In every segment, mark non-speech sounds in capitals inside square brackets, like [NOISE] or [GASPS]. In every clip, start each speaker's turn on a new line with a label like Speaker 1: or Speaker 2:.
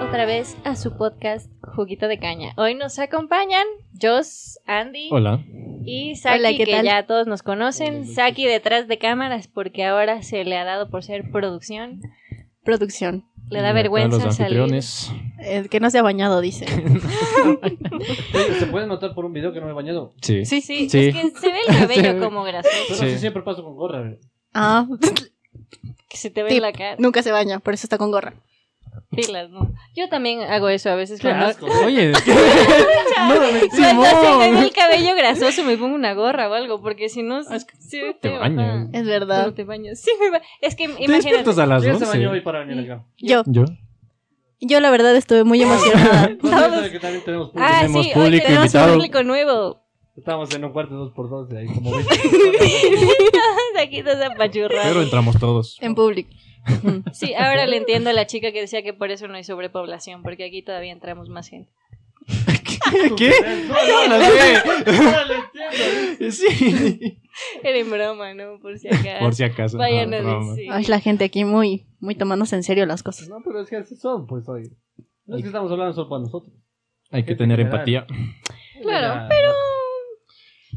Speaker 1: otra vez a su podcast Juguito de Caña. Hoy nos acompañan Jos, Andy
Speaker 2: Hola.
Speaker 1: y Saki,
Speaker 3: Hola, ¿qué
Speaker 1: que
Speaker 3: tal?
Speaker 1: ya todos nos conocen. Saki detrás de cámaras porque ahora se le ha dado por ser producción.
Speaker 3: Producción.
Speaker 1: Le
Speaker 2: Y
Speaker 1: da
Speaker 2: acá
Speaker 1: vergüenza
Speaker 2: los
Speaker 1: salir.
Speaker 2: anfitriones.
Speaker 3: El que no se ha
Speaker 2: [LAUGHS]
Speaker 3: bañado, dice.
Speaker 4: Oye, ¿Se puede notar por un video que no me he bañado?
Speaker 2: Sí.
Speaker 1: Sí, sí,
Speaker 2: Sí.
Speaker 1: es que se ve el
Speaker 2: Sí.
Speaker 1: cabello como gracioso,
Speaker 4: Pero
Speaker 2: Sí.
Speaker 4: así siempre paso con gorra. güey.
Speaker 3: Ah,
Speaker 1: que se te ve
Speaker 3: Tip.
Speaker 1: la cara.
Speaker 3: nunca se baña, por eso está con gorra.
Speaker 1: Pilas, no. Yo también hago eso a veces
Speaker 4: Qué
Speaker 1: cuando
Speaker 4: asco.
Speaker 1: [LAUGHS]
Speaker 2: Oye, [LAUGHS]
Speaker 1: Cuando
Speaker 2: Simón.
Speaker 1: se me ve el cabello grasoso me pongo una gorra o algo, porque si no... sí,
Speaker 2: te
Speaker 1: ajá.
Speaker 2: bañas.
Speaker 3: Es
Speaker 1: No
Speaker 3: verdad.
Speaker 1: te bañas. [LAUGHS] Sí, me ba- Es que
Speaker 2: ¿Te despiertas
Speaker 1: imagínate.
Speaker 2: a las
Speaker 4: ¿Quién se bañó
Speaker 2: 11?
Speaker 4: hoy para venir acá?
Speaker 3: Yo,
Speaker 2: Yo.
Speaker 3: yo la verdad estuve muy
Speaker 2: [LAUGHS]
Speaker 3: emocionada.
Speaker 4: ¿No sabes de que también tenemos público?
Speaker 1: Ah,
Speaker 2: Tenemos
Speaker 1: sí, hoy
Speaker 2: público
Speaker 1: tenemos un
Speaker 2: invitado.
Speaker 1: público nuevo. [LAUGHS]
Speaker 4: Estábamos en un cuarto 2x2 de ahí, como 20 personas.
Speaker 1: Aquí todos apachurrados.
Speaker 2: Pero entramos
Speaker 1: [LAUGHS]
Speaker 2: todos.
Speaker 3: En público.
Speaker 1: Sí, ahora le entiendo a la chica que decía que por eso no hay sobrepoblación, porque aquí todavía entramos más gente.
Speaker 2: ¿Qué?
Speaker 4: No, no, no, ahora lo entiendo.
Speaker 1: [LAUGHS]
Speaker 2: Sí.
Speaker 1: Era en broma, ¿no? Por si acaso.
Speaker 2: Por si acaso.
Speaker 1: Vayan
Speaker 2: Ah,
Speaker 1: a
Speaker 2: broma.
Speaker 1: decir.
Speaker 3: Ay, la gente aquí muy, muy tomándose en serio las cosas.
Speaker 4: No, pero es que así son, pues hoy. No es que estamos hablando solo para nosotros.
Speaker 2: Hay que tener empatía.
Speaker 1: Claro,
Speaker 4: pero.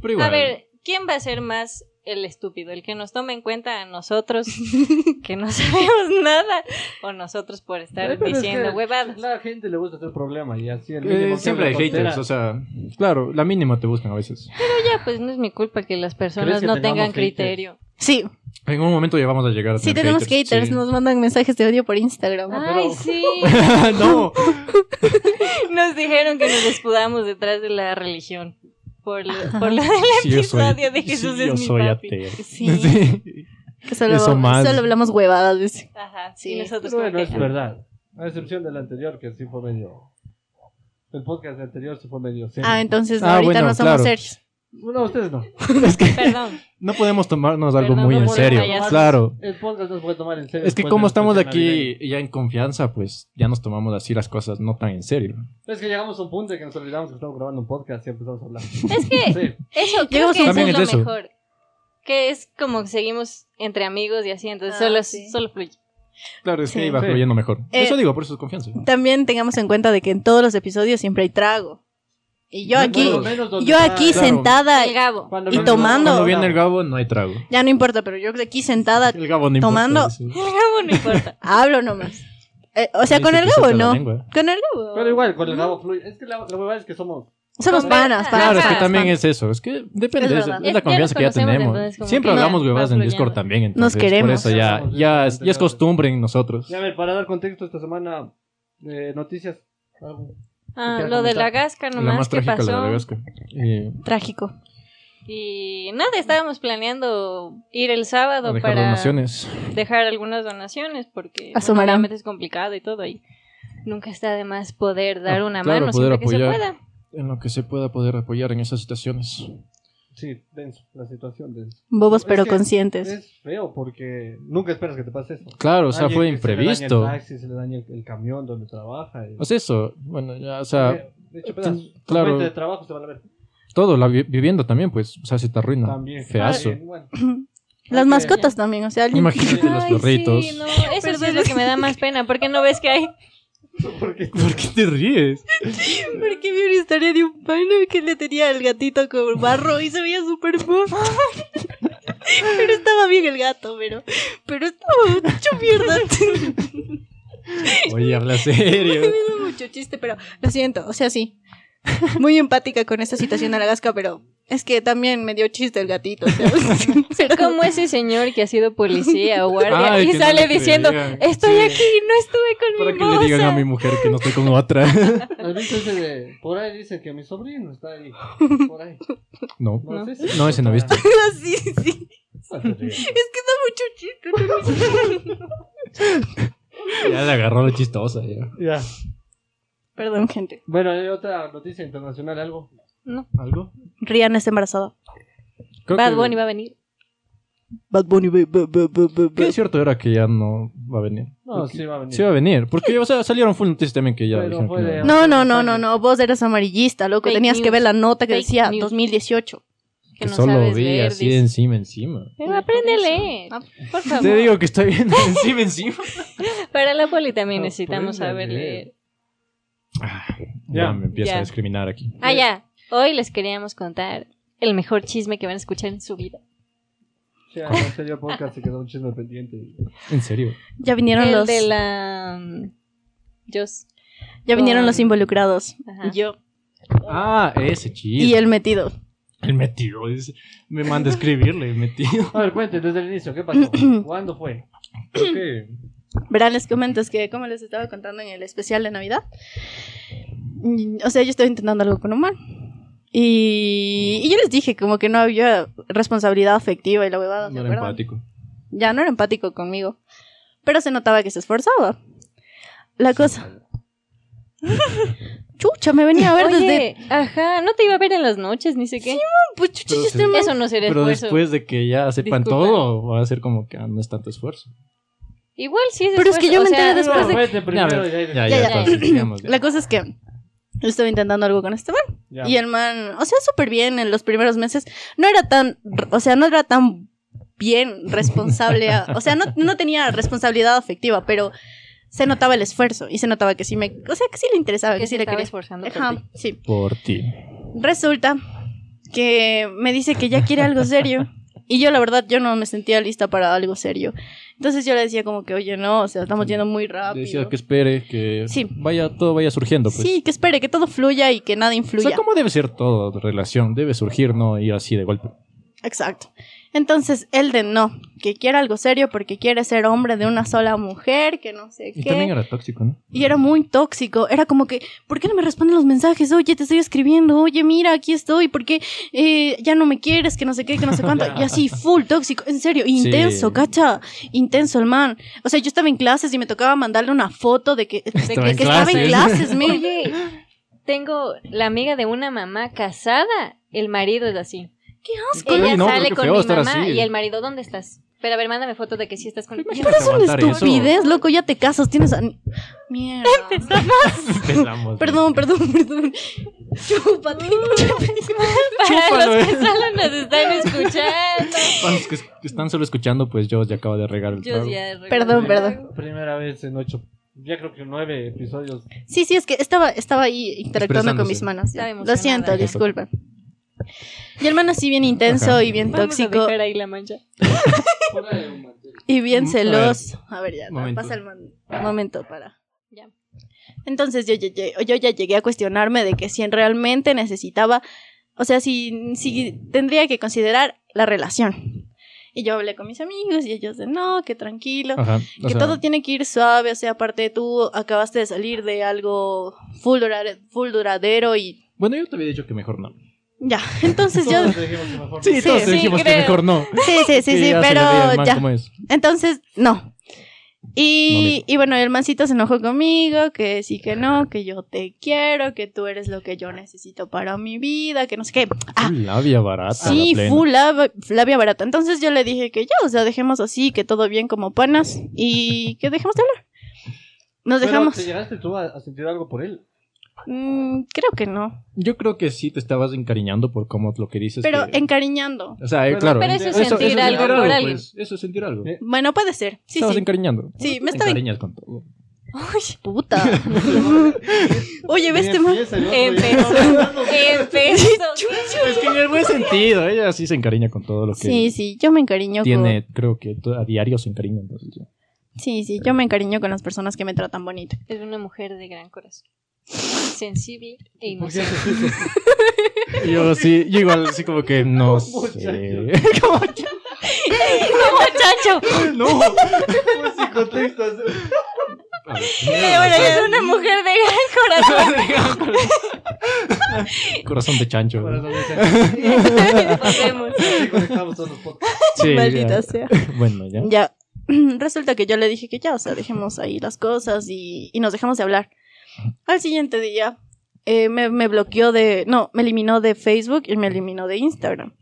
Speaker 2: Pero igual.
Speaker 1: A ver, ¿quién va a ser más el estúpido? ¿El que nos tome en cuenta a nosotros que no sabemos nada? ¿O nosotros por estar
Speaker 4: Eh, pero es
Speaker 1: diciendo
Speaker 4: que
Speaker 1: huevadas?
Speaker 4: La gente le gusta hacer problema y así el
Speaker 2: eh,
Speaker 4: mínimo que
Speaker 2: siempre hay
Speaker 4: una tontera.
Speaker 2: haters, o sea, claro, la mínima te buscan a veces.
Speaker 1: Ya, pues no es mi culpa que las personas
Speaker 4: ¿Crees que
Speaker 1: no
Speaker 4: tengamos
Speaker 1: tengan
Speaker 4: haters?
Speaker 1: criterio.
Speaker 3: Sí,
Speaker 2: En un momento ya vamos a llegar a
Speaker 3: sí
Speaker 2: tener
Speaker 3: tenemos haters,
Speaker 2: sí.
Speaker 3: nos mandan mensajes de odio por Instagram.
Speaker 4: Ah,
Speaker 1: Ay,
Speaker 4: pero-
Speaker 1: sí.
Speaker 2: [LAUGHS] no,
Speaker 1: [LAUGHS] Nos dijeron que nos escudamos detrás de la religión. Por, lo-
Speaker 2: [LAUGHS]
Speaker 1: por lo [LAUGHS] del
Speaker 2: sí, yo soy,
Speaker 1: episodio de Jesús
Speaker 2: sí,
Speaker 1: es
Speaker 2: yo
Speaker 1: mi
Speaker 2: soy
Speaker 1: papi.
Speaker 2: ateo.
Speaker 3: Sí.
Speaker 2: [LAUGHS] Sí.
Speaker 3: Que solo,
Speaker 2: Eso más.
Speaker 3: solo hablamos huevadas, dice.
Speaker 1: Ajá, sí.
Speaker 3: Sí.
Speaker 1: Y nosotros
Speaker 4: Pero bueno,
Speaker 1: como que-
Speaker 4: es verdad. A excepción del anterior, que sí fue medio. El podcast anterior se fue medio serio.
Speaker 3: Ah, entonces
Speaker 2: Ah,
Speaker 3: ahorita
Speaker 2: bueno,
Speaker 3: no somos
Speaker 2: claro.
Speaker 3: serios.
Speaker 4: No, ustedes no.
Speaker 2: Es que
Speaker 1: Perdón.
Speaker 2: no podemos tomarnos algo
Speaker 1: Perdón,
Speaker 2: muy
Speaker 1: no
Speaker 2: en
Speaker 1: podemos
Speaker 2: serio.
Speaker 1: hallar-
Speaker 2: Claro,
Speaker 4: El podcast no se puede tomar en serio.
Speaker 2: Es que
Speaker 4: después
Speaker 2: como
Speaker 4: de
Speaker 2: estamos
Speaker 4: especial
Speaker 2: aquí ya en confianza, pues ya nos tomamos así las cosas no tan en serio.
Speaker 4: navideño. Es que llegamos a un punto en que nos olvidamos que estamos grabando un podcast y empezamos a hablar.
Speaker 1: Es que
Speaker 4: Sí.
Speaker 1: eso creo
Speaker 3: Llegamos
Speaker 1: que
Speaker 2: a
Speaker 1: eso
Speaker 2: un punto.
Speaker 1: es lo
Speaker 2: También es eso.
Speaker 1: mejor. Que es como que seguimos entre amigos y así, entonces
Speaker 3: Ah,
Speaker 1: solo,
Speaker 3: sí.
Speaker 1: solo fluye.
Speaker 2: Claro, es que
Speaker 3: Sí.
Speaker 2: iba
Speaker 4: Sí.
Speaker 2: fluyendo mejor.
Speaker 3: Eh,
Speaker 2: Eso digo, por eso es confianza.
Speaker 3: También tengamos en cuenta de que en todos los episodios siempre hay trago. Y yo
Speaker 4: Bueno,
Speaker 3: aquí,
Speaker 4: al menos donde
Speaker 3: yo
Speaker 4: está-
Speaker 3: aquí
Speaker 2: Claro.
Speaker 3: sentada
Speaker 1: El Gabo. [LAUGHS]
Speaker 4: Cuando
Speaker 3: y
Speaker 4: menos-
Speaker 3: tomando.
Speaker 2: Cuando
Speaker 3: no.
Speaker 2: viene el Gabo, no hay trago.
Speaker 3: Ya no importa, pero yo aquí sentada
Speaker 2: El Gabo no importa.
Speaker 3: Tomando.
Speaker 2: sí.
Speaker 1: El Gabo no
Speaker 2: [LAUGHS]
Speaker 1: importa.
Speaker 3: hablo nomás. Eh, o sea,
Speaker 2: Dice
Speaker 3: con el
Speaker 2: que
Speaker 3: Gabo,
Speaker 2: suelta la
Speaker 3: ¿no?
Speaker 2: lengua.
Speaker 3: Con el Gabo.
Speaker 4: Pero igual, con el Gabo fluye. Es que la, la verdad es que somos.
Speaker 3: Somos
Speaker 1: Con-
Speaker 3: panas, panas.
Speaker 2: Claro, es que
Speaker 1: Ajá.
Speaker 3: panas,
Speaker 2: también
Speaker 3: panas.
Speaker 2: es eso. Es que depende,
Speaker 3: Es
Speaker 2: de eso,
Speaker 3: verdad.
Speaker 2: es
Speaker 1: Ya-
Speaker 2: la
Speaker 1: ya
Speaker 2: confianza
Speaker 1: nos
Speaker 2: que ya
Speaker 1: conocemos,
Speaker 2: tenemos.
Speaker 1: entonces, como
Speaker 2: Siempre
Speaker 1: que
Speaker 2: hablamos
Speaker 1: va
Speaker 2: huevadas en
Speaker 1: fluyendo.
Speaker 2: Discord también. Entonces,
Speaker 3: queremos.
Speaker 2: Por eso ya, ya, es, ya es costumbre en nosotros.
Speaker 4: Ya, a ver, para dar contexto esta semana, eh, noticias. algo.
Speaker 1: Ah,
Speaker 4: Ya
Speaker 1: lo de
Speaker 4: comentar.
Speaker 1: la gasca
Speaker 2: Lo
Speaker 1: nomás
Speaker 2: más
Speaker 1: que
Speaker 2: trágico, la
Speaker 1: pasó.
Speaker 2: de Gasca. Eh,
Speaker 3: Trágico.
Speaker 1: Y nada, estábamos planeando ir el sábado
Speaker 2: a dejar
Speaker 1: para
Speaker 2: donaciones.
Speaker 1: dejar algunas donaciones porque
Speaker 3: A su
Speaker 1: bueno,
Speaker 3: mamá.
Speaker 1: obviamente es complicado y todo y nunca está de más poder dar
Speaker 2: Ah,
Speaker 1: una
Speaker 2: claro,
Speaker 1: mano
Speaker 2: poder
Speaker 1: siempre que se
Speaker 2: apoyar.
Speaker 1: pueda.
Speaker 2: En lo que se pueda poder apoyar en esas situaciones.
Speaker 4: Sí, denso, la situación denso.
Speaker 3: Bobos
Speaker 4: Es
Speaker 3: pero
Speaker 4: que
Speaker 3: conscientes.
Speaker 4: Es feo porque nunca esperas que te pase eso.
Speaker 2: Claro, o sea,
Speaker 4: Alguien
Speaker 2: fue
Speaker 4: que se le daña
Speaker 2: imprevisto.
Speaker 4: el taxi, se le daña el, el camión donde trabaja. y-
Speaker 2: O sea, eso, bueno, ya, o sea,
Speaker 4: Eh, de hecho, pedazos.
Speaker 2: sí, claro.
Speaker 4: Fuente de trabajo se van a ver.
Speaker 2: todo, la vi- vivienda también, pues, o sea, se te arruina.
Speaker 4: También.
Speaker 2: Feazo.
Speaker 4: También, bueno.
Speaker 3: [CLEARS THROAT] Las
Speaker 4: Ok.
Speaker 3: mascotas también, o sea, alguien...
Speaker 2: Imagínate los
Speaker 1: Ay, sí,
Speaker 2: perritos.
Speaker 1: no, eso sí es lo que me da más pena porque no ves que
Speaker 3: [LAUGHS]
Speaker 1: hay
Speaker 4: [LAUGHS] Porque
Speaker 2: ¿Por qué te ríes?
Speaker 3: [LAUGHS] Porque vi una historia de un pana que le tenía al gatito con barro y se veía súper bobo. [LAUGHS] pero estaba bien el gato, pero... Pero estaba mucho mierda.
Speaker 2: [LAUGHS] Oye, habla
Speaker 3: [LAUGHS] Me
Speaker 2: serio.
Speaker 3: da mucho chiste, pero lo siento, o sea, sí. Muy empática con esta situación de la gasca, pero es que también me dio chiste el gatito. o sea, [LAUGHS] pero-
Speaker 1: como ese señor que ha sido policía o guardia
Speaker 2: Ay,
Speaker 1: y
Speaker 2: que no
Speaker 1: sale
Speaker 2: le
Speaker 1: diciendo
Speaker 2: creían.
Speaker 1: estoy
Speaker 2: Sí.
Speaker 1: aquí no estuve con
Speaker 2: Para
Speaker 1: mi
Speaker 2: que le digan
Speaker 1: moza
Speaker 2: a mi mujer que no estoy con [LAUGHS] otra.
Speaker 4: ¿Has visto ese de.? Por ahí dicen que mi sobrino está ahí.
Speaker 3: [LAUGHS]
Speaker 4: Por ahí.
Speaker 2: No.
Speaker 4: No,
Speaker 1: No.
Speaker 4: sé si-
Speaker 2: No, ese no he visto.
Speaker 3: sí, sí.
Speaker 4: Ah, te ríes.
Speaker 3: Es que da mucho chiste.
Speaker 2: [LAUGHS] Ya le agarró la chistosa. Ya.
Speaker 4: Ya.
Speaker 3: Perdón, gente.
Speaker 4: Bueno, hay otra noticia internacional, algo.
Speaker 1: No,
Speaker 2: ¿Algo?
Speaker 3: Rihanna está embarazada.
Speaker 2: Creo
Speaker 1: Bad
Speaker 2: que-
Speaker 1: Bunny va a venir
Speaker 3: Bad Bunny, be- be- be- be- be-
Speaker 2: ¿Qué
Speaker 3: be.
Speaker 2: es cierto era que ya no va a venir?
Speaker 4: No, sí va a venir.
Speaker 2: Sí va a venir. Porque, o sea, salieron full noticias también que ya
Speaker 4: Pero
Speaker 2: dijeron que
Speaker 4: fue
Speaker 2: no.
Speaker 4: de-
Speaker 3: No, no, no, no, no. Vos eras amarillista, loco.
Speaker 1: Fake
Speaker 3: Tenías
Speaker 1: news.
Speaker 3: que ver la nota que
Speaker 1: Fake
Speaker 3: decía
Speaker 1: news.
Speaker 3: 2018.
Speaker 1: que,
Speaker 2: Que
Speaker 1: no
Speaker 2: solo
Speaker 1: sabes
Speaker 2: vi
Speaker 1: leer
Speaker 2: así
Speaker 1: dice.
Speaker 2: de encima, encima.
Speaker 1: pero aprende a leer
Speaker 3: Ah,
Speaker 1: por favor
Speaker 2: Te digo que estoy viendo de [LAUGHS] encima, encima.
Speaker 1: para la poli también
Speaker 4: No,
Speaker 1: necesitamos
Speaker 4: aprende a
Speaker 1: saber
Speaker 4: leer.
Speaker 1: leer
Speaker 2: Ah,
Speaker 4: Ya.
Speaker 2: ya me empieza
Speaker 1: Ya.
Speaker 2: a discriminar aquí.
Speaker 1: Ah, ya. Hoy les queríamos contar el mejor chisme que van a escuchar en su vida.
Speaker 4: Sí, en el anterior podcast se quedó un chisme pendiente.
Speaker 2: En serio.
Speaker 3: Ya vinieron
Speaker 1: el
Speaker 3: los
Speaker 1: de la... mm, Joss.
Speaker 3: ya vinieron
Speaker 1: con-
Speaker 3: los involucrados.
Speaker 1: Ajá.
Speaker 3: Yo
Speaker 2: Ah, ese chiste.
Speaker 3: y el metido.
Speaker 2: El metido. es- Me manda a escribirle, el
Speaker 4: [LAUGHS]
Speaker 2: metido.
Speaker 4: A ver, cuente desde el inicio, ¿qué
Speaker 3: [CLEARS THROAT]
Speaker 4: pasó? ¿Cuándo fue?
Speaker 2: Creo que
Speaker 3: Verán, les comento es que como les estaba contando en el especial de Navidad, mm, o sea, yo estaba intentando algo con Omar. Y, y yo les dije como que no había responsabilidad afectiva y la huevada, ¿se
Speaker 2: no era
Speaker 3: acuerdan?
Speaker 2: empático.
Speaker 3: Ya no era empático conmigo, pero se notaba que se esforzaba. La cosa... [LAUGHS] Chucha, me venía a ver
Speaker 1: Oye,
Speaker 3: desde...
Speaker 1: ajá, no te iba a ver en las noches, ni sé qué.
Speaker 3: Pues, chucha,
Speaker 2: Pero
Speaker 3: yo
Speaker 2: se-
Speaker 3: estoy más-
Speaker 1: Eso no sería
Speaker 2: Pero
Speaker 1: esfuerzo.
Speaker 2: después de que ya sepan
Speaker 1: Disculpa.
Speaker 2: todo, va a ser como que ah, no es tanto esfuerzo.
Speaker 1: Igual sí es
Speaker 3: Pero es que
Speaker 1: esfuerzo,
Speaker 3: yo
Speaker 1: o
Speaker 3: me
Speaker 1: sea,
Speaker 3: enteré después
Speaker 4: No,
Speaker 3: de-
Speaker 4: cuente primero y
Speaker 2: ya,
Speaker 4: ahí-
Speaker 2: ya,
Speaker 3: Ya,
Speaker 2: ya,
Speaker 3: ya.
Speaker 2: entonces, digamos, ya.
Speaker 3: La cosa es que yo estaba intentando algo con este man.
Speaker 4: ya.
Speaker 3: Y el man, o sea, súper bien en los primeros meses. No era tan, o sea, no era tan bien responsable. a- o sea, no, no tenía responsabilidad afectiva, pero se notaba el esfuerzo y se notaba que sí me, o sea, que sí le interesaba, que,
Speaker 1: que
Speaker 3: sí
Speaker 1: se
Speaker 3: le
Speaker 1: estaba
Speaker 3: quería.
Speaker 1: esforzando por
Speaker 3: Ajá,
Speaker 1: ti.
Speaker 3: sí.
Speaker 2: Por ti.
Speaker 3: Resulta que me dice que ya quiere algo serio. Y yo, la verdad, yo no me sentía lista para algo serio. Entonces yo le decía como que, oye, no, o sea, estamos yendo muy rápido.
Speaker 2: Decía que espere, que
Speaker 3: Sí.
Speaker 2: vaya, todo vaya surgiendo. Pues.
Speaker 3: Sí, que espere, que todo fluya y que nada
Speaker 2: O
Speaker 3: influya.
Speaker 2: sea, ¿cómo debe ser todo relación? Debe surgir, no ir así de golpe.
Speaker 3: Exacto. Entonces, él de no, que quiere algo serio porque quiere ser hombre de una sola mujer, que no sé
Speaker 2: Y
Speaker 3: qué.
Speaker 2: también era tóxico, ¿no?
Speaker 3: Y era muy tóxico. Era como que, ¿por qué no me responden los mensajes? Oye, te estoy escribiendo. Oye, mira, aquí estoy. ¿Por qué eh, ya no me quieres? Que no sé qué, que no sé cuánto. Y así, full tóxico. En serio, intenso,
Speaker 2: Sí.
Speaker 3: cacha. Intenso el man. O sea, yo estaba en clases y me tocaba mandarle una foto de que, de que-
Speaker 2: Estaba en
Speaker 3: que estaba en
Speaker 2: clases. [LAUGHS]
Speaker 3: clases, men.
Speaker 1: Oye, tengo la amiga de una mamá casada, el marido es así.
Speaker 3: Qué asco.
Speaker 2: Uy,
Speaker 1: Ella
Speaker 2: no,
Speaker 1: sale
Speaker 2: qué
Speaker 1: con
Speaker 2: feo
Speaker 1: mi
Speaker 2: estar
Speaker 1: mamá
Speaker 2: así.
Speaker 1: y el marido, ¿dónde estás? Pero a ver, mándame foto de que sí
Speaker 2: [LAUGHS]
Speaker 1: estás con
Speaker 2: Imagínate
Speaker 3: Pero es una
Speaker 2: aguantar eso.
Speaker 3: estupidez, loco. Ya te casas, tienes. a- Mierda.
Speaker 2: [LAUGHS] Empezamos.
Speaker 3: Perdón, perdón, [LAUGHS] perdón. Chúpate.
Speaker 1: [LAUGHS] Para los
Speaker 2: Chúpalo,
Speaker 1: que
Speaker 2: eh.
Speaker 1: solo nos están escuchando.
Speaker 2: Para los pues, que es- están solo escuchando, pues yo ya acabo de regar el
Speaker 1: Yo
Speaker 2: trago.
Speaker 1: ya
Speaker 3: Perdón, perdón.
Speaker 4: Primera vez en ocho, ya creo que nueve episodios.
Speaker 3: Sí, sí, es que estaba, estaba ahí interactuando con mis
Speaker 2: Expresándose.
Speaker 3: manos.
Speaker 1: Estaba
Speaker 3: Lo siento,
Speaker 1: emocionada.
Speaker 3: disculpen. Y el man así bien intenso
Speaker 2: Ajá.
Speaker 3: y bien
Speaker 1: Vamos a
Speaker 3: tóxico
Speaker 1: dejar ahí la mancha.
Speaker 3: y bien
Speaker 2: Mm, a ver.
Speaker 3: celoso. A ver, ya,
Speaker 2: Momento.
Speaker 3: pasa el man- momento para...
Speaker 1: Ya.
Speaker 3: Entonces yo, ya llegué- yo ya llegué a cuestionarme de que si realmente necesitaba, o sea, si, si tendría que considerar la relación. Y yo hablé con mis amigos y ellos de no, que tranquilo.
Speaker 2: Ajá. o
Speaker 3: que
Speaker 2: sea,
Speaker 3: todo tiene que ir suave, o sea, aparte tú acabaste de salir de algo full, dura- full duradero y
Speaker 2: Bueno, yo te había dicho que mejor no.
Speaker 3: ya. [LAUGHS]
Speaker 2: [LAUGHS]
Speaker 3: Entonces yo...
Speaker 4: Todos dijimos que mejor
Speaker 2: Sí,
Speaker 4: no.
Speaker 2: todos
Speaker 3: sí,
Speaker 2: dijimos que
Speaker 1: creo.
Speaker 2: mejor no.
Speaker 3: Sí, sí, sí,
Speaker 2: Que ya
Speaker 3: sí,
Speaker 2: se le veía el
Speaker 3: pero
Speaker 2: man
Speaker 3: ya.
Speaker 2: cómo es.
Speaker 3: Entonces, no. Y,
Speaker 2: No,
Speaker 3: y bueno, el mancito se enojó conmigo, que sí, que no, que yo te quiero, que tú eres lo que yo necesito para mi vida, que no sé qué. Ah,
Speaker 2: Full labia barata.
Speaker 3: Sí,
Speaker 2: la plena.
Speaker 3: full lab- labia barata. Entonces yo le dije que ya, o sea, dejemos así, que todo bien como panas y que dejemos de hablar. Nos
Speaker 4: Pero,
Speaker 3: dejamos.
Speaker 4: ¿te llegaste tú a, a sentir algo por él?
Speaker 3: Mm, creo que no.
Speaker 2: Yo creo que sí te estabas encariñando por cómo lo que dices.
Speaker 3: Pero
Speaker 2: que-
Speaker 3: encariñando.
Speaker 2: O sea, eh,
Speaker 4: Bueno,
Speaker 2: claro.
Speaker 1: pero eso es sentir algo por alguien.
Speaker 2: pues, eso es sentir algo.
Speaker 4: Sí,
Speaker 3: Bueno, puede ser. Sí,
Speaker 2: estabas
Speaker 3: sí.
Speaker 2: encariñando.
Speaker 3: Sí, me
Speaker 2: Te
Speaker 3: estaba-
Speaker 2: encariñas con todo.
Speaker 3: Uy, puta.
Speaker 2: [LAUGHS]
Speaker 3: Oye, ¿ves este man?
Speaker 4: Empieza el otro
Speaker 1: Empezó. Empezó.
Speaker 2: Es que en el buen sentido. Ella sí se encariña con todo lo que
Speaker 3: Sí, sí, yo me encariño con...
Speaker 2: tiene. Creo que to- a diario se encariña. entonces, ya.
Speaker 3: Sí, sí, yo me encariño con las personas que me tratan bonito.
Speaker 1: Es una mujer de gran corazón. Sensible e
Speaker 4: ¿Por qué
Speaker 1: inocente. [LAUGHS]
Speaker 4: haces eso? [LAUGHS]
Speaker 2: Yo sí, yo igual así como que [LAUGHS] no
Speaker 4: Muchacho.
Speaker 2: sé.
Speaker 1: ¡Muchacho!
Speaker 2: no.
Speaker 4: ¿Cómo sin contexto?
Speaker 2: [LAUGHS]
Speaker 1: Es una mujer de gran corazón.
Speaker 3: [LAUGHS]
Speaker 2: Corazón de chancho.
Speaker 4: Corazón de
Speaker 2: [LAUGHS]
Speaker 4: chancho.
Speaker 1: [LAUGHS] Podemos.
Speaker 4: Sí, conectamos todos los podcasts.
Speaker 2: Sí, ya.
Speaker 3: Maldita sea.
Speaker 2: [LAUGHS] Bueno, ya.
Speaker 3: Ya, [CLEARS THROAT] resulta que yo le dije que ya, o sea, dejemos ahí las cosas y, y nos dejamos de hablar. Al siguiente día eh, me, me bloqueó de... No, me eliminó de Facebook y me eliminó de Instagram.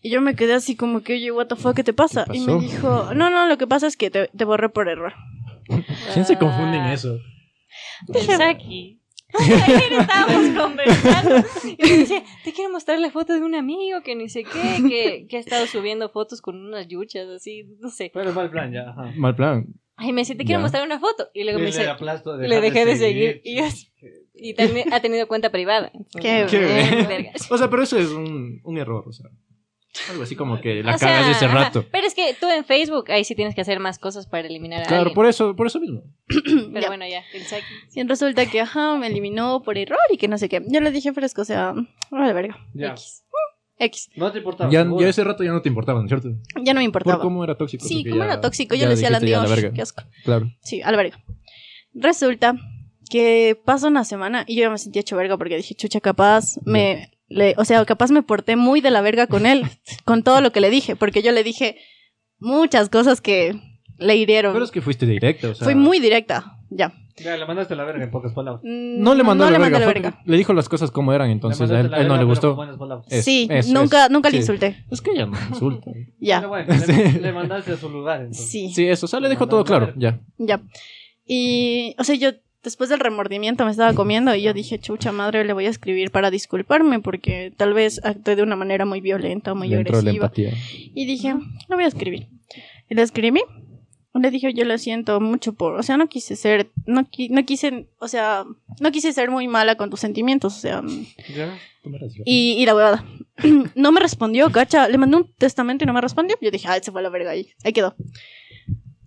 Speaker 3: Y yo me quedé así como que, oye, what the fuck, ¿qué te pasa?
Speaker 2: ¿Qué
Speaker 3: y me
Speaker 2: pasó?
Speaker 3: dijo, no, no, lo que pasa es que te, te borré por error.
Speaker 2: ¿Quién se confunde en eso?
Speaker 1: Ah, El Saki. Ayer estábamos conversando y me dice, te quiero mostrar la foto de un amigo que ni sé qué, que, que ha estado subiendo fotos con unas yuchas así, no sé.
Speaker 4: Pero mal plan, ya. ajá.
Speaker 2: Mal plan.
Speaker 1: Ay, me dice, te quiero
Speaker 2: Ya.
Speaker 1: mostrar una foto. Y luego me
Speaker 4: Y le
Speaker 1: dice,
Speaker 4: aplasto de
Speaker 1: le dejé
Speaker 4: dejar
Speaker 1: de seguir. Y, es- y también ha tenido cuenta privada. Entonces,
Speaker 3: Qué
Speaker 2: Qué
Speaker 3: bien.
Speaker 1: verga.
Speaker 2: O sea, pero eso es un, un error, o sea. Algo así como que la
Speaker 1: O sea,
Speaker 2: cagas de ese
Speaker 1: ajá,
Speaker 2: rato.
Speaker 1: Pero es que tú en Facebook ahí sí tienes que hacer más cosas para eliminar a
Speaker 2: Claro,
Speaker 1: alguien.
Speaker 2: por eso, por eso mismo.
Speaker 1: Pero
Speaker 3: Ya.
Speaker 1: bueno, ya. el Saki.
Speaker 3: Y resulta que, ajá, me eliminó por error y que no sé qué. Yo le dije fresco, o sea, a la verga.
Speaker 4: Ya.
Speaker 1: X.
Speaker 3: X.
Speaker 4: No te importaba.
Speaker 2: Ya,
Speaker 4: seguro.
Speaker 2: ya ese rato ya no te importaba, ¿no es cierto?
Speaker 3: Ya no me
Speaker 2: Por
Speaker 3: importaba.
Speaker 2: cómo era tóxico.
Speaker 3: sí,
Speaker 2: porque
Speaker 3: como
Speaker 2: ya-
Speaker 3: era tóxico, yo
Speaker 2: ya
Speaker 3: le decía a la
Speaker 2: dijiste ya
Speaker 3: Dios,
Speaker 2: verga.
Speaker 3: qué asco.
Speaker 2: Claro.
Speaker 3: Sí, a la verga. Resulta que pasa una semana y yo ya me sentía hecho verga porque dije, chucha, capaz me... le- o sea, capaz me porté muy de la verga
Speaker 2: [LAUGHS]
Speaker 3: con él, con todo lo que le dije, porque yo le dije muchas cosas que le hirieron.
Speaker 2: Pero es que fuiste directa, o sea.
Speaker 3: Fui muy directa, ya.
Speaker 4: Ya, le mandaste a la verga en pocas palabras.
Speaker 3: Mm,
Speaker 2: No le mandó la,
Speaker 3: mandé
Speaker 2: verga, fue- Le dijo las cosas como eran, entonces
Speaker 4: Le
Speaker 2: a
Speaker 4: mandaste
Speaker 2: él,
Speaker 4: la
Speaker 2: él no
Speaker 4: verga,
Speaker 2: le
Speaker 4: pero
Speaker 2: gustó.
Speaker 4: con buenas palabras.
Speaker 2: Es-
Speaker 3: sí,
Speaker 2: es-
Speaker 3: nunca,
Speaker 2: es-
Speaker 3: nunca le
Speaker 2: sí.
Speaker 3: insulté,
Speaker 2: Es que ella no insulta.
Speaker 3: ya.
Speaker 4: Pero bueno, le-
Speaker 2: [LAUGHS] Sí.
Speaker 4: le mandaste a su lugar. entonces.
Speaker 3: Sí,
Speaker 2: Sí, eso, o sea, le dejó todo claro, ya.
Speaker 3: ya. Y, o sea, yo después del remordimiento me estaba comiendo y yo dije, chucha madre, le voy a escribir para disculparme porque tal vez actué de una manera muy violenta, muy
Speaker 2: Dentro de la
Speaker 3: agresiva.
Speaker 2: empatía.
Speaker 3: Y dije, lo voy a escribir. Y le escribí. Le dije, yo lo siento mucho por, o sea, no quise ser, no, qui- no quise, o sea, no quise ser muy mala con tus sentimientos, o sea,
Speaker 4: Ya.
Speaker 2: Tú me eres yo.
Speaker 3: y, y la huevada. [CLEARS THROAT] No me respondió, cacha, le mandé un testamento y no me respondió. Yo dije, ah, se fue a la verga ahí, ahí quedó.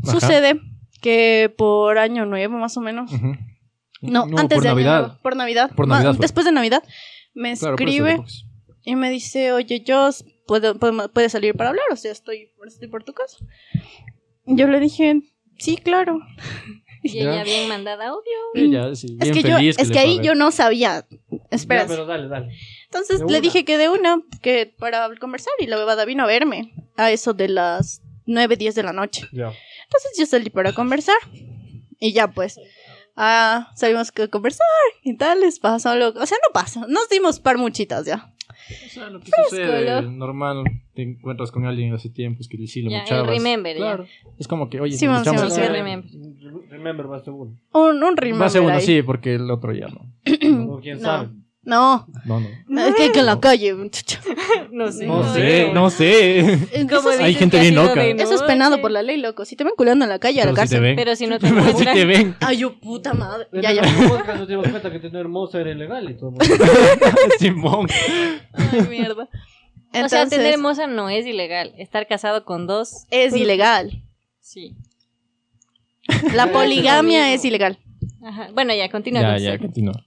Speaker 2: Ajá.
Speaker 3: Sucede que por año nuevo, más o menos,
Speaker 2: Ujú.
Speaker 3: no,
Speaker 2: No,
Speaker 3: antes
Speaker 2: por
Speaker 3: de Año
Speaker 2: Navidad.
Speaker 3: Nuevo, por Navidad,
Speaker 2: Por
Speaker 3: ma-
Speaker 2: Navidad fue.
Speaker 3: después de Navidad, me
Speaker 2: Claro, por eso
Speaker 3: escribe
Speaker 2: tampoco es-
Speaker 3: y me dice, oye, Joss, ¿puedo, podemos- ¿puedes salir para hablar? O sea, estoy, estoy por tu casa. Yo le dije, sí, claro.
Speaker 1: Y ella bien mandada, obvio.
Speaker 2: Ella, sí,
Speaker 3: es
Speaker 2: bien
Speaker 3: que, yo,
Speaker 2: feliz
Speaker 3: es
Speaker 2: le
Speaker 3: que ahí
Speaker 2: fue a
Speaker 3: yo
Speaker 2: ver.
Speaker 3: no sabía. Espera.
Speaker 4: Ya, pero dale, dale.
Speaker 3: Entonces
Speaker 4: de
Speaker 3: le
Speaker 4: una.
Speaker 3: dije que de una, que para conversar y la bebada vino a verme a eso de las 9, 10 de la noche.
Speaker 4: Ya.
Speaker 3: Entonces yo salí para conversar y ya pues. Ah, sabíamos que conversar y tal, les pasó algo. O sea, no pasa, nos dimos par muchitas ya.
Speaker 2: O sea, lo que
Speaker 3: Fresco,
Speaker 2: sucede,
Speaker 3: ¿no?
Speaker 2: normal, te encuentras con alguien hace tiempos que sí le
Speaker 1: Ya, el
Speaker 2: muchabas.
Speaker 1: remember, ya.
Speaker 2: claro. Es como que, oye,
Speaker 3: Sí,
Speaker 2: le
Speaker 3: vamos, sí,
Speaker 2: echamos-
Speaker 3: vamos, sí,
Speaker 1: remember.
Speaker 4: Re- Remember
Speaker 3: [CLEARS THROAT]
Speaker 4: más seguro.
Speaker 3: Un, un
Speaker 2: Va a
Speaker 3: remember
Speaker 2: ser uno,
Speaker 3: ahí.
Speaker 2: sí, porque el otro ya no.
Speaker 4: O
Speaker 3: No.
Speaker 4: quién sabe.
Speaker 3: No,
Speaker 2: No, no.
Speaker 3: es que, que en la calle.
Speaker 1: [LAUGHS] No sé.
Speaker 4: No
Speaker 2: No
Speaker 4: sé,
Speaker 2: sé, no sé.
Speaker 1: Como
Speaker 3: Eso, es-
Speaker 2: Hay
Speaker 1: dices
Speaker 2: gente
Speaker 1: que ha
Speaker 2: bien
Speaker 1: sido
Speaker 2: loca.
Speaker 1: de
Speaker 3: eso es
Speaker 1: noche.
Speaker 3: penado por la ley, loco. Si te ven culando en la calle, a la
Speaker 2: Pero si te
Speaker 3: cárcel.
Speaker 2: ven. [LAUGHS]
Speaker 1: Pero si no te
Speaker 2: Pero si
Speaker 1: encuentran.
Speaker 2: te ven. [LAUGHS]
Speaker 3: Ay, yo puta madre.
Speaker 4: En
Speaker 3: Ya,
Speaker 4: el
Speaker 3: ya.
Speaker 4: otro podcast nos dimos cuenta que tener hermosa era ilegal y todo.
Speaker 2: Simón.
Speaker 1: [LAUGHS] Ay, mierda. o sea,
Speaker 3: Entonces,
Speaker 1: tener hermosa no es ilegal. Estar casado con dos,
Speaker 3: es ilegal.
Speaker 1: sí.
Speaker 3: La poligamia
Speaker 4: mismo.
Speaker 3: es ilegal.
Speaker 1: Ajá. Bueno, ya, continúa.
Speaker 2: Ya,
Speaker 1: con
Speaker 2: ya,
Speaker 1: eso.
Speaker 2: continúa.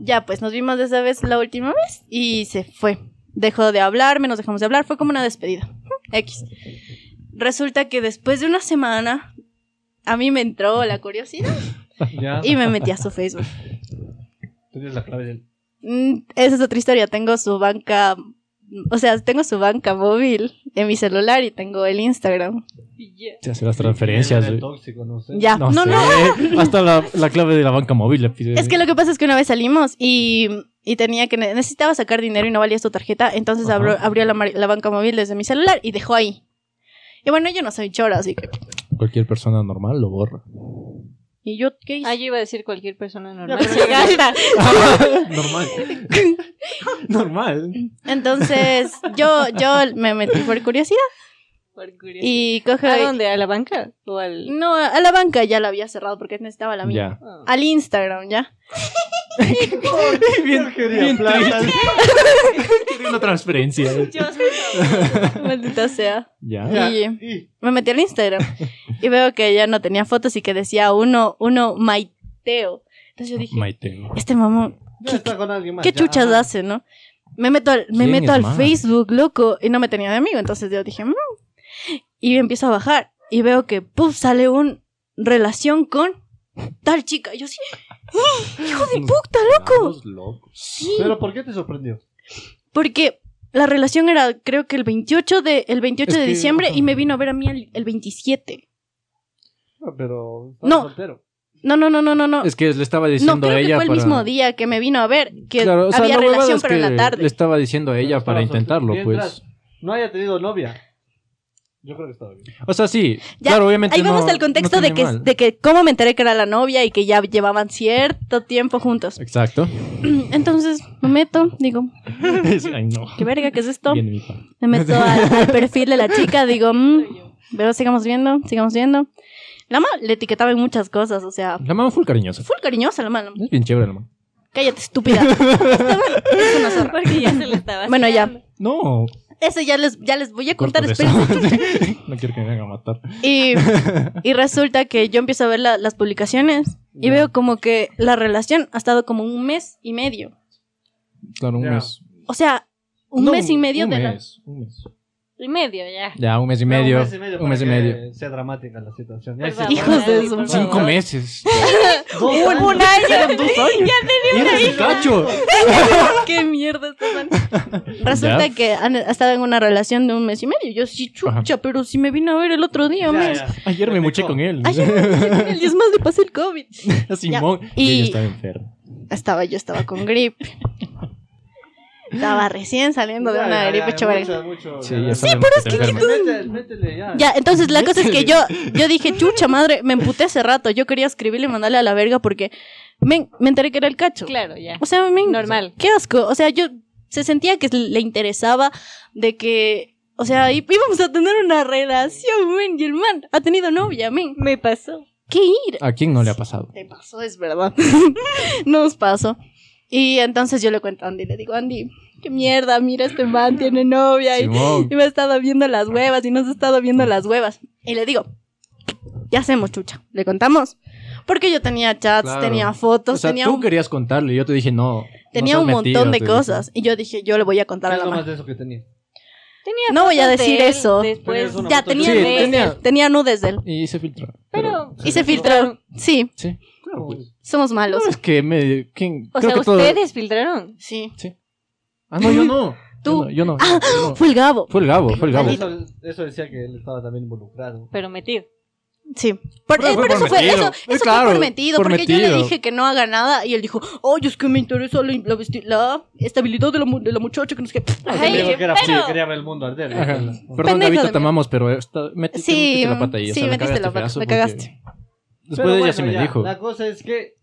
Speaker 3: Ya, pues nos vimos de esa vez la última vez y se fue. Dejó de hablarme, nos dejamos de hablar, fue como una despedida. [LAUGHS] X. Resulta que después de una semana a mí me entró la curiosidad
Speaker 4: Ya.
Speaker 3: y me metí a su Facebook.
Speaker 4: Tenías la clave del.
Speaker 3: Mm, esa es otra historia, tengo su banca, o sea, tengo su banca móvil en mi celular y tengo el Instagram.
Speaker 1: Y ya.
Speaker 2: Se hace las transferencias.
Speaker 4: Era
Speaker 2: güey.
Speaker 4: tóxico, no sé.
Speaker 3: Ya, no, no,
Speaker 2: sé. Hasta la, la clave de la banca móvil. le pide.
Speaker 3: Es que lo que pasa es que una vez salimos y, y tenía que necesitaba sacar dinero y no valía su tarjeta, entonces
Speaker 2: Ajá.
Speaker 3: abrió, abrió la, mar- la banca móvil desde mi celular y dejó ahí. Y bueno, yo no soy chora, así que
Speaker 2: Cualquier persona normal lo borra.
Speaker 3: y yo qué hice?
Speaker 1: Ah,
Speaker 3: [LAUGHS]
Speaker 1: yo iba a decir cualquier persona normal. [LAUGHS]
Speaker 3: pero-
Speaker 1: Se gasta.
Speaker 2: [LAUGHS] normal. normal.
Speaker 3: Entonces, yo yo me metí por curiosidad
Speaker 1: Por curiosidad.
Speaker 3: y cojo
Speaker 1: ¿A dónde? ¿A la banca? ¿O al.?
Speaker 3: no, a la banca ya la había cerrado porque necesitaba la mía.
Speaker 2: Ya.
Speaker 1: Ah.
Speaker 3: Al Instagram,
Speaker 1: [LAUGHS]
Speaker 3: ya.
Speaker 2: [LAUGHS] bien,
Speaker 4: quería plata.
Speaker 2: Quería una
Speaker 3: [LAUGHS]
Speaker 2: transferencia.
Speaker 1: Dios,
Speaker 3: Maldita sea.
Speaker 2: [LAUGHS] Ya.
Speaker 4: Ya.
Speaker 3: Y-
Speaker 4: Y-
Speaker 3: me metí al Instagram y veo que ya no tenía fotos y que decía uno, uno maiteo. Entonces yo dije,
Speaker 2: Maite.
Speaker 3: este mamón,
Speaker 4: Ya está con alguien más.
Speaker 3: ¿qué
Speaker 4: ya.
Speaker 3: chuchas
Speaker 4: Ah,
Speaker 3: hace, no? Me meto al, me
Speaker 2: ¿Quién
Speaker 3: meto
Speaker 2: es
Speaker 3: al
Speaker 2: más?
Speaker 3: Facebook, loco, y no me tenía de amigo. Entonces yo dije, "Mm". y empiezo a bajar y veo que, puff, sale un relación con tal chica. Y Yo sí,
Speaker 2: Hijo de
Speaker 3: puta, loco.
Speaker 2: locos.
Speaker 4: Pero ¿por qué te sorprendió?
Speaker 3: porque la relación era, creo que el 28 de, el 28
Speaker 2: Es
Speaker 3: de
Speaker 2: que-
Speaker 3: diciembre
Speaker 2: ajá.
Speaker 3: y me vino a ver a mí el, el 27.
Speaker 4: No, Pero. estaba
Speaker 3: No.
Speaker 4: soltero.
Speaker 3: No, no, no, no, no, no.
Speaker 2: Es que le estaba diciendo
Speaker 3: No, creo
Speaker 2: a ella
Speaker 3: que fue el
Speaker 2: para-
Speaker 3: mismo día que me vino a ver, que
Speaker 2: Claro, o sea,
Speaker 3: había
Speaker 2: la huevada
Speaker 3: relación,
Speaker 2: es
Speaker 3: pero en
Speaker 2: que
Speaker 3: la tarde.
Speaker 2: Le estaba diciendo a ella
Speaker 4: Pero
Speaker 2: para
Speaker 4: estaba soltero.
Speaker 2: intentarlo,
Speaker 4: Mientras
Speaker 2: pues.
Speaker 4: No haya tenido novia. Yo creo que estaba bien.
Speaker 2: O sea, sí.
Speaker 3: Ya,
Speaker 2: claro, obviamente
Speaker 3: Ahí vamos
Speaker 2: no-
Speaker 3: al contexto
Speaker 2: no
Speaker 3: de,
Speaker 2: tiene
Speaker 3: que,
Speaker 2: mal.
Speaker 3: de que cómo me enteré que era la novia y que ya llevaban cierto tiempo juntos.
Speaker 2: Exacto.
Speaker 3: Entonces me meto, digo,
Speaker 2: [LAUGHS] Ay, no.
Speaker 3: qué verga, ¿qué es esto?
Speaker 2: Bien, mi pa. [LAUGHS]
Speaker 3: Me meto al, al perfil de la chica, digo, mm, Pero sigamos viendo, sigamos viendo. La mamá le etiquetaba en muchas cosas, o sea,
Speaker 2: La mamá fue cariñosa.
Speaker 3: full cariñosa la mamá.
Speaker 2: Es bien chévere la mamá. [LAUGHS]
Speaker 3: Cállate, estúpida. Esteban, es
Speaker 1: [LAUGHS]
Speaker 3: una zorra.
Speaker 1: Porque ya se le estaba
Speaker 3: Bueno, ya.
Speaker 1: haciendo.
Speaker 2: No.
Speaker 3: Eso ya les, ya les voy a
Speaker 2: corta
Speaker 3: contar,
Speaker 2: de
Speaker 3: espérense.
Speaker 2: eso. [LAUGHS] no quiero que me hagan matar. [LAUGHS]
Speaker 3: Y, y resulta que yo empiezo a ver la- las publicaciones y
Speaker 4: Ya.
Speaker 3: veo como que la relación ha estado como un mes y medio.
Speaker 2: Claro, un
Speaker 4: Ya.
Speaker 2: mes.
Speaker 3: O sea, un
Speaker 2: No,
Speaker 3: mes y medio
Speaker 2: un
Speaker 3: de la-
Speaker 2: mes, un mes.
Speaker 1: Y medio ya.
Speaker 2: Ya, un mes y
Speaker 4: No,
Speaker 2: medio.
Speaker 4: Un mes y medio.
Speaker 2: Un mes y
Speaker 4: para que
Speaker 2: medio.
Speaker 4: Sea dramática la situación.
Speaker 1: Por
Speaker 4: Ya sí.
Speaker 1: favor,
Speaker 3: Hijos de
Speaker 1: Adri,
Speaker 3: su-
Speaker 1: por
Speaker 2: Cinco
Speaker 1: favor.
Speaker 2: meses.
Speaker 4: Dos
Speaker 3: Un-
Speaker 4: años.
Speaker 3: un año.
Speaker 4: Eran dos años.
Speaker 2: Y eres el cacho.
Speaker 4: [LAUGHS]
Speaker 3: ¡Qué mierda, Esteban! [LAUGHS] Resulta que han estado en una relación de un mes y medio. Yo sí, chucha,
Speaker 2: Ajá.
Speaker 3: pero si me vino a ver el otro día,
Speaker 4: Ya,
Speaker 3: mes.
Speaker 4: ya.
Speaker 2: [LAUGHS] Ayer me muché con él.
Speaker 3: Ayer me fui con él [LAUGHS] y es más, le pasé el COVID.
Speaker 2: A [LAUGHS] Simón.
Speaker 3: Y-
Speaker 2: Y ella estaba enferma.
Speaker 3: Estaba, yo estaba con gripe. Estaba recién saliendo de
Speaker 4: Ya,
Speaker 3: una
Speaker 4: ya,
Speaker 3: gripe
Speaker 4: ya,
Speaker 3: chaval.
Speaker 4: mucho, mucho,
Speaker 2: Sí,
Speaker 4: ya,
Speaker 2: ya
Speaker 4: ya.
Speaker 2: sabemos que está enferma.
Speaker 4: Métele, métele, ya.
Speaker 3: Ya, entonces la cosa es que yo, yo dije, chucha madre, me emputé hace rato. Yo quería escribirle y mandarle a la verga porque men, me enteré que era el cacho.
Speaker 1: Claro, ya.
Speaker 3: O sea, men,
Speaker 1: Normal.
Speaker 3: Qué asco. O sea, yo se sentía que le interesaba de que, o sea, í- íbamos a tener una relación, men, y el man ha tenido novia, men.
Speaker 1: Me pasó.
Speaker 3: ¿Qué ir?
Speaker 2: ¿A quién no le ha pasado?
Speaker 3: Te pasó, es verdad. [LAUGHS] Nos pasó. Y entonces yo le cuento a Andy, le digo, Andy, qué mierda, mira, este man tiene novia y
Speaker 2: Simón.
Speaker 3: y me ha estado viendo las huevas y nos ha estado viendo las huevas. Y le digo, ya hacemos chucha, le contamos. Porque yo tenía chats,
Speaker 2: Claro.
Speaker 3: tenía fotos,
Speaker 2: O sea,
Speaker 3: tenía,
Speaker 2: tú
Speaker 3: un,
Speaker 2: querías contarle. Yo te dije, no.
Speaker 3: tenía
Speaker 2: no
Speaker 3: un
Speaker 2: seas
Speaker 3: montón
Speaker 2: metida,
Speaker 3: de
Speaker 2: te dije.
Speaker 3: cosas. Y yo dije, yo le voy a contar
Speaker 4: ¿Qué
Speaker 3: a
Speaker 4: es
Speaker 3: la
Speaker 4: lo más
Speaker 3: mamá.
Speaker 4: de eso que tenía?
Speaker 1: Tenía
Speaker 3: No voy a
Speaker 1: fotos de
Speaker 3: decir
Speaker 1: él
Speaker 3: eso.
Speaker 1: Después,
Speaker 4: Tenías una
Speaker 3: Pues Ya
Speaker 4: foto de
Speaker 3: tenía,
Speaker 2: Sí,
Speaker 1: de
Speaker 3: nudes,
Speaker 1: él.
Speaker 2: tenía-
Speaker 3: tenía nudes de él.
Speaker 2: Y se filtró.
Speaker 1: Pero,
Speaker 3: Y se
Speaker 4: Sí,
Speaker 3: filtraron. Sí,
Speaker 2: Sí. Claro, pues.
Speaker 3: somos malos.
Speaker 2: No, es que me. ¿quién?
Speaker 1: o
Speaker 2: Creo
Speaker 1: sea,
Speaker 2: que todo-
Speaker 1: ustedes filtraron.
Speaker 3: Sí.
Speaker 2: Ah, no, yo no.
Speaker 3: Tú. Ah.
Speaker 2: Yo no. Yo no, yo no.
Speaker 3: Fue el Gabo.
Speaker 2: Fue el Gabo, fue el Gabo.
Speaker 4: Eso, eso decía que él estaba también involucrado.
Speaker 1: Pero metido.
Speaker 3: Sí. Por,
Speaker 2: Pero
Speaker 3: eh,
Speaker 2: fue
Speaker 3: pero eso
Speaker 2: por
Speaker 3: fue,
Speaker 2: metido.
Speaker 3: eso,
Speaker 2: Eh,
Speaker 3: eso
Speaker 2: claro,
Speaker 3: fue por metido,
Speaker 2: por
Speaker 3: porque yo le
Speaker 2: metido.
Speaker 3: dije que no haga nada y él dijo, oye, es que me interesa la, la vesti- la estabilidad de la, mu- de la muchacha que no sé qué.
Speaker 1: Ay,
Speaker 4: Digo que era
Speaker 1: pero-
Speaker 4: sí, quería ver el mundo arder.
Speaker 2: Ajá.
Speaker 3: Pendejo
Speaker 2: Perdón, Gabito,
Speaker 3: de
Speaker 2: te
Speaker 3: mí.
Speaker 2: amamos, pero esta, metiste,
Speaker 3: Sí,
Speaker 2: metiste la pata ahí. o
Speaker 3: sí,
Speaker 2: sea, me
Speaker 3: metiste
Speaker 2: cagaste
Speaker 3: la pata,
Speaker 2: pedazo
Speaker 3: me
Speaker 2: porque-
Speaker 3: cagaste.
Speaker 2: Después ella se me dijo.
Speaker 4: La cosa es que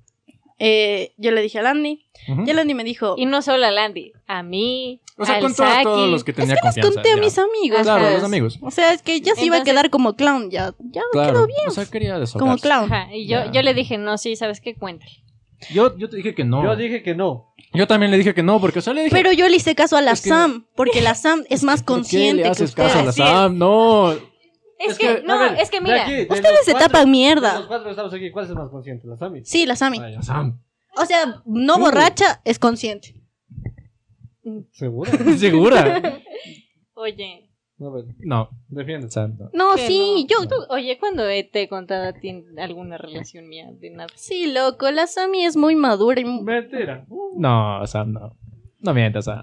Speaker 3: Eh, yo le dije a Landy.
Speaker 2: Ujú.
Speaker 3: Y el Landy me dijo.
Speaker 1: Y no solo a Landy, a mí,
Speaker 2: O sea,
Speaker 1: al
Speaker 2: contó a todos
Speaker 1: Saki.
Speaker 2: los que
Speaker 3: Es
Speaker 2: tenía
Speaker 3: que les
Speaker 2: confianza.
Speaker 3: "Pues conté a
Speaker 2: ya.
Speaker 3: mis amigos.
Speaker 1: Ajá.
Speaker 2: Claro,
Speaker 3: pues.
Speaker 2: los amigos.
Speaker 3: O sea, es que ya se iba a
Speaker 1: Entonces-
Speaker 3: quedar como clown. Ya, ya quedó
Speaker 2: Claro.
Speaker 3: bien.
Speaker 2: O sea, quería desahogarse.
Speaker 3: como clown.
Speaker 1: Ajá, y yo,
Speaker 2: Ya.
Speaker 1: yo le dije, no, sí, ¿sabes qué? Cuéntale.
Speaker 2: Yo, yo te dije que no.
Speaker 4: yo
Speaker 2: Yo,
Speaker 4: dije que no.
Speaker 2: también le dije que no, porque o sea, [LAUGHS] le dije.
Speaker 3: Pero yo le hice caso a la
Speaker 2: Es que-
Speaker 3: Sam. Porque la Sam es más
Speaker 2: [LAUGHS] ¿Por qué
Speaker 3: consciente
Speaker 2: le
Speaker 3: que
Speaker 2: haces
Speaker 3: ustedes.
Speaker 2: caso a la
Speaker 1: Así es.
Speaker 2: Sam? No.
Speaker 1: Es,
Speaker 2: Es
Speaker 1: que,
Speaker 2: que,
Speaker 1: no,
Speaker 2: a ver,
Speaker 1: es que mira,
Speaker 3: Ustedes se tapan mierda.
Speaker 4: Los cuatro que estamos aquí. ¿Cuál es el más consciente? ¿La Sami?
Speaker 3: Sí, la Sammy.
Speaker 4: Ah, ya.
Speaker 2: La Sam.
Speaker 3: O sea, no
Speaker 2: Mm.
Speaker 3: borracha, es consciente.
Speaker 4: ¿Segura?
Speaker 2: [LAUGHS] ¿Segura?
Speaker 1: oye,
Speaker 4: No, a ver,
Speaker 2: No.
Speaker 4: defiende.
Speaker 2: Sam, no.
Speaker 3: No,
Speaker 1: que
Speaker 3: sí,
Speaker 1: no.
Speaker 3: yo.
Speaker 1: Tú- oye, cuando eh, te he contado a ti alguna relación mía de nada.
Speaker 3: Sí, loco, la Sammy es muy madura. Y...
Speaker 4: Mentira. Uh,
Speaker 2: No, Sam, no. No mientas, Sam.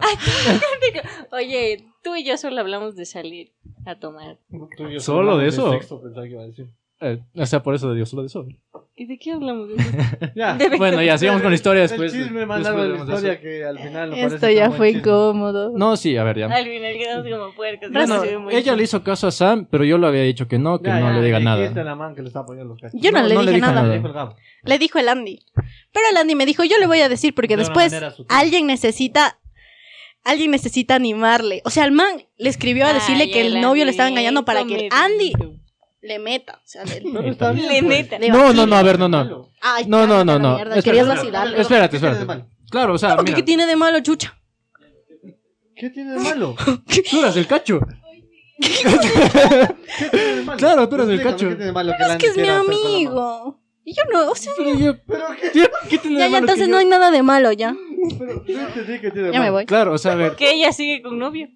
Speaker 1: Oye, tú y yo solo hablamos de salir a tomar.
Speaker 4: Tú y yo
Speaker 2: ¿Solo
Speaker 4: hablamos
Speaker 2: de eso?
Speaker 4: sexo, pensaba que iba a decir.
Speaker 2: Eh, o sea, por eso de Dios, solo de eso.
Speaker 1: ¿Y de qué hablamos?
Speaker 4: Ya.
Speaker 2: Bueno, ya, sigamos con la historia después.
Speaker 4: El chisme más
Speaker 2: después
Speaker 4: largo de la
Speaker 2: hablamos de
Speaker 4: historia que al final no parece
Speaker 3: Esto
Speaker 4: tan
Speaker 3: ya
Speaker 4: buen
Speaker 3: fue
Speaker 4: chisme.
Speaker 3: incómodo.
Speaker 2: eso. No, sí, a ver, ya.
Speaker 1: [LAUGHS] Al final quedamos como puercos.
Speaker 2: Bueno,
Speaker 1: Sí, muy-
Speaker 2: ella le hizo caso a Sam, pero yo le había dicho que no, que
Speaker 4: Ya,
Speaker 2: no
Speaker 4: ya,
Speaker 2: le diga
Speaker 4: dijiste
Speaker 2: nada.
Speaker 4: a la man que le está poniendo los cachos.
Speaker 3: Yo no,
Speaker 2: No,
Speaker 3: le
Speaker 2: no
Speaker 3: dije nada.
Speaker 4: Dijo el Gabo.
Speaker 3: Le dijo el Andy. Pero el Andy me dijo, yo le voy a decir porque
Speaker 4: De una
Speaker 3: después
Speaker 4: manera sutil.
Speaker 3: alguien necesita... Alguien necesita animarle. O sea, el man le escribió a decirle
Speaker 1: Ay,
Speaker 3: que el
Speaker 1: Andy,
Speaker 3: novio le estaba engañando para que el Andy
Speaker 1: comedito.
Speaker 3: le meta. O sea, le,
Speaker 4: Pero
Speaker 2: Le
Speaker 4: está bien,
Speaker 1: Le
Speaker 4: pues.
Speaker 1: neta.
Speaker 3: le
Speaker 2: No, no,
Speaker 3: vacile.
Speaker 2: no, a ver, no, no.
Speaker 3: Ay,
Speaker 2: No, no, no,
Speaker 3: cállate a la
Speaker 2: no.
Speaker 3: mierda,
Speaker 2: Espera,
Speaker 3: Querías
Speaker 2: espera,
Speaker 3: vacilarle.
Speaker 2: Espérate,
Speaker 4: ¿Qué tiene de
Speaker 2: espérate.
Speaker 4: malo?
Speaker 2: Claro, o sea,
Speaker 3: ¿Cómo que
Speaker 2: mira,
Speaker 3: qué Ah, tiene de malo, chucha?
Speaker 4: ¿Qué tiene de malo?
Speaker 2: tú eras el cacho.
Speaker 4: ¿Qué tiene de
Speaker 2: [LAUGHS]
Speaker 4: malo?
Speaker 2: Claro, tú eres el
Speaker 4: Explícame,
Speaker 2: cacho.
Speaker 4: ¿Qué tiene de malo que
Speaker 3: Es
Speaker 4: Landy
Speaker 3: que es mi
Speaker 4: quiera hacer con la man?
Speaker 3: amigo. Y yo no, o sea...
Speaker 2: Pero yo-
Speaker 4: Pero qué
Speaker 2: ¿Qué tiene
Speaker 3: Ya,
Speaker 2: de malo
Speaker 3: ya,
Speaker 2: que
Speaker 3: entonces
Speaker 2: yo-
Speaker 3: no hay nada de malo, ya.
Speaker 4: pero yo entendí que tiene de
Speaker 3: Ya me
Speaker 4: malo.
Speaker 3: voy.
Speaker 2: Claro, o sea, a ver.
Speaker 1: Que ella sigue con novio.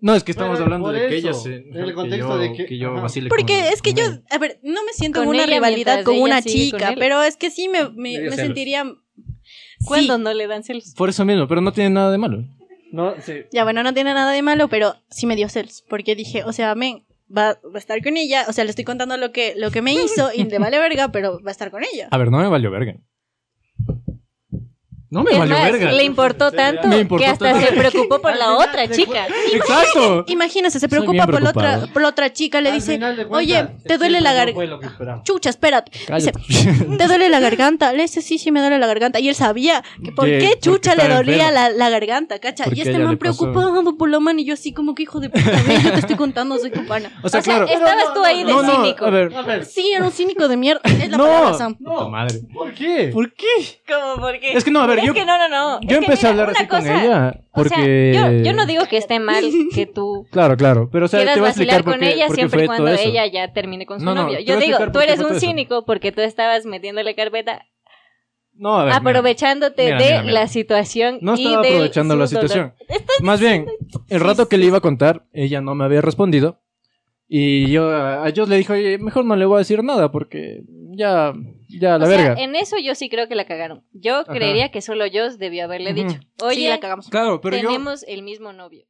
Speaker 2: No, es que estamos
Speaker 4: Pero
Speaker 2: hablando
Speaker 4: por
Speaker 2: de que
Speaker 4: eso,
Speaker 2: ella se.
Speaker 4: en el contexto
Speaker 2: yo-
Speaker 4: de que-
Speaker 2: yo
Speaker 4: ajá.
Speaker 2: vacile
Speaker 3: Porque
Speaker 2: con-
Speaker 3: es que
Speaker 2: con
Speaker 3: yo,
Speaker 2: él.
Speaker 3: a ver, no me siento en
Speaker 1: Con
Speaker 3: una
Speaker 1: ella
Speaker 3: rivalidad
Speaker 1: mientras
Speaker 3: con
Speaker 1: ella
Speaker 3: una
Speaker 1: sigue
Speaker 3: chica,
Speaker 1: con él.
Speaker 3: pero es que sí me, me,
Speaker 2: Ella
Speaker 3: me
Speaker 2: celos.
Speaker 3: sentiría... Sí.
Speaker 1: ¿Cuándo no le dan celos?
Speaker 2: Por eso mismo, pero no tiene nada de malo.
Speaker 4: No, sí.
Speaker 3: Ya, bueno, no tiene nada de malo, pero sí me dio celos. Porque dije, o sea, men, va, va a estar con ella. O sea, le estoy contando lo que, lo
Speaker 2: [LAUGHS]
Speaker 3: que me hizo y le vale verga, pero va a estar con ella.
Speaker 2: A ver, no me valió verga. No me
Speaker 1: Es
Speaker 2: valió
Speaker 1: más,
Speaker 2: verga.
Speaker 1: le importó
Speaker 4: Sí,
Speaker 1: tanto
Speaker 2: me importó
Speaker 1: que hasta
Speaker 2: tanto.
Speaker 1: se preocupó por la
Speaker 4: Al final,
Speaker 1: otra
Speaker 4: recu-
Speaker 1: chica.
Speaker 3: [LAUGHS]
Speaker 2: Exacto. [LAUGHS]
Speaker 3: Imagínese, se
Speaker 2: Ah, Soy
Speaker 3: preocupa
Speaker 2: bien
Speaker 3: por la, otra,
Speaker 2: preocupado.
Speaker 3: por la otra chica, le
Speaker 4: Al
Speaker 3: dice,
Speaker 4: final de
Speaker 3: oye,
Speaker 4: cuentas,
Speaker 3: te duele la
Speaker 4: siempre no fue
Speaker 3: garganta.
Speaker 4: lo que esperamos.
Speaker 3: Chucha, espérate. Dice,
Speaker 2: Cállate.
Speaker 3: ¿Te duele la garganta? Le dice, sí, sí, me duele la garganta. Y él sabía que por
Speaker 2: Que-
Speaker 3: qué
Speaker 2: porque
Speaker 3: chucha le
Speaker 2: estaba
Speaker 3: dolía
Speaker 2: enfermo.
Speaker 3: la, la garganta, cacha.
Speaker 2: Porque
Speaker 3: Y este
Speaker 2: ella
Speaker 3: man
Speaker 2: le pasó.
Speaker 3: preocupado por la mano y yo así como que hijo de puta, ve, yo te estoy contando, soy tu pana.
Speaker 2: O sea,
Speaker 1: O sea,
Speaker 2: claro.
Speaker 1: estabas tú ahí de
Speaker 2: No, no,
Speaker 1: cínico.
Speaker 2: a ver.
Speaker 4: A ver,
Speaker 3: Sí, era un cínico de mierda. Es la
Speaker 2: No.
Speaker 3: palabra, Sam.
Speaker 4: No.
Speaker 2: Puta madre.
Speaker 4: ¿por qué?
Speaker 2: ¿Por qué?
Speaker 1: ¿Cómo? ¿Por qué?
Speaker 2: Es que no, a ver,
Speaker 1: Es
Speaker 2: yo-
Speaker 1: que no, no, no. Es
Speaker 2: Yo
Speaker 1: que
Speaker 2: empecé
Speaker 1: mira,
Speaker 2: a hablar
Speaker 1: una
Speaker 2: así con
Speaker 1: cosa-
Speaker 2: ella
Speaker 1: o sea,
Speaker 2: porque...
Speaker 1: yo, yo no digo que esté mal que tú
Speaker 2: Claro, claro. Pero, o sea,
Speaker 1: quieras
Speaker 2: te voy a explicar
Speaker 1: vacilar
Speaker 2: por
Speaker 1: con
Speaker 2: qué,
Speaker 1: ella
Speaker 2: por qué
Speaker 1: siempre
Speaker 2: fue
Speaker 1: y cuando
Speaker 2: todo eso.
Speaker 1: ella ya termine con su
Speaker 2: No, no,
Speaker 1: novio.
Speaker 2: te
Speaker 1: Yo
Speaker 2: voy a
Speaker 1: digo, tú
Speaker 2: explicar por qué
Speaker 1: eres
Speaker 2: fue
Speaker 1: un
Speaker 2: todo eso.
Speaker 1: cínico porque tú estabas metiéndole carpeta,
Speaker 2: No, a ver. mira.
Speaker 1: aprovechándote
Speaker 2: Mira,
Speaker 1: de
Speaker 2: mira, mira.
Speaker 1: la situación.
Speaker 2: No
Speaker 1: y
Speaker 2: estaba
Speaker 1: del-
Speaker 2: aprovechando
Speaker 1: su
Speaker 2: la
Speaker 1: dolor.
Speaker 2: situación. Más bien, el rato que le iba a contar, ella no me había respondido. Y yo a ellos le dije, oye, mejor no le voy a decir nada porque ya, ya, la
Speaker 1: O sea,
Speaker 2: verga.
Speaker 3: eh,
Speaker 1: en eso yo sí creo que la cagaron. Yo
Speaker 2: Ajá.
Speaker 1: creería que solo yo debió haberle
Speaker 2: Ujú.
Speaker 1: dicho,
Speaker 3: Oye,
Speaker 1: oye,
Speaker 3: la cagamos.
Speaker 2: Claro, pero
Speaker 1: tenemos el mismo novio.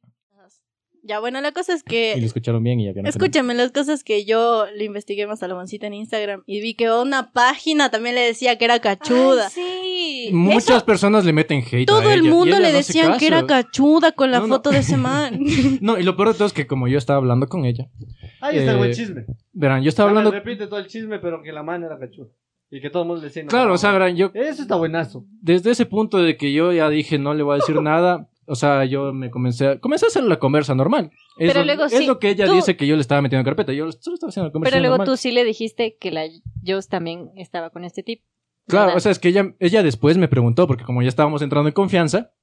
Speaker 3: Ya, bueno, la cosa es
Speaker 2: yo... Y lo
Speaker 3: que...
Speaker 2: escucharon bien y ya vieron que no.
Speaker 3: [LAUGHS] Escúchame, las cosas que yo le investigué más a la mancita en Instagram y vi que una página también le decía que era cachuda.
Speaker 1: Ay, sí.
Speaker 2: Muchas personas le meten hate. a
Speaker 3: Todo el
Speaker 2: ella, y
Speaker 3: mundo
Speaker 2: ella
Speaker 3: le
Speaker 2: no hace
Speaker 3: decían que era
Speaker 2: caso.
Speaker 3: cachuda con la
Speaker 2: No, no.
Speaker 3: foto de
Speaker 2: [LAUGHS]
Speaker 3: ese man.
Speaker 2: No, y lo peor de todo es que como yo estaba hablando con ella,
Speaker 4: Ahí está el buen
Speaker 2: Eh,
Speaker 4: chisme.
Speaker 2: verán, yo estaba
Speaker 4: A ver,
Speaker 2: hablando.
Speaker 4: Repite todo el chisme, pero que la mano era cachuda. Y que todo el mundo le decía. no,
Speaker 2: Claro,
Speaker 4: no,
Speaker 2: o sea,
Speaker 4: no.
Speaker 2: verán, yo
Speaker 4: Eso está buenazo.
Speaker 2: desde ese punto de que yo ya dije no le voy a decir nada, o sea, yo me comencé a, comencé a hacer la conversa normal. Es,
Speaker 1: Pero
Speaker 2: lo,
Speaker 1: luego
Speaker 2: es
Speaker 1: sí,
Speaker 2: lo que ella
Speaker 1: tú-
Speaker 2: dice que yo le estaba metiendo en carpeta. Yo solo estaba haciendo la conversa
Speaker 1: Pero luego
Speaker 2: normal.
Speaker 1: tú sí le dijiste que la Joss también estaba con este tipo.
Speaker 2: Claro,
Speaker 1: ¿verdad?
Speaker 2: o sea, es que ella, ella después me preguntó, porque como ya estábamos entrando en confianza,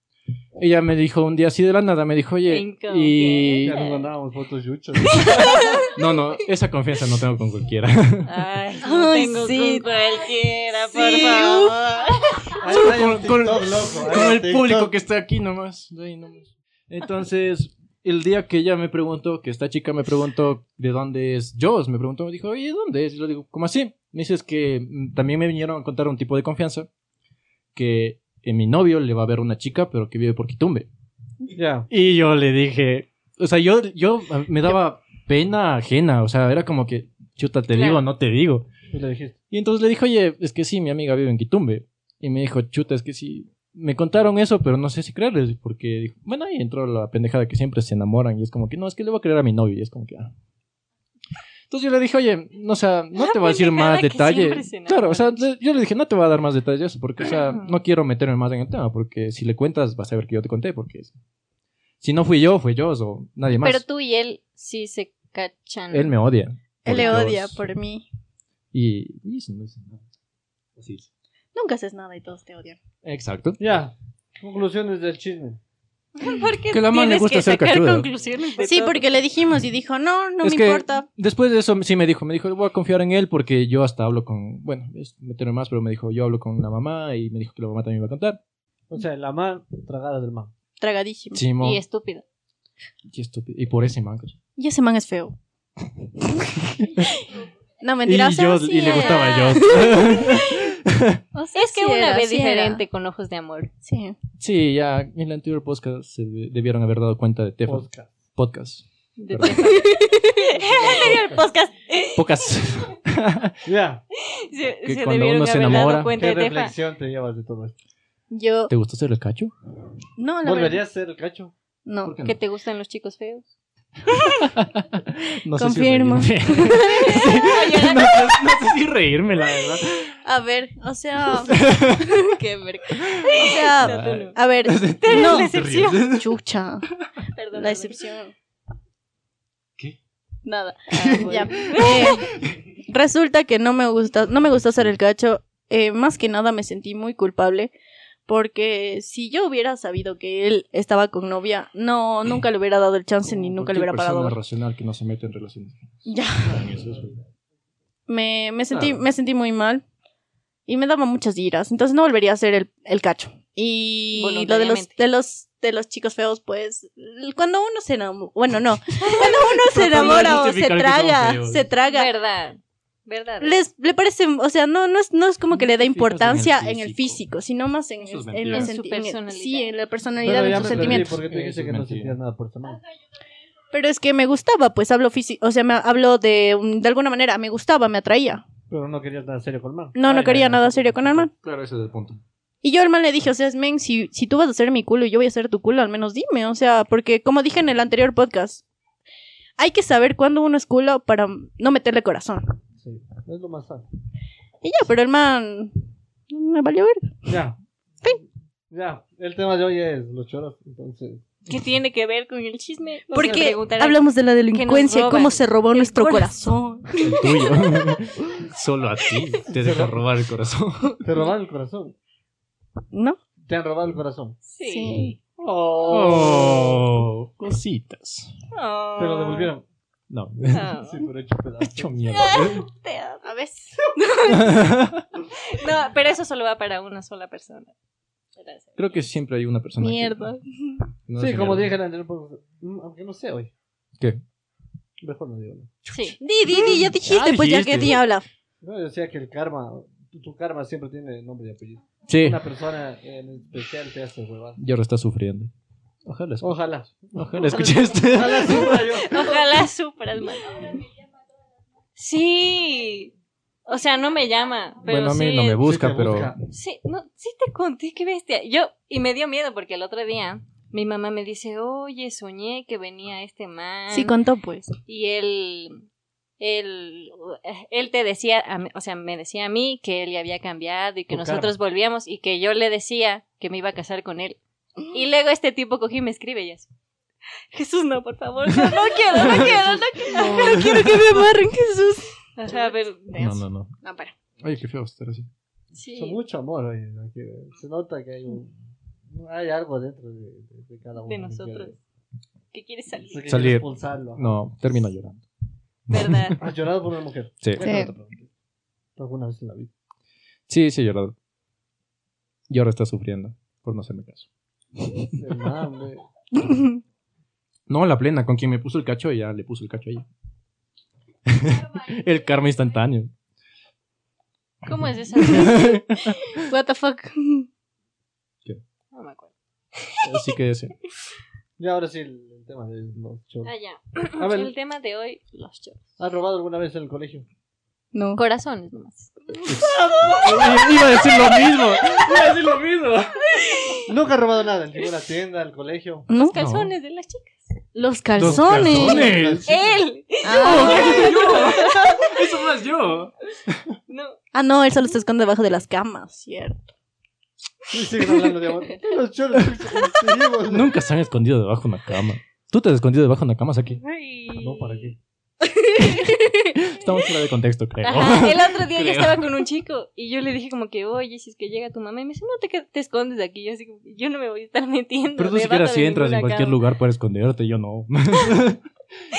Speaker 2: ella me dijo un día así de la nada, me dijo,
Speaker 1: En
Speaker 2: oye, y...
Speaker 4: Ya nos mandábamos fotos
Speaker 3: [LAUGHS]
Speaker 4: yuchos.
Speaker 2: No, no, esa confianza no tengo con cualquiera.
Speaker 3: [LAUGHS]
Speaker 1: Ay, no
Speaker 3: Ay,
Speaker 1: tengo
Speaker 3: sí.
Speaker 1: con cualquiera,
Speaker 3: Sí,
Speaker 1: por favor.
Speaker 4: Ahí está
Speaker 2: Con-
Speaker 4: el TikTok,
Speaker 2: con-
Speaker 4: loco, ahí
Speaker 2: con
Speaker 4: está
Speaker 2: el
Speaker 4: TikTok.
Speaker 2: público que está aquí nomás. de ahí nomás. Entonces, el día que ella me preguntó, que esta chica me preguntó de dónde es Joss, me preguntó, me dijo, oye, ¿dónde es? Y yo digo, ¿cómo así? Me dice, es que mm, también me vinieron a contar un tipo de confianza que en mi novio le va a ver una chica, pero que vive por Quitumbe.
Speaker 4: Ya.
Speaker 2: Y yo le dije, o sea, yo, yo ah, me daba pena ajena, o sea, era como que, chuta, te
Speaker 1: Claro.
Speaker 2: digo, no te digo.
Speaker 4: Y le dijiste.
Speaker 2: Y entonces le dije, oye, es que sí, mi amiga vive en Quitumbe. Y me dijo, chuta, es que sí, me contaron eso, pero no sé si creerles, porque, dijo, bueno, ahí entró la pendejada que siempre se enamoran y es como que, no, es que le voy a creer a mi novio y es como que, ah. Entonces yo le dije, oye, no, o sea, no
Speaker 1: La
Speaker 2: te voy a decir
Speaker 1: pendejada
Speaker 2: más
Speaker 1: que siempre
Speaker 2: detalles.
Speaker 1: se enamoran.
Speaker 2: Claro, o sea, le- yo le dije, no te voy a dar más detalles porque, o sea, no quiero meterme más en el tema porque si le cuentas vas a ver que yo te conté porque es- si no fui yo, fue yo o nadie más.
Speaker 1: Pero tú y él sí se cachan.
Speaker 2: Él me odia.
Speaker 3: Él le
Speaker 2: Porque
Speaker 3: odia
Speaker 2: yo-
Speaker 3: por mí.
Speaker 2: Y, y eso no es nada. Así es.
Speaker 3: Nunca haces nada y todos te odian.
Speaker 2: Exacto.
Speaker 4: Ya. Conclusiones del chisme.
Speaker 1: Porque
Speaker 2: Que la man le gusta ser cachuda.
Speaker 1: conclusiones de
Speaker 3: Sí,
Speaker 1: todo?
Speaker 3: porque le dijimos y dijo, no, no
Speaker 2: Es
Speaker 3: me
Speaker 2: que-
Speaker 3: importa.
Speaker 2: Después de eso sí me dijo, me dijo, voy a confiar en él porque yo hasta hablo con, bueno, es meterme más, pero me dijo, yo hablo con la mamá y me dijo que la mamá también iba a contar.
Speaker 4: O sea, la man tragada del man.
Speaker 3: Tragadísimo.
Speaker 2: Simón.
Speaker 1: Y
Speaker 2: Y,
Speaker 1: estúpido.
Speaker 2: estúpido. Y por ese man. cacho.
Speaker 3: Y ese man
Speaker 2: [LAUGHS]
Speaker 3: es feo. no, mentira. o
Speaker 2: y,
Speaker 3: sea,
Speaker 2: yo-
Speaker 3: sí eh,
Speaker 2: y le
Speaker 3: era.
Speaker 2: gustaba yo.
Speaker 3: O sea,
Speaker 1: Es que
Speaker 3: sí
Speaker 1: una
Speaker 3: era,
Speaker 1: vez
Speaker 3: sí era.
Speaker 1: diferente con ojos de amor.
Speaker 3: Sí.
Speaker 2: [LAUGHS] sí, ya en el anterior podcast se debieron haber dado cuenta de Tefa.
Speaker 4: Podcast.
Speaker 2: Podcast. [LAUGHS]
Speaker 1: De
Speaker 2: Perdón.
Speaker 1: Tefa. el podcast.
Speaker 2: Pocas. [LAUGHS]
Speaker 4: Ya.
Speaker 3: Eh,
Speaker 1: Se,
Speaker 2: Que
Speaker 1: se
Speaker 2: cuando
Speaker 1: debieron
Speaker 2: uno se
Speaker 1: haber dado
Speaker 2: enamora-
Speaker 1: cuenta de
Speaker 4: ¿Qué
Speaker 1: Tefa.
Speaker 4: reflexión te llevas de todo esto?
Speaker 3: Yo.
Speaker 2: ¿Te gustó ser el cacho?
Speaker 3: No, la verdad.
Speaker 4: ¿Volverías a ser el cacho?
Speaker 3: No.
Speaker 1: Que te gustan los chicos feos. [LAUGHS]
Speaker 2: No
Speaker 3: Confirmo. [LAUGHS]
Speaker 2: sé si reírme. [LAUGHS] no, no sé si reírme, la verdad.
Speaker 3: A ver, o sea. o
Speaker 1: Qué verga.
Speaker 3: sea.
Speaker 1: tú no.
Speaker 2: [LAUGHS]
Speaker 3: A ver.
Speaker 1: No,
Speaker 3: No.
Speaker 1: la excepción.
Speaker 3: Chucha.
Speaker 1: Perdón,
Speaker 3: La excepción.
Speaker 2: ¿Qué?
Speaker 3: Nada. [LAUGHS] Ya. pues.
Speaker 1: Ya.
Speaker 3: Eh, resulta que no me gusta, no me gusta hacer el cacho. Eh, más que nada me sentí muy culpable. Porque si yo hubiera sabido que él estaba con novia, no, nunca le hubiera dado el chance ni nunca le hubiera pagado.
Speaker 2: racional que no se mete en relaciones.
Speaker 3: Ya. Me, me sentí, me sentí muy mal. Y me daba muchas iras. Entonces no volvería a hacer el, el cacho. Y lo de los,
Speaker 1: Voluntariamente.
Speaker 3: de los, de los chicos feos, pues, cuando uno se enamora, bueno, no, [LAUGHS] cuando uno se
Speaker 2: Tratando de
Speaker 3: enamora o se
Speaker 2: justificar que somos
Speaker 3: traga,
Speaker 2: feos.
Speaker 3: se traga,
Speaker 1: Verdad. Verdad.
Speaker 3: les le parece, o sea, no, no es, no es como que le da
Speaker 2: Fijas en el
Speaker 3: importancia en el
Speaker 2: físico.
Speaker 3: físico, sino más en,
Speaker 2: Eso es
Speaker 3: el- en,
Speaker 2: mentira.
Speaker 3: el
Speaker 1: En su
Speaker 3: senti- en el-
Speaker 1: personalidad.
Speaker 3: sí, en la personalidad,
Speaker 4: Pero
Speaker 3: en
Speaker 4: ya
Speaker 3: sus
Speaker 4: me
Speaker 3: sentimientos.
Speaker 4: perdí porque tú
Speaker 2: Eso
Speaker 4: dijiste
Speaker 2: es
Speaker 4: que no
Speaker 2: mentira.
Speaker 4: sentías nada por esa man.
Speaker 3: Pero es que me gustaba, pues hablo físico, o sea, me hablo de, un- de alguna manera, me gustaba, me atraía.
Speaker 4: Pero no querías nada serio con el man.
Speaker 3: No, no
Speaker 2: Ay, ay,
Speaker 3: quería
Speaker 2: ay.
Speaker 3: nada serio con Armand.
Speaker 2: Claro, ese es el punto.
Speaker 3: Y yo al man le dije, o sea, men, si, si tú vas a ser mi culo y yo voy a ser tu culo, al menos dime, o sea, porque como dije en el anterior podcast, hay que saber cuándo uno es culo para no meterle corazón.
Speaker 4: Sí, es lo más sano.
Speaker 3: Y ya, pero el man me valió ver.
Speaker 4: Ya. Ya, el tema de hoy es los choros, entonces.
Speaker 1: ¿Qué tiene que ver con el chisme? No se lo
Speaker 3: Porque
Speaker 1: preguntarán.
Speaker 3: hablamos de la
Speaker 1: nos
Speaker 3: delincuencia,
Speaker 1: roban
Speaker 3: cómo se robó
Speaker 1: el
Speaker 3: nuestro corazón.
Speaker 2: El tuyo. [LAUGHS] Solo a ti te deja robar el corazón.
Speaker 4: Te robaron el corazón.
Speaker 3: ¿No?
Speaker 4: Te han robado el corazón.
Speaker 1: Sí.
Speaker 2: Oh, cositas.
Speaker 1: Oh.
Speaker 4: Te lo devolvieron.
Speaker 2: No. [LAUGHS]
Speaker 3: Ah.
Speaker 1: No.
Speaker 4: Sí, pero hecho pedazos.
Speaker 2: Hecho mierda.
Speaker 1: Te amo. A veces. [LAUGHS] No, pero eso solo va para una sola persona. Gracias.
Speaker 2: Creo que siempre hay una persona. que-
Speaker 3: Mierda.
Speaker 2: no
Speaker 4: sí,
Speaker 2: es
Speaker 4: como
Speaker 2: mierda.
Speaker 4: dije en el anterior podcast, mm, aunque no sé hoy.
Speaker 2: ¿Qué?
Speaker 4: Mejor no digo. nada.
Speaker 1: Sí.
Speaker 3: Di, di, di, ya dijiste,
Speaker 2: Ya
Speaker 3: pues ya
Speaker 2: Ah, dijiste.
Speaker 3: que di habla.
Speaker 4: No, yo decía que el karma, tu, tu karma siempre tiene nombre y apellido.
Speaker 2: Sí,
Speaker 4: Una persona en especial te hace huevadas.
Speaker 2: y ahora está sufriendo. Ojalá, escu-
Speaker 4: Ojalá.
Speaker 2: ojalá este. escuchaste.
Speaker 4: Ojalá sufra yo.
Speaker 1: Ojalá supras, man. Sí. O sea, no me llama, pero
Speaker 2: bueno, a mí
Speaker 1: sí
Speaker 2: no [LAUGHS] me busca,
Speaker 4: Sí te
Speaker 2: pero.
Speaker 4: busca.
Speaker 1: Sí, no, sí te conté, qué bestia. Yo, y me dio miedo porque el otro día mi mamá me dice, oye, soñé que venía este man.
Speaker 3: Sí, contó pues.
Speaker 1: Y él, él, él te decía, a mí- o sea, me decía a mí que él ya había cambiado y que
Speaker 2: Oh,
Speaker 4: Tu
Speaker 1: nosotros volvíamos y que yo le decía que me iba a casar con él. Y luego este tipo cogí y me escribe y así. Jesús, no, por favor, no, [LAUGHS] no quiero, no quiero, no quiero.
Speaker 3: No [LAUGHS] quiero que me amarren, Jesús.
Speaker 1: O sea, pero,
Speaker 2: No, no, no.
Speaker 1: no, para.
Speaker 2: Ay, qué feo estar así.
Speaker 1: Sí.
Speaker 4: Son mucho amor hoy. ¿no? Que Se nota que hay un. Hay algo dentro de, de- de cada uno.
Speaker 1: De
Speaker 4: que
Speaker 1: nosotros.
Speaker 4: quiere-
Speaker 1: ¿Qué quieres salir? [LAUGHS]
Speaker 4: que quiere
Speaker 2: Salir.
Speaker 4: expulsarlo.
Speaker 2: No, termino llorando.
Speaker 1: ¿Verdad?
Speaker 4: ¿Has llorado por una mujer?
Speaker 2: Sí.
Speaker 4: Déjame otra pregunta. ¿Alguna vez
Speaker 2: [LAUGHS]
Speaker 4: en la vida?
Speaker 2: Sí, sí, he llorado. Y ahora está sufriendo por no hacerme caso.
Speaker 4: Hermano,
Speaker 2: No, la plena, con quien me puso el cacho, ya le puso el cacho a ella. el karma [LAUGHS] instantáneo.
Speaker 1: ¿Cómo es [LAUGHS] esa? frase?
Speaker 3: [LAUGHS] What the fuck.
Speaker 1: No me acuerdo.
Speaker 2: Así que sí.
Speaker 4: Y ahora sí, el, el tema de los choros.
Speaker 1: Ah, ya.
Speaker 4: A ver.
Speaker 1: El tema de hoy, los choros.
Speaker 4: ¿Has robado alguna vez en el colegio? [LAUGHS]
Speaker 3: No.
Speaker 1: Corazones nomás.
Speaker 2: Iba a decir lo mismo. Iba a decir lo mismo. [LAUGHS]
Speaker 4: Nunca he robado nada. En ninguna tienda, al colegio.
Speaker 3: ¿No?
Speaker 1: Calzones de las chicas.
Speaker 3: Los
Speaker 2: Los
Speaker 3: calzones.
Speaker 2: calzones.
Speaker 1: ¡Él!
Speaker 3: Ah.
Speaker 2: Eso más yo.
Speaker 1: No.
Speaker 3: Ah, no, él solo se esconde debajo de las camas, cierto.
Speaker 4: Y siguen hablando de
Speaker 3: [LAUGHS]
Speaker 4: amor. Los choros. seguimos.
Speaker 2: Nunca se han escondido debajo de una cama. Tú te has escondido debajo de una cama, Saki.
Speaker 1: Ay.
Speaker 4: No, ¿para qué?
Speaker 2: [LAUGHS] Estamos fuera de contexto, creo.
Speaker 1: [LAUGHS] Ajá, el otro día yo
Speaker 2: Creo.
Speaker 1: estaba con un chico y yo le dije como que, oye, si es que llega tu mamá y me dice, no te, qued- te escondes de aquí. Yo así como, que, yo no me voy a estar metiendo.
Speaker 2: Pero tú
Speaker 1: debajo
Speaker 2: siquiera
Speaker 1: de
Speaker 2: si entras en
Speaker 1: ninguna
Speaker 2: cualquier
Speaker 1: cama".
Speaker 2: lugar para esconderte, yo no. [LAUGHS]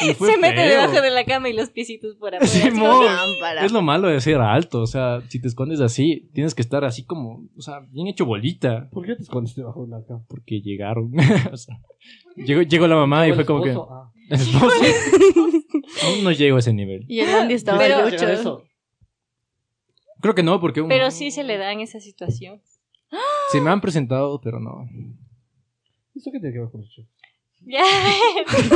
Speaker 2: Y
Speaker 1: [LAUGHS]
Speaker 2: fue
Speaker 1: Se mete
Speaker 2: feo.
Speaker 1: debajo de la cama y los piecitos por afuera. así como,
Speaker 2: Simón.
Speaker 3: Lámpara.
Speaker 2: Es lo malo de ser alto, o sea, si te escondes así, tienes que estar así como, o sea, bien hecho bolita,
Speaker 4: ¿Por qué te escondiste bajo una cama?
Speaker 2: porque llegaron. [LAUGHS] o sea, llegó, llegó la mamá y
Speaker 4: ¿O el
Speaker 2: fue como que...
Speaker 4: esposo? Ah.
Speaker 2: el esposo. [LAUGHS] Aún no llego a ese nivel.
Speaker 3: Y el Andy estaba
Speaker 1: Pero-
Speaker 4: Pero,
Speaker 3: lucho.
Speaker 2: Creo que no, porque... un-
Speaker 1: Pero sí se le da en esa situación.
Speaker 2: Se me han presentado, pero no.
Speaker 4: ¿Eso qué tiene que ver con Lucho?
Speaker 1: Ya.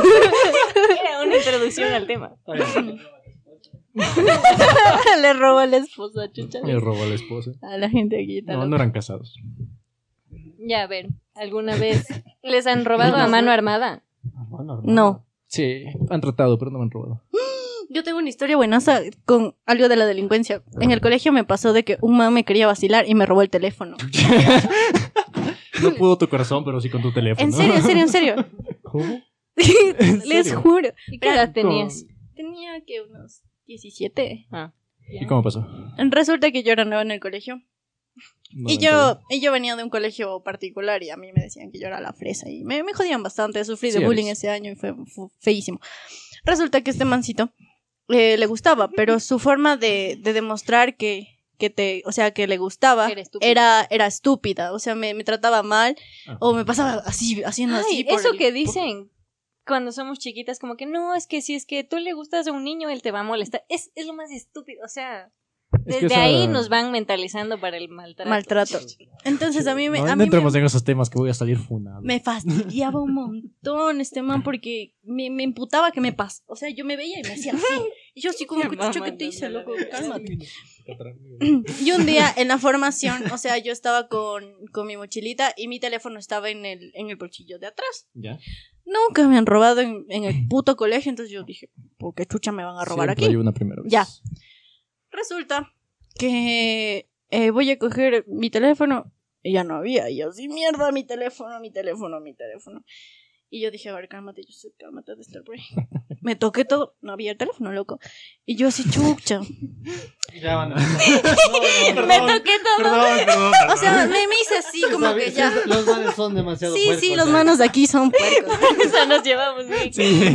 Speaker 1: [LAUGHS] Era una introducción al tema.
Speaker 3: [LAUGHS] [LAUGHS] Le roba a la esposa, chucha.
Speaker 2: Me robó a la esposa.
Speaker 3: A la gente aquí está
Speaker 2: No,
Speaker 3: loca.
Speaker 2: no eran casados.
Speaker 1: Ya, a ver,
Speaker 2: [LAUGHS]
Speaker 1: ¿alguna vez les han robado a mano armada?
Speaker 4: Ah,
Speaker 3: No.
Speaker 2: Sí, han tratado, pero no me han robado.
Speaker 3: Yo tengo una historia buenaza con algo de la delincuencia. En el colegio me pasó de que un man me quería vacilar y me robó el teléfono.
Speaker 2: [LAUGHS] No pudo tu corazón, pero sí con tu teléfono. [LAUGHS]
Speaker 3: En serio, en serio, en serio.
Speaker 4: ¿Cómo?
Speaker 3: Les juro.
Speaker 1: ¿Y qué edad tenías?
Speaker 3: Tenía que unos 17.
Speaker 1: Ah,
Speaker 2: ¿Y cómo pasó?
Speaker 3: Resulta que yo era nueva en el colegio.
Speaker 2: No
Speaker 3: Y
Speaker 2: me han robado.
Speaker 3: yo, y yo venía de un colegio particular y a mí me decían que yo era la fresa y me, me jodían bastante, sufrí
Speaker 2: Sí
Speaker 3: de
Speaker 2: eres.
Speaker 3: bullying ese año y fue, fue feísimo. Resulta que este mancito eh, le gustaba, pero su forma de, de demostrar que, que te, o sea, que le gustaba
Speaker 1: Eres estúpida.
Speaker 3: era, era estúpida, o sea, me, me trataba mal
Speaker 2: Ah.
Speaker 3: o me pasaba así, haciendo así.
Speaker 1: Ay,
Speaker 3: por
Speaker 1: eso
Speaker 3: el-
Speaker 1: que
Speaker 3: por-
Speaker 1: dicen cuando somos chiquitas, como que no, es que si es que tú le gustas a un niño, él te va a molestar. Es, es lo más estúpido, o sea,
Speaker 2: Es que
Speaker 1: Desde
Speaker 2: esa-
Speaker 1: ahí nos van mentalizando para el maltrato.
Speaker 3: maltrato. Entonces a mí me,
Speaker 2: No,
Speaker 3: a
Speaker 2: no
Speaker 3: mí me,
Speaker 2: entremos en esos temas que voy a salir funado.
Speaker 3: me fastidiaba un montón este man porque me, me imputaba que me pasa. O sea, yo me veía y me hacía así. Y yo así como, que chucho, ¿qué te hice, loco? Cálmate. [CLEARS THROAT] [LAUGHS] Y un día en la formación, o sea, yo estaba con, con mi mochilita y mi teléfono estaba en el, en el bolsillo de atrás.
Speaker 2: ¿Ya?
Speaker 3: Nunca me han robado en, en el puto colegio, entonces yo dije, ¿por qué chucha me van a robar
Speaker 2: Siempre
Speaker 3: aquí?
Speaker 2: hay una primera vez.
Speaker 3: Ya. Resulta que eh, voy a coger mi teléfono y ya no había. Y yo así, mierda, mi teléfono, mi teléfono, mi teléfono. Y yo dije, a ver, cálmate, yo sé, cálmate de estar por ahí. Me toqué todo, no había el teléfono, loco. Y yo así, chucha.
Speaker 4: Ya van
Speaker 3: [LAUGHS]
Speaker 4: a.
Speaker 1: Me toqué todo.
Speaker 2: Perdón, perdón.
Speaker 3: O sea, me, me hice así, como que ya.
Speaker 4: Los manes son demasiado
Speaker 3: Sí, sí,
Speaker 4: puercos,
Speaker 3: los
Speaker 4: ya.
Speaker 3: manos de aquí son puercos.
Speaker 1: [LAUGHS] O sea, nos llevamos bien.
Speaker 3: [LAUGHS]
Speaker 2: Sí.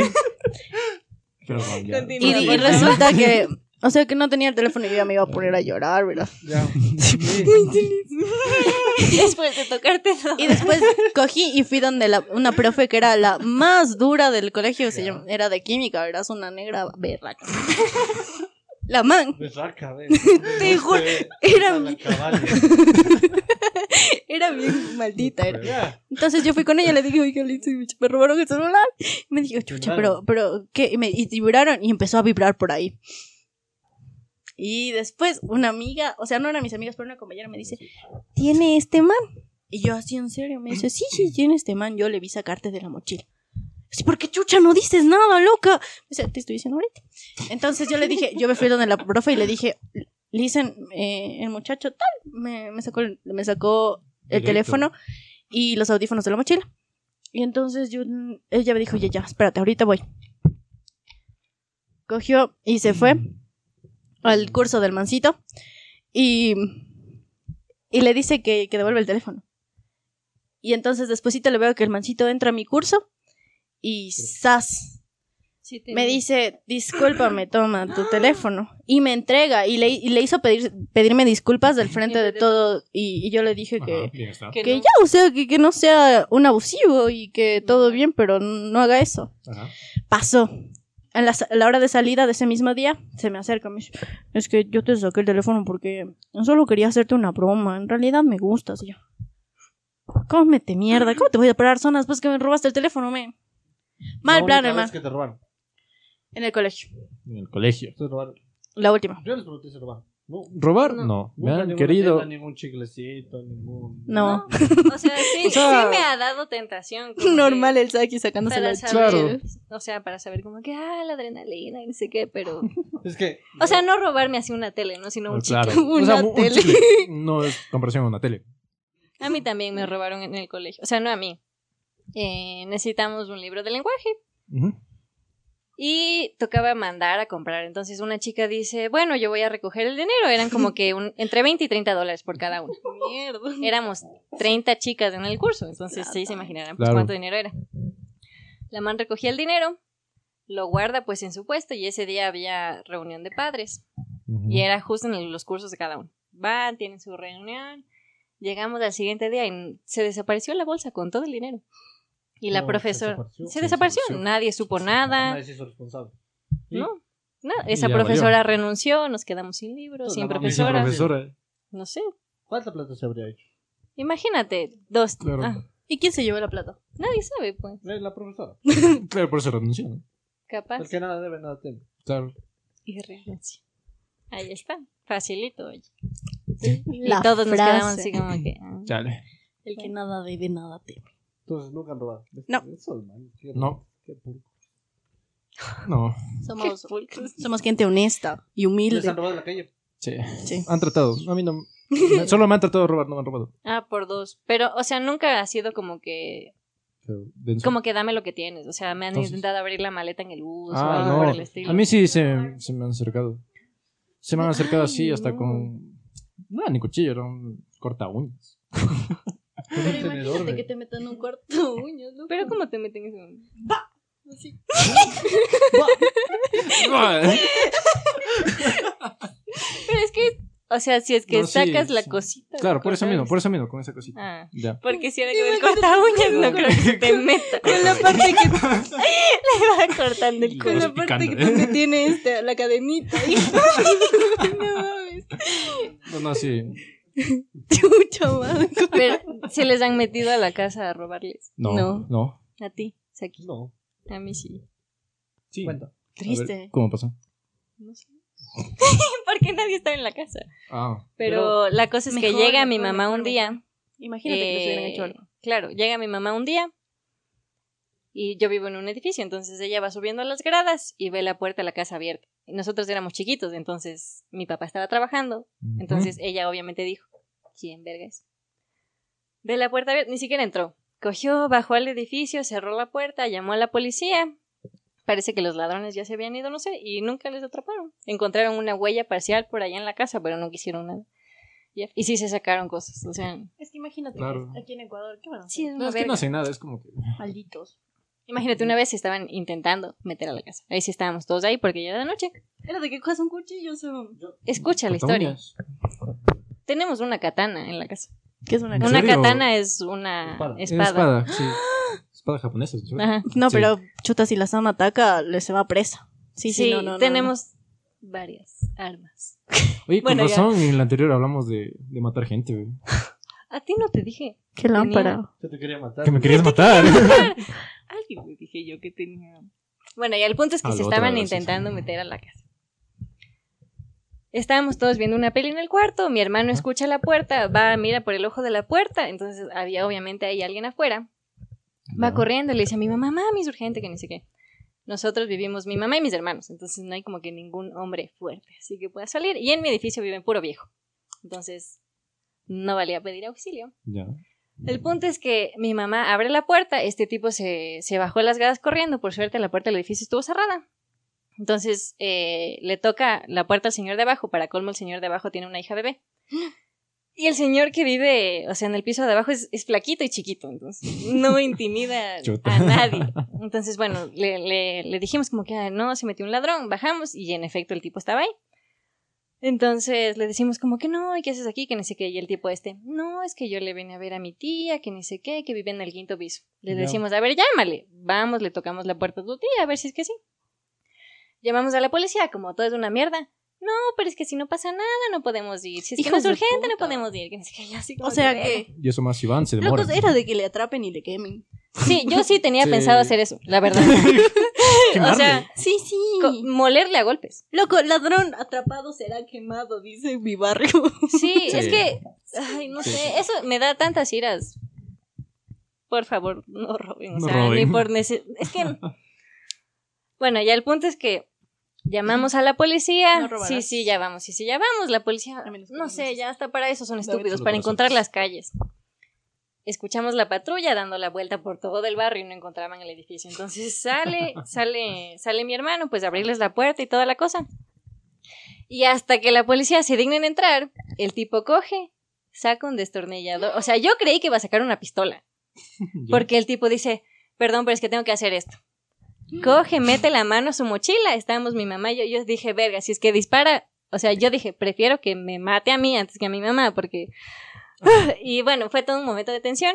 Speaker 2: [LAUGHS] Perdón, ya.
Speaker 1: Continúa.
Speaker 3: Y, y resulta que, o sea, que no tenía el teléfono y yo ya me iba a poner a llorar, ¿verdad?
Speaker 4: Ya.
Speaker 1: Después de tocarte todo.
Speaker 3: Y después cogí y fui donde la- una profe que era la más dura del colegio, se llama- era de química, ¿verdad? Es una negra berraca. [LAUGHS] La man
Speaker 4: Me saca, ve.
Speaker 3: [LAUGHS] Te juro,
Speaker 4: Este,
Speaker 3: era mi- [LAUGHS]
Speaker 4: cabal.
Speaker 3: era bien maldita. Era.
Speaker 4: Ya.
Speaker 3: Entonces yo fui con ella y le dije, oye, Lizy, me robaron el celular. Y me dijo, chucha, pero, pero, ¿qué? Y, me, y vibraron y empezó a vibrar por ahí. Y después una amiga, o sea, no eran mis amigas, pero una compañera me dice, ¿tiene este man? Y yo así, en serio, me dice, sí, sí, tiene este man, yo le vi sacarte de la mochila. Así, ¿por qué chucha no dices nada, loca? Me dice, te estoy diciendo ahorita. Entonces yo le dije, yo me fui donde la profe y le dije, Listen, eh, el muchacho tal, me, me sacó, el- me sacó el
Speaker 2: Directo.
Speaker 3: teléfono y los audífonos de la mochila. Y entonces yo, mm, ella me dijo, ya, ya, espérate, ahorita voy. Cogió y se fue al curso del mancito y, y le dice que, que devuelve el teléfono. Y entonces despuesito le veo que el mancito entra a mi curso y ¡zas! Me dice, discúlpame, toma tu teléfono. Y me entrega y le, y le hizo pedir, pedirme disculpas del frente de todo. Y, y yo le dije que,
Speaker 2: Ajá, bien está.
Speaker 1: Que
Speaker 3: que
Speaker 1: no.
Speaker 3: ya, o sea, que, que no sea un abusivo y que todo bien, pero no haga eso.
Speaker 2: Ajá.
Speaker 3: Pasó. A la, sa- a la hora de salida de ese mismo día, se me acerca. Me dice, es que yo te saqué el teléfono porque solo quería hacerte una broma. En realidad me gustas. Y yo, cómete mierda. ¿Cómo te voy a parar zonas después que me robaste el teléfono, men? Mal
Speaker 4: La
Speaker 3: plan,
Speaker 4: única vez
Speaker 3: hermano.
Speaker 4: que te robaron.
Speaker 3: En el colegio.
Speaker 2: En el colegio.
Speaker 4: Te robaron.
Speaker 3: La última.
Speaker 4: Yo les pregunté si robaron. No.
Speaker 2: ¿Robar?
Speaker 1: No.
Speaker 2: No. Me
Speaker 4: Nunca
Speaker 2: han
Speaker 4: ninguna
Speaker 2: querido.
Speaker 4: tela, ningún chiclecito, ningún.
Speaker 3: No.
Speaker 1: O sea, sí,
Speaker 2: O sea-
Speaker 1: sí me ha dado tentación. como que
Speaker 3: Normal el Saki sacándose
Speaker 1: Para
Speaker 3: la
Speaker 1: saber,
Speaker 2: Claro.
Speaker 1: o sea, para saber como que, ah, la adrenalina y no sé qué,
Speaker 2: [LAUGHS]
Speaker 1: pero...
Speaker 4: Es que.
Speaker 1: O sea, no robarme así una tele, ¿no? Sino un
Speaker 2: Ah,
Speaker 1: [LAUGHS]
Speaker 2: Claro.
Speaker 1: chicle.
Speaker 3: [LAUGHS] Una tele.
Speaker 2: chicle. No es comparación a una tele.
Speaker 1: A mí también me robaron en el colegio. O sea, no a mí. Eh, necesitamos un libro de lenguaje.
Speaker 2: Ujú.
Speaker 1: Y tocaba mandar a comprar. Entonces una chica dice, bueno, yo voy a recoger el dinero. Eran como que un- entre 20 y 30 dólares por cada uno.
Speaker 3: Mierda.
Speaker 1: Éramos 30 chicas en el curso. Entonces sí se imaginarán pues,
Speaker 2: Claro.
Speaker 1: cuánto dinero era. La man recogía el dinero, lo guarda pues en su puesto y ese día había reunión de padres.
Speaker 2: Ujú.
Speaker 1: Y era justo en los cursos de cada uno. Van, tienen su reunión. Llegamos al siguiente día y se desapareció la bolsa con todo el dinero. Y la
Speaker 4: No, Oh, se
Speaker 1: profesora...
Speaker 4: desapareció.
Speaker 1: se desapareció.
Speaker 2: desapareció.
Speaker 1: Nadie supo nada.
Speaker 4: Nadie se hizo responsable. Sí.
Speaker 1: No, no, esa
Speaker 2: ya
Speaker 1: profesora renunció, nos quedamos sin libros,
Speaker 4: Toda
Speaker 1: sin
Speaker 4: la
Speaker 2: Y sin
Speaker 1: profesora.
Speaker 4: profesora.
Speaker 2: Ah, profesora.
Speaker 1: No sé,
Speaker 4: ¿Cuánta plata se habría hecho?
Speaker 1: imagínate, dos.
Speaker 2: Claro.
Speaker 1: ah,
Speaker 3: ¿Y quién se llevó la plata?
Speaker 1: nadie sabe, pues,
Speaker 4: Eh, La profesora.
Speaker 2: [LAUGHS] Claro, por eso renunció. ¿no?
Speaker 1: capaz.
Speaker 4: Porque nada debe, nada teme.
Speaker 2: Claro.
Speaker 1: Y renunció. Ahí está, facilito, oye.
Speaker 3: La
Speaker 1: y todos nos
Speaker 3: frase.
Speaker 1: quedamos así como que. ah.
Speaker 2: Chale.
Speaker 3: El que nada debe, nada teme.
Speaker 4: Entonces nunca han robado.
Speaker 3: No.
Speaker 4: Eso, man, qué-
Speaker 2: No.
Speaker 4: qué pulcro.
Speaker 2: No.
Speaker 3: Somos, somos gente honesta y
Speaker 4: ¿Les han
Speaker 3: humilde.
Speaker 4: robado en la calle?
Speaker 2: Sí.
Speaker 3: Sí.
Speaker 2: Han tratado. A mí no.
Speaker 1: [LAUGHS]
Speaker 2: me- Solo me han tratado de robar, no me han robado.
Speaker 1: Ah, por dos. Pero, o sea, nunca ha sido como que.
Speaker 2: Pero denso.
Speaker 1: Como que dame lo que tienes. O sea, me han
Speaker 2: Entonces-
Speaker 1: intentado abrir la maleta en el bus o
Speaker 2: Ah,
Speaker 1: algo por el
Speaker 2: no.
Speaker 1: estilo.
Speaker 2: A mí sí se, se me han acercado. Se me han acercado así,
Speaker 1: Ay,
Speaker 2: hasta
Speaker 1: no.
Speaker 2: con. No, ni cuchillo, era un
Speaker 1: [LAUGHS]
Speaker 2: corta uñas.
Speaker 4: Con un tenedor, ve.
Speaker 3: te metan un [LAUGHS] cuarto uñas, loco.
Speaker 1: Pero, ¿cómo te meten eso?
Speaker 2: Ay, eh,
Speaker 1: Pero es que, O sea, si es que
Speaker 2: No, sí,
Speaker 1: sacas la
Speaker 2: sí.
Speaker 1: cosita.
Speaker 2: Claro, por eso
Speaker 1: cortas.
Speaker 2: mismo, por eso mismo, con esa cosita.
Speaker 1: Ah,
Speaker 2: Ya.
Speaker 1: porque si era con el corta uñas, no creo que se te [LAUGHS] meta.
Speaker 3: Con la parte
Speaker 2: [LAUGHS]
Speaker 3: que,
Speaker 1: Le va cortando el culo.
Speaker 3: con
Speaker 2: Los
Speaker 3: la parte que
Speaker 2: picando, ¿eh?
Speaker 3: donde tiene esta, la cadenita. [LAUGHS] Y... no mames.
Speaker 2: No, no, sí.
Speaker 3: Chucho, man.
Speaker 1: Pero, ¿se les han metido a la casa a robarles?
Speaker 2: No, no.
Speaker 1: A ti, Saki.
Speaker 4: No.
Speaker 1: A mí sí.
Speaker 2: Sí.
Speaker 4: Cuenta.
Speaker 2: A ver,
Speaker 3: Triste.
Speaker 2: ¿Cómo pasó?
Speaker 1: No sé. [LAUGHS] Porque nadie estaba en la casa.
Speaker 2: Ah,
Speaker 1: Pero la cosa es que
Speaker 3: Mejor,
Speaker 1: llega mi
Speaker 3: mejor,
Speaker 1: mamá
Speaker 3: mejor,
Speaker 1: un día.
Speaker 3: Imagínate que nos hubieran hecho
Speaker 1: eh,
Speaker 3: algo.
Speaker 1: Claro, llega mi mamá un día. Y yo vivo en un edificio, entonces ella va subiendo a las gradas y ve la puerta de la casa abierta. Y Nosotros éramos chiquitos, entonces mi papá estaba trabajando. Entonces ella obviamente dijo, ¿quién verga es? Ve la puerta abierta, ni siquiera entró. Cogió, bajó al edificio, cerró la puerta, llamó a la policía. Parece que los ladrones ya se habían ido, no sé, y nunca les atraparon. Encontraron una huella parcial por allá en la casa, pero nunca hicieron nada. Ya. Y sí se sacaron cosas, o sea,
Speaker 3: Es que imagínate,
Speaker 2: Claro.
Speaker 3: que es aquí en Ecuador, ¿qué van a hacer?
Speaker 1: sí es
Speaker 2: No,
Speaker 1: una
Speaker 2: es que
Speaker 1: verga.
Speaker 2: no hace nada, es como que.
Speaker 3: Malditos.
Speaker 1: Imagínate, una vez se estaban intentando meter a la casa. Ahí sí estábamos todos ahí porque ya era de noche.
Speaker 3: Era de que cojas un cuchillo,
Speaker 1: Escucha la
Speaker 2: Corta
Speaker 1: historia.
Speaker 2: uñas.
Speaker 1: Tenemos una katana en la casa.
Speaker 3: ¿Qué es una
Speaker 2: ¿En
Speaker 1: Una
Speaker 2: serio?
Speaker 1: katana es una
Speaker 4: Espada.
Speaker 2: Es
Speaker 1: espada. [GASPS]
Speaker 2: Espada, sí. Espada japonesa, ¿sí?
Speaker 1: Ajá.
Speaker 3: No,
Speaker 2: Sí.
Speaker 3: pero chuta, si la Sama ataca, le se va presa. Sí,
Speaker 1: Sí,
Speaker 3: sí, no, no, no,
Speaker 1: tenemos varias armas.
Speaker 2: Oye, con
Speaker 1: Bueno, ya.
Speaker 2: razón, en el anterior hablamos de, de matar gente, güey.
Speaker 1: A ti no te dije.
Speaker 3: no. Qué lámpara.
Speaker 4: Yo te quería matar.
Speaker 2: Que me querías
Speaker 4: [LAUGHS]
Speaker 2: matar.
Speaker 1: Alguien me dije yo que tenía. Bueno, y el punto es que
Speaker 2: Ah,
Speaker 1: se
Speaker 2: la otra
Speaker 1: estaban
Speaker 2: vez, sí,
Speaker 1: intentando
Speaker 2: sí.
Speaker 1: meter a la casa. Estábamos todos viendo una peli en el cuarto, mi hermano escucha la puerta, va, mira por el ojo de la puerta, entonces había obviamente ahí alguien afuera. Va corriendo y le dice a mi mamá, mami, es urgente, que ni sé qué. Nosotros vivimos, mi mamá y mis hermanos, entonces no hay como que ningún hombre fuerte, así que pueda salir. Y en mi edificio viven puro viejo. Entonces, no valía pedir auxilio.
Speaker 2: Ya.
Speaker 1: El punto es que mi mamá abre la puerta, este tipo se, se bajó las gradas corriendo, por suerte la puerta del edificio estuvo cerrada. Entonces eh, le toca la puerta al señor de abajo, para colmo el señor de abajo tiene una hija bebé. Y el señor que vive, o sea, en el piso de abajo es, es flaquito y chiquito, entonces no intimida
Speaker 2: Chuta.
Speaker 1: a nadie. Entonces, bueno, le, le- le dijimos como que "Ah, no, se metió un ladrón, bajamos y en efecto el tipo estaba ahí. Entonces le decimos como que no, ¿y qué haces aquí? Que ni sé qué. Y el tipo este, no, es que yo le vine a ver a mi tía, que ni sé qué, que vive en el quinto piso. Le
Speaker 4: Ya.
Speaker 1: decimos, a ver, llámale. Vamos, le tocamos la puerta a tu tía, a ver si es que sí. Llamamos a la policía, como todo es una mierda. No, pero es que si no pasa nada, no podemos ir. Si es que no
Speaker 3: Hijos
Speaker 1: es
Speaker 3: de
Speaker 1: urgente, no
Speaker 3: puta.
Speaker 1: podemos ir. Que ni sé qué. Y así como
Speaker 3: O sea
Speaker 1: verga.
Speaker 3: que,
Speaker 2: Y eso más, Iván se demora. [LAUGHS]
Speaker 3: locos, era de que le atrapen y le quemen.
Speaker 1: Sí, yo sí tenía
Speaker 2: Sí.
Speaker 1: pensado hacer eso, la verdad. o sea,
Speaker 3: Sí, sí.
Speaker 1: co- molerle a golpes.
Speaker 3: Loco, ladrón atrapado será quemado, dice mi barrio.
Speaker 2: [LAUGHS]
Speaker 1: Sí,
Speaker 2: Sí.
Speaker 1: es que, ay, no
Speaker 2: Sí, sí.
Speaker 1: sé, eso me da tantas iras. Por favor, no roben, o
Speaker 2: No
Speaker 1: sea,
Speaker 2: roben.
Speaker 1: ni por nece- es que, bueno, ya el punto es que llamamos a la policía,
Speaker 3: No robarás.
Speaker 1: sí, sí, ya vamos, sí, sí, ya vamos, la policía,
Speaker 3: A menos que
Speaker 1: no sé,
Speaker 3: roben.
Speaker 1: ya hasta para eso son
Speaker 3: haber
Speaker 1: estúpidos,
Speaker 2: solo
Speaker 1: para
Speaker 2: corazones.
Speaker 1: encontrar las calles. Escuchamos la patrulla dando la vuelta por todo el barrio y no encontraban el edificio. Entonces sale, sale, sale mi hermano, pues a abrirles la puerta y toda la cosa. Y hasta que la policía se dignen entrar, el tipo coge, saca un destornillador. O sea, yo creí que iba a sacar una pistola.
Speaker 2: Ya.
Speaker 1: Porque el tipo dice, perdón, pero es que tengo que hacer esto. Coge, mete la mano a su mochila. Estábamos mi mamá y yo. Yo dije, verga, si es que dispara. O sea, yo dije, prefiero que me mate a mí antes que a mi mamá, porque. [LAUGHS] y bueno, fue todo un momento de tensión.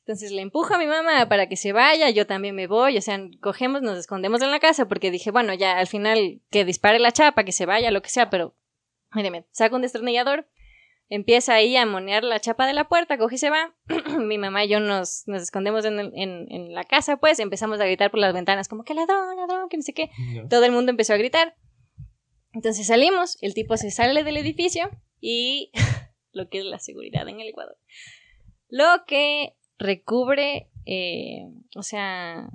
Speaker 1: Entonces le empujo a mi mamá para que se vaya, yo también me voy, o sea, cogemos, nos escondemos en la casa, porque dije, bueno, ya al final que dispare la chapa, que se vaya, lo que sea, pero. Míreme, saco un destornillador, empieza ahí a monear la chapa de la puerta, coge y se va. [CLEARS THROAT] mi mamá y yo nos, nos escondemos en, el- en- en la casa, pues empezamos a gritar por las ventanas, como que ladrón, ladrón, que no sé qué.
Speaker 2: Ya.
Speaker 1: Todo el mundo empezó a gritar. Entonces salimos, el tipo se sale del edificio y [LAUGHS] lo que es la seguridad en el Ecuador. Lo que recubre, eh, o sea,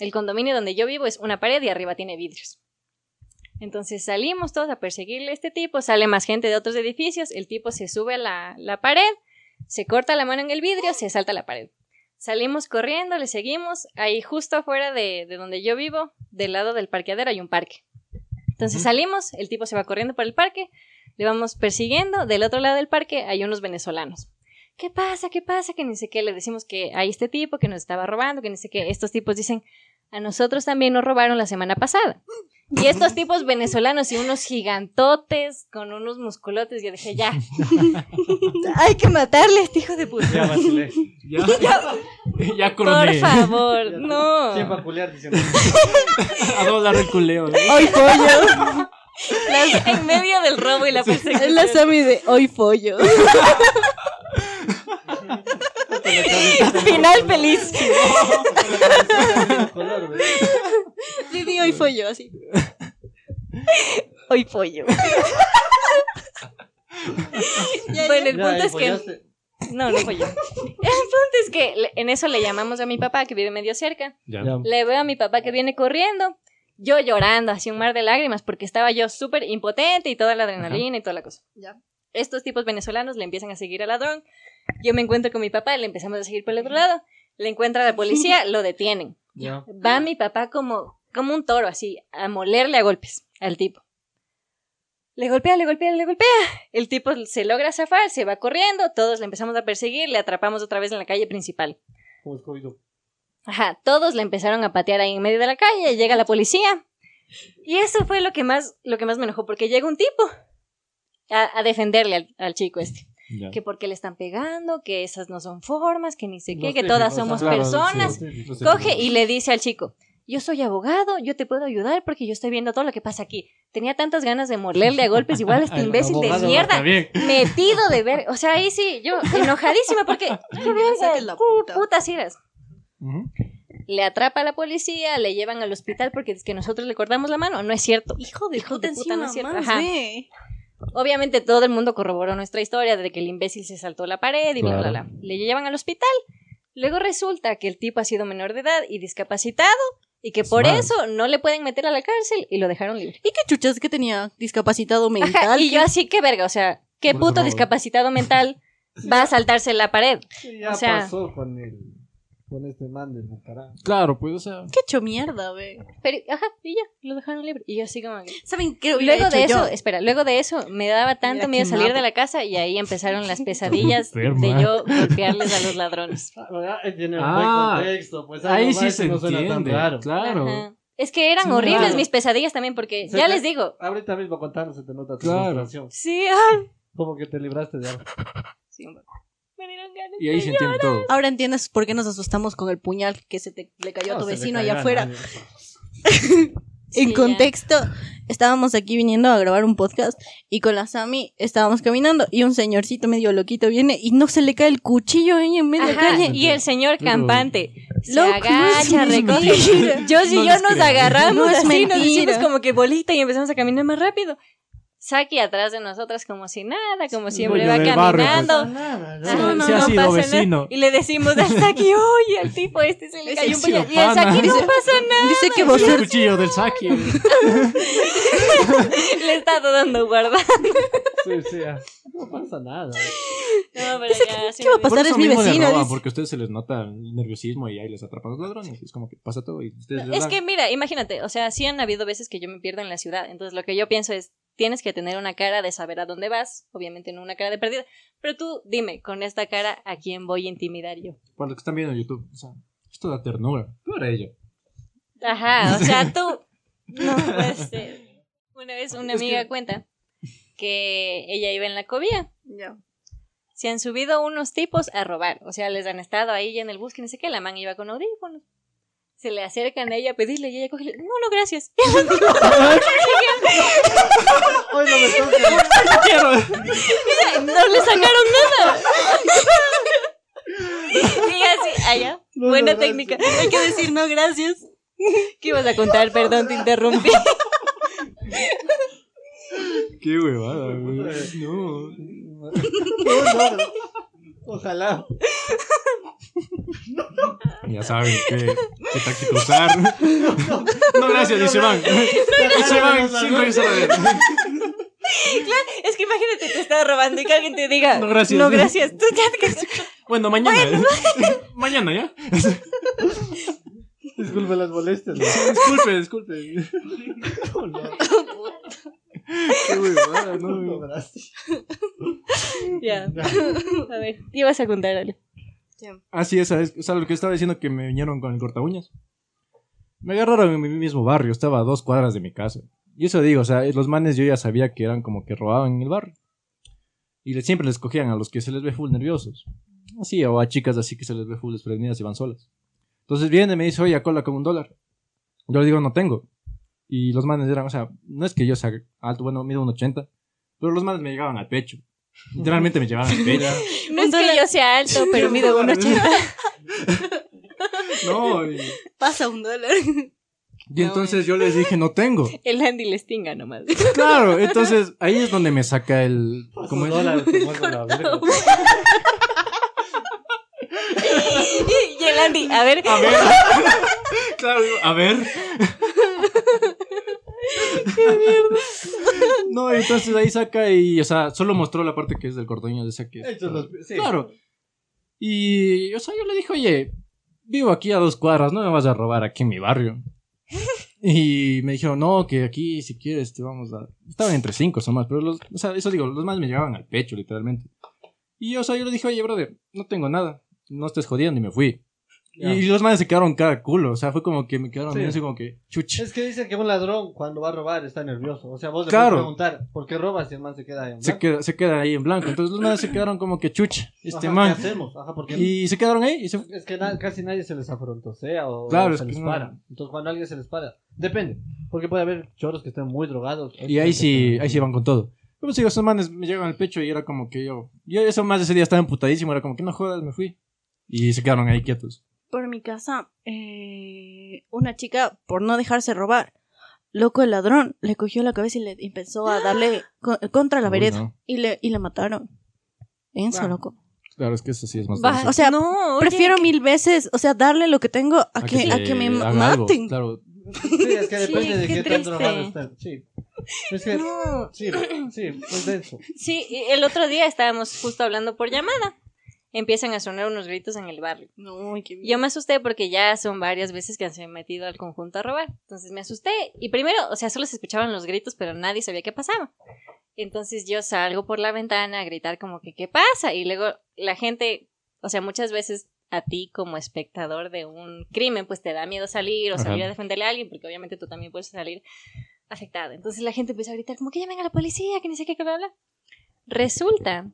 Speaker 1: el condominio donde yo vivo es una pared y arriba tiene vidrios. Entonces salimos todos a perseguirle a este tipo, sale más gente de otros edificios, el tipo se sube a la, la pared, se corta la mano en el vidrio, se salta la pared. Salimos corriendo, le seguimos. Ahí justo afuera de, de donde yo vivo, del lado del parqueadero, hay un parque. Entonces
Speaker 2: Ujú.
Speaker 1: salimos, el tipo se va corriendo por el parque, le vamos persiguiendo. Del otro lado del parque hay unos venezolanos. ¿Qué pasa? ¿Qué pasa? Que ni sé qué. Le decimos que hay este tipo que nos estaba robando, que ni sé qué. Estos tipos dicen, a nosotros también nos robaron la semana pasada. Y estos tipos venezolanos y unos gigantotes con unos musculotes, yo dije, ya, hay que matarle a este hijo de
Speaker 4: Ya
Speaker 1: puta.
Speaker 4: vacilé.
Speaker 1: [LAUGHS]
Speaker 2: Ya, [LAUGHS] ya
Speaker 1: Por
Speaker 2: coroné.
Speaker 1: favor, no.
Speaker 4: Siempre a culear diciendo.
Speaker 2: A dólar el culeo. ¿no?
Speaker 3: Hoy pollo.
Speaker 1: Las- en medio del robo y la persecución.
Speaker 3: Es la Sammy de hoy pollo.
Speaker 1: [LAUGHS] Final feliz.
Speaker 4: Color, güey.
Speaker 3: Sí, sí, hoy pollo, así. Hoy pollo. Ya,
Speaker 1: Bueno, el
Speaker 4: Ya,
Speaker 1: punto
Speaker 4: y
Speaker 1: es que...
Speaker 4: follaste.
Speaker 1: No, no fue yo. [LAUGHS] El punto es que le- en eso le llamamos a mi papá, que vive medio cerca.
Speaker 2: Ya.
Speaker 4: Ya.
Speaker 1: Le veo a mi papá que viene corriendo, yo llorando, así un mar de lágrimas, porque estaba yo súper impotente y toda la adrenalina y toda la cosa.
Speaker 3: Ya.
Speaker 1: Estos tipos venezolanos le empiezan a seguir al ladrón. Yo me encuentro con mi papá, le empezamos a seguir por el otro lado. Le encuentra la [LAUGHS] policía, lo detienen.
Speaker 4: Ya.
Speaker 1: Va mi papá como, como un toro, así, a molerle a golpes al tipo. Le golpea, le golpea, le golpea. El tipo se logra zafar, se va corriendo, todos le empezamos a perseguir, le atrapamos otra vez en la calle principal.
Speaker 4: Como Scooby-Doo.
Speaker 1: Ajá, todos le empezaron a patear ahí en medio de la calle, llega la policía. Y eso fue lo que más, lo que más me enojó, porque llega un tipo a, a defenderle al, al chico este.
Speaker 2: Ya.
Speaker 1: Que porque le están pegando, que esas no son formas, que ni sé qué,
Speaker 4: Los
Speaker 1: que todas
Speaker 4: típicos,
Speaker 1: somos
Speaker 4: ajá.
Speaker 2: Claro, sí,
Speaker 1: personas.
Speaker 2: sí, sí, sí.
Speaker 1: Coge y le dice al chico, yo soy abogado, yo te puedo ayudar porque yo estoy viendo todo lo que pasa aquí. Tenía tantas ganas de
Speaker 2: [LAUGHS]
Speaker 1: morderle a golpes igual a este
Speaker 2: Ay,
Speaker 1: imbécil de
Speaker 2: abogado,
Speaker 1: mierda,
Speaker 2: está bien.
Speaker 1: metido de ver. O sea, ahí sí, yo enojadísima
Speaker 2: [LAUGHS]
Speaker 1: porque... ¡Qué verga!
Speaker 3: Sáquenla,
Speaker 1: cu-
Speaker 3: puta.
Speaker 1: Putas iras.
Speaker 2: Ujú.
Speaker 1: Le atrapa a la policía, le llevan al hospital porque es que nosotros le cortamos la mano. No es cierto.
Speaker 3: Hijo de
Speaker 1: Hijo de
Speaker 3: puta,
Speaker 1: puta, no
Speaker 3: encima
Speaker 1: es cierto.
Speaker 3: más,
Speaker 1: Ajá.
Speaker 3: ve.
Speaker 1: Obviamente todo el mundo corroboró nuestra historia de que el imbécil se saltó la pared y bla, bla,
Speaker 2: Claro.
Speaker 1: bla. Le llevan al hospital. Luego resulta que el tipo ha sido menor de edad y discapacitado y que por
Speaker 2: Smart.
Speaker 1: eso no le pueden meter a la cárcel y lo dejaron libre.
Speaker 3: ¿Y qué chuchas que tenía discapacitado mental?
Speaker 1: Ajá, y yo así, qué verga, o sea, qué
Speaker 2: Por
Speaker 1: puto
Speaker 2: favor.
Speaker 1: discapacitado [LAUGHS] mental va a saltarse la pared.
Speaker 4: Sí, ya
Speaker 1: O sea-
Speaker 4: pasó con el. Con este man del Bucará.
Speaker 2: Claro, pues, o sea.
Speaker 3: Qué hecho mierda, ve.
Speaker 1: Pero, ajá, y ya, lo dejaron libre. Y yo así como... que-
Speaker 3: ¿Saben qué hubiera
Speaker 1: Luego
Speaker 3: hecho
Speaker 1: de eso, eh,
Speaker 3: yo?
Speaker 1: espera, luego de eso me daba tanto
Speaker 3: Hubiera
Speaker 1: miedo salir
Speaker 3: quemado.
Speaker 1: de la casa y ahí empezaron [LAUGHS] las pesadillas de
Speaker 2: Enferma.
Speaker 1: yo golpearles a los ladrones.
Speaker 4: Ah, ¿verdad? Eh, tiene un
Speaker 2: Ah,
Speaker 4: buen contexto, pues algo
Speaker 2: Ahí
Speaker 4: más
Speaker 2: sí
Speaker 4: que
Speaker 2: se
Speaker 4: no suena tan
Speaker 2: entiende.
Speaker 4: raro.
Speaker 2: Claro.
Speaker 1: Ajá. Es que eran
Speaker 2: Sí,
Speaker 1: horribles
Speaker 4: claro.
Speaker 1: mis pesadillas también, porque
Speaker 4: Se
Speaker 1: ya
Speaker 4: te-
Speaker 1: les digo.
Speaker 4: Ahorita mismo contanos se te nota tu
Speaker 2: Claro.
Speaker 4: frustración.
Speaker 1: Sí, ay,
Speaker 4: Como que te libraste de algo.
Speaker 1: sí, me dieron ganas.
Speaker 2: Y ahí se entiende todo.
Speaker 3: Ahora entiendes por qué nos asustamos con el puñal que se te, le cayó a tu
Speaker 4: No, se le
Speaker 3: vecino
Speaker 4: cayó
Speaker 3: allá
Speaker 4: a
Speaker 3: afuera.
Speaker 4: nadie.
Speaker 1: Sí,
Speaker 3: en
Speaker 1: ya.
Speaker 3: contexto, estábamos aquí viniendo a grabar un podcast y con la Sami estábamos caminando y un señorcito medio loquito viene y no se le cae el cuchillo ahí en medio de la
Speaker 1: Ajá,
Speaker 3: calle.
Speaker 1: y el señor
Speaker 2: Pero-
Speaker 1: campante se
Speaker 3: Loco, no es
Speaker 1: agacha,
Speaker 3: mentira.
Speaker 1: recoge. Ah, [LAUGHS] Yo y
Speaker 2: No
Speaker 1: yo
Speaker 2: les
Speaker 1: nos
Speaker 2: creo.
Speaker 1: agarramos
Speaker 3: No es
Speaker 1: así, nos hicimos
Speaker 3: mentira.
Speaker 1: como que bolita y empezamos a caminar más rápido. Saki atrás de nosotras como si nada, como siempre
Speaker 2: Oye,
Speaker 1: va
Speaker 2: del
Speaker 1: caminando.
Speaker 2: barrio,
Speaker 4: No, nada,
Speaker 1: Ah,
Speaker 2: No,
Speaker 4: nada.
Speaker 2: no, se ha sido
Speaker 1: pasa nada.
Speaker 2: vecino.
Speaker 1: Y le decimos al Saki, oye, al tipo este se le
Speaker 3: Ese
Speaker 1: cayó
Speaker 2: ha
Speaker 1: un
Speaker 2: sido
Speaker 1: puñal. Y el
Speaker 2: pana.
Speaker 1: Saki, no
Speaker 3: Dice-
Speaker 1: pasa nada.
Speaker 3: Dice que vos
Speaker 2: Es el cuchillo del Saki.
Speaker 1: [LAUGHS] Le está dando guarda.
Speaker 2: pues.
Speaker 4: Sí, sí, ah. No pasa nada.
Speaker 1: No, pero ya, sí
Speaker 3: ¿qué va a
Speaker 1: me-
Speaker 3: pasar? es mi vecino,
Speaker 2: roban,
Speaker 3: dice.
Speaker 2: porque a ustedes se les nota el nerviosismo y ahí les atrapan los ladrones. Es como que pasa todo y ustedes
Speaker 1: Es que mira, imagínate, o sea, sí han habido veces que yo me pierdo en la ciudad, entonces lo que yo pienso es, tienes que tener una cara de saber a dónde vas, obviamente no una cara de perdida, pero tú dime, con esta cara, ¿a quién voy a intimidar yo?
Speaker 2: Para los que están viendo en YouTube, o sea, esto da ternura. Para [LAUGHS] ella.
Speaker 1: Ajá, o
Speaker 2: [LAUGHS]
Speaker 1: sea, tú... No puede ser. Una vez una
Speaker 2: Es que-
Speaker 1: amiga cuenta que ella iba en la cobía.
Speaker 3: Ya.
Speaker 1: Se han subido unos tipos a robar, o sea, les han estado ahí ya en el bus, que no sé qué, la man iba con audífonos. Se le acercan a ella a pedirle y ella coge, y le- no, no, gracias.
Speaker 4: Hoy no me toca.
Speaker 1: no le sacaron nada. Y así, allá.
Speaker 4: No,
Speaker 1: Buena
Speaker 4: no, gracias.
Speaker 1: técnica. Hay que decir no, gracias.
Speaker 3: [LAUGHS]
Speaker 1: ¿Qué ibas a contar? Perdón, te [LAUGHS] interrumpí.
Speaker 2: Qué huevada, güey. No.
Speaker 4: No, no, no. Ojalá.
Speaker 2: Ya saben qué, qué táctica usar.
Speaker 3: [LAUGHS]
Speaker 2: No, gracias, y se van. Y se van sin revisar.
Speaker 1: Es que imagínate, te estaba robando y que alguien te diga
Speaker 2: No, gracias.
Speaker 1: No, gracias. Tú ya te-
Speaker 2: Bueno, mañana. [LAUGHS] Mañana,
Speaker 3: [LAUGHS]
Speaker 2: ¿ya?
Speaker 4: Disculpe las molestias. ¿no?
Speaker 2: Disculpe, disculpe. Qué huevada, no,
Speaker 4: No,
Speaker 2: güey.
Speaker 4: gracias.
Speaker 1: Ya. A ver, ¿qué ibas a contar, Ale?
Speaker 2: Ah, sí, esa es, o sea, lo que estaba diciendo que me vinieron con el cortaúñas. Me agarraron en mi mismo barrio, estaba a dos cuadras de mi casa. Y eso digo, o sea, los manes yo ya sabía que eran como que robaban en el barrio. Y le- siempre les cogían a los que se les ve full nerviosos. Así, o a chicas así que se les ve full desprevenidas y van solas. Entonces viene y me dice, oye, cola con un dólar. Yo le digo, no tengo. Y los manes eran, o sea, no es que yo sea alto, bueno, mido un 80. Pero los manes me llegaban al pecho. Literalmente me llevaban al pecho.
Speaker 1: No es que yo sea alto, pero mido
Speaker 2: dólar.
Speaker 1: 1,80.
Speaker 2: No, y,
Speaker 3: Pasa un dólar.
Speaker 2: y entonces yo les dije, no tengo. Pues
Speaker 1: El Andy les tinga nomás. [LAUGHS]
Speaker 2: Claro, entonces ahí es donde me saca el... ¿Cómo es?
Speaker 4: Dólar, famoso, la verga.
Speaker 1: y el Andy, a ver,
Speaker 2: A ver. [LAUGHS] Claro, digo, a ver. No, entonces ahí saca y, o sea, solo mostró la parte que es del cordoño de esa que.
Speaker 4: Hechos los- sí.
Speaker 2: Claro. Y, o sea, yo le dije, oye, vivo aquí a dos cuadras, no me vas a robar aquí en mi
Speaker 4: [LAUGHS]
Speaker 2: barrio. Y me dijeron, no, que aquí si quieres te vamos a... Estaban entre cinco o más, pero los, o sea, eso digo, los más me llegaban al pecho, literalmente. Y, o sea, yo le dije, oye, brother, no tengo nada, no estés jodiendo y me fui.
Speaker 4: Ya.
Speaker 2: Y los manes se quedaron cara culo, o sea, fue como que me quedaron
Speaker 4: Sí.
Speaker 2: viendo así como que, chuch.
Speaker 4: Es que dicen que un ladrón cuando va a robar está nervioso. O sea, vos le
Speaker 2: Claro.
Speaker 4: puedes preguntar por qué robas y el man se queda ahí.
Speaker 2: Se queda, se queda ahí en blanco. Entonces los manes se quedaron como que, chuch, este
Speaker 4: Ajá,
Speaker 2: man.
Speaker 4: ¿Qué hacemos? Ajá, porque
Speaker 2: Y se quedaron ahí y se
Speaker 4: es que na- casi nadie se les afrontó, sea o
Speaker 2: Claro,
Speaker 4: se
Speaker 2: es
Speaker 4: les
Speaker 2: que no.
Speaker 4: para. Entonces cuando alguien se les para, depende. Porque puede haber choros que estén muy drogados.
Speaker 2: Y ahí sí, ahí sí van con todo. Como si esos manes me llegan al pecho y era como que yo. Yo eso más de ese día estaba emputadísimo, era como que no jodas, me fui. Y se quedaron ahí quietos.
Speaker 3: Por mi casa, eh, una chica, por no dejarse robar, loco el ladrón, le cogió la cabeza y le y empezó
Speaker 1: [GASPS]
Speaker 3: a darle co- contra la
Speaker 2: Uy,
Speaker 3: vereda.
Speaker 2: no.
Speaker 3: Y le, y le mataron. Enzo,
Speaker 4: Ah.
Speaker 3: loco.
Speaker 2: Claro, es que eso sí es más
Speaker 1: Va,
Speaker 2: denso.
Speaker 3: O sea,
Speaker 1: no, oye,
Speaker 3: Prefiero mil veces, o sea, darle lo que tengo a, que,
Speaker 2: se
Speaker 3: a que me ma-
Speaker 2: haga algo,
Speaker 3: maten.
Speaker 2: Claro,
Speaker 4: Sí, es que
Speaker 1: Sí,
Speaker 4: depende de
Speaker 1: qué
Speaker 4: qué,
Speaker 1: triste.
Speaker 4: tan drogado estén. Sí. Es que,
Speaker 1: no.
Speaker 4: sí, sí, es denso.
Speaker 1: Sí, y el otro día estábamos justo hablando por llamada. Empiezan a sonar unos gritos en el barrio.
Speaker 3: No, qué
Speaker 1: Yo me asusté porque ya son varias veces que se han metido al conjunto a robar. Entonces me asusté. Y primero, o sea, solo se escuchaban los gritos, pero nadie sabía qué pasaba. Entonces yo salgo por la ventana a gritar como que, ¿qué pasa? Y luego la gente, o sea, muchas veces a ti como espectador de un crimen, pues te da miedo salir o
Speaker 2: Ajá.
Speaker 1: salir a defenderle a alguien, porque obviamente tú también puedes salir afectado. Entonces la gente empieza a gritar como que llamen a la policía, que ni sé qué, que bla, bla. Resulta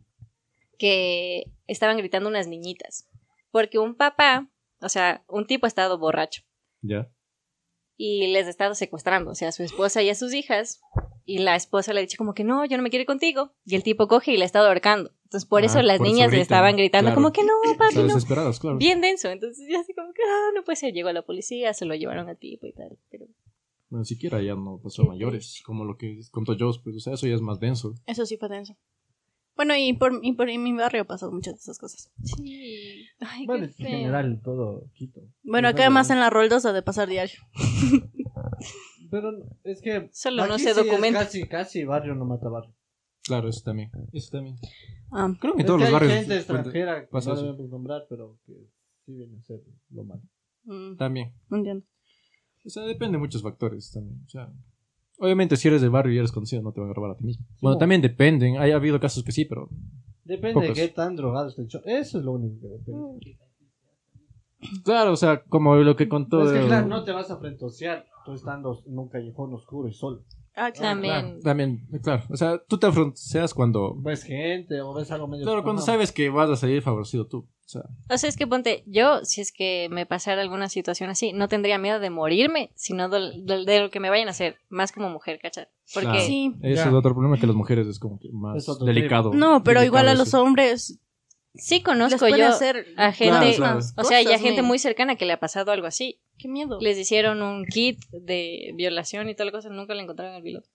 Speaker 1: que estaban gritando unas niñitas, porque un papá, o sea, un tipo ha estado borracho
Speaker 2: ya.
Speaker 1: y les ha estado secuestrando, o sea, a su esposa y a sus hijas, y la esposa le ha dicho como que no, yo no me quiero ir contigo, y el tipo coge y la ha estado ahorcando. Entonces por
Speaker 2: Ah,
Speaker 1: eso las
Speaker 2: por eso
Speaker 1: niñas le
Speaker 2: gritan,
Speaker 1: estaban gritando
Speaker 2: claro.
Speaker 1: como que no,
Speaker 2: O sea,
Speaker 1: papi, no.
Speaker 2: desesperados, claro.
Speaker 1: Bien denso, entonces ya así como que ah, no puede ser, llegó la policía, se lo llevaron al tipo y tal, pero
Speaker 2: Bueno, siquiera ya no pasó a mayores, como lo que contó Joss, pues, o sea, eso ya es más denso.
Speaker 3: Eso sí fue denso. Bueno, y por, y por en mi barrio pasó muchas de esas cosas.
Speaker 1: sí. Ay,
Speaker 4: Bueno,
Speaker 1: qué
Speaker 4: en
Speaker 1: feo.
Speaker 4: general, todo Quito.
Speaker 3: Bueno, acá
Speaker 4: Pero-
Speaker 3: más en la roldosa de pasar diario.
Speaker 4: Pero es que.
Speaker 1: Solo no
Speaker 4: aquí
Speaker 1: se
Speaker 4: sí es
Speaker 1: documenta.
Speaker 4: Casi, casi barrio no mata barrio.
Speaker 2: Claro, eso también. Eso también.
Speaker 3: Ah,
Speaker 2: Creo que en
Speaker 4: Es
Speaker 2: todos
Speaker 4: que
Speaker 2: los
Speaker 4: hay
Speaker 2: barrios.
Speaker 4: gente extranjera que
Speaker 2: pasa
Speaker 4: no
Speaker 2: eso.
Speaker 4: debemos nombrar, pero que sí viene a ser lo malo.
Speaker 3: mm,
Speaker 2: También.
Speaker 3: no entiendo.
Speaker 2: O sea, depende de muchos factores también. O sea, obviamente, si eres de barrio y eres conocido, no te van a robar a ti mismo. Bueno,
Speaker 4: no.
Speaker 2: también dependen. Ha habido casos que sí, pero
Speaker 4: Depende
Speaker 2: Pocos. Mm.
Speaker 4: de qué tan drogado esté el chorro. Eso es lo único que depende.
Speaker 2: Claro, o sea, como lo que contó.
Speaker 4: Es que, claro, no te vas a frentosear tú estando en un callejón oscuro y solo.
Speaker 3: Ah, claro.
Speaker 1: También.
Speaker 2: También, claro. O sea, tú te afronteas cuando.
Speaker 4: Ves gente o ves algo medio.
Speaker 2: Claro, cuando
Speaker 4: Ajá.
Speaker 2: sabes que vas a salir favorecido tú. O sea,
Speaker 1: O sea, es que ponte, yo, si es que me pasara alguna situación así, no tendría miedo de morirme, sino del- del- de, lo que me vayan a hacer, más como mujer, ¿cachai? Porque,
Speaker 2: Claro.
Speaker 3: Sí.
Speaker 2: ese
Speaker 4: Ya.
Speaker 2: es otro problema que las mujeres es como que más
Speaker 4: Es otro
Speaker 2: delicado.
Speaker 3: No, pero
Speaker 2: Delicado
Speaker 3: igual a los
Speaker 2: eso.
Speaker 3: hombres
Speaker 1: Sí
Speaker 3: les
Speaker 1: conozco
Speaker 3: pueden
Speaker 1: yo,
Speaker 3: hacer
Speaker 1: a gente-
Speaker 2: Claro,
Speaker 1: o sea, y a
Speaker 3: cosas,
Speaker 1: gente
Speaker 3: men.
Speaker 1: muy cercana que le ha pasado algo así.
Speaker 3: Qué miedo.
Speaker 1: Les hicieron un kit de violación y tal cosa, nunca le encontraron el piloto.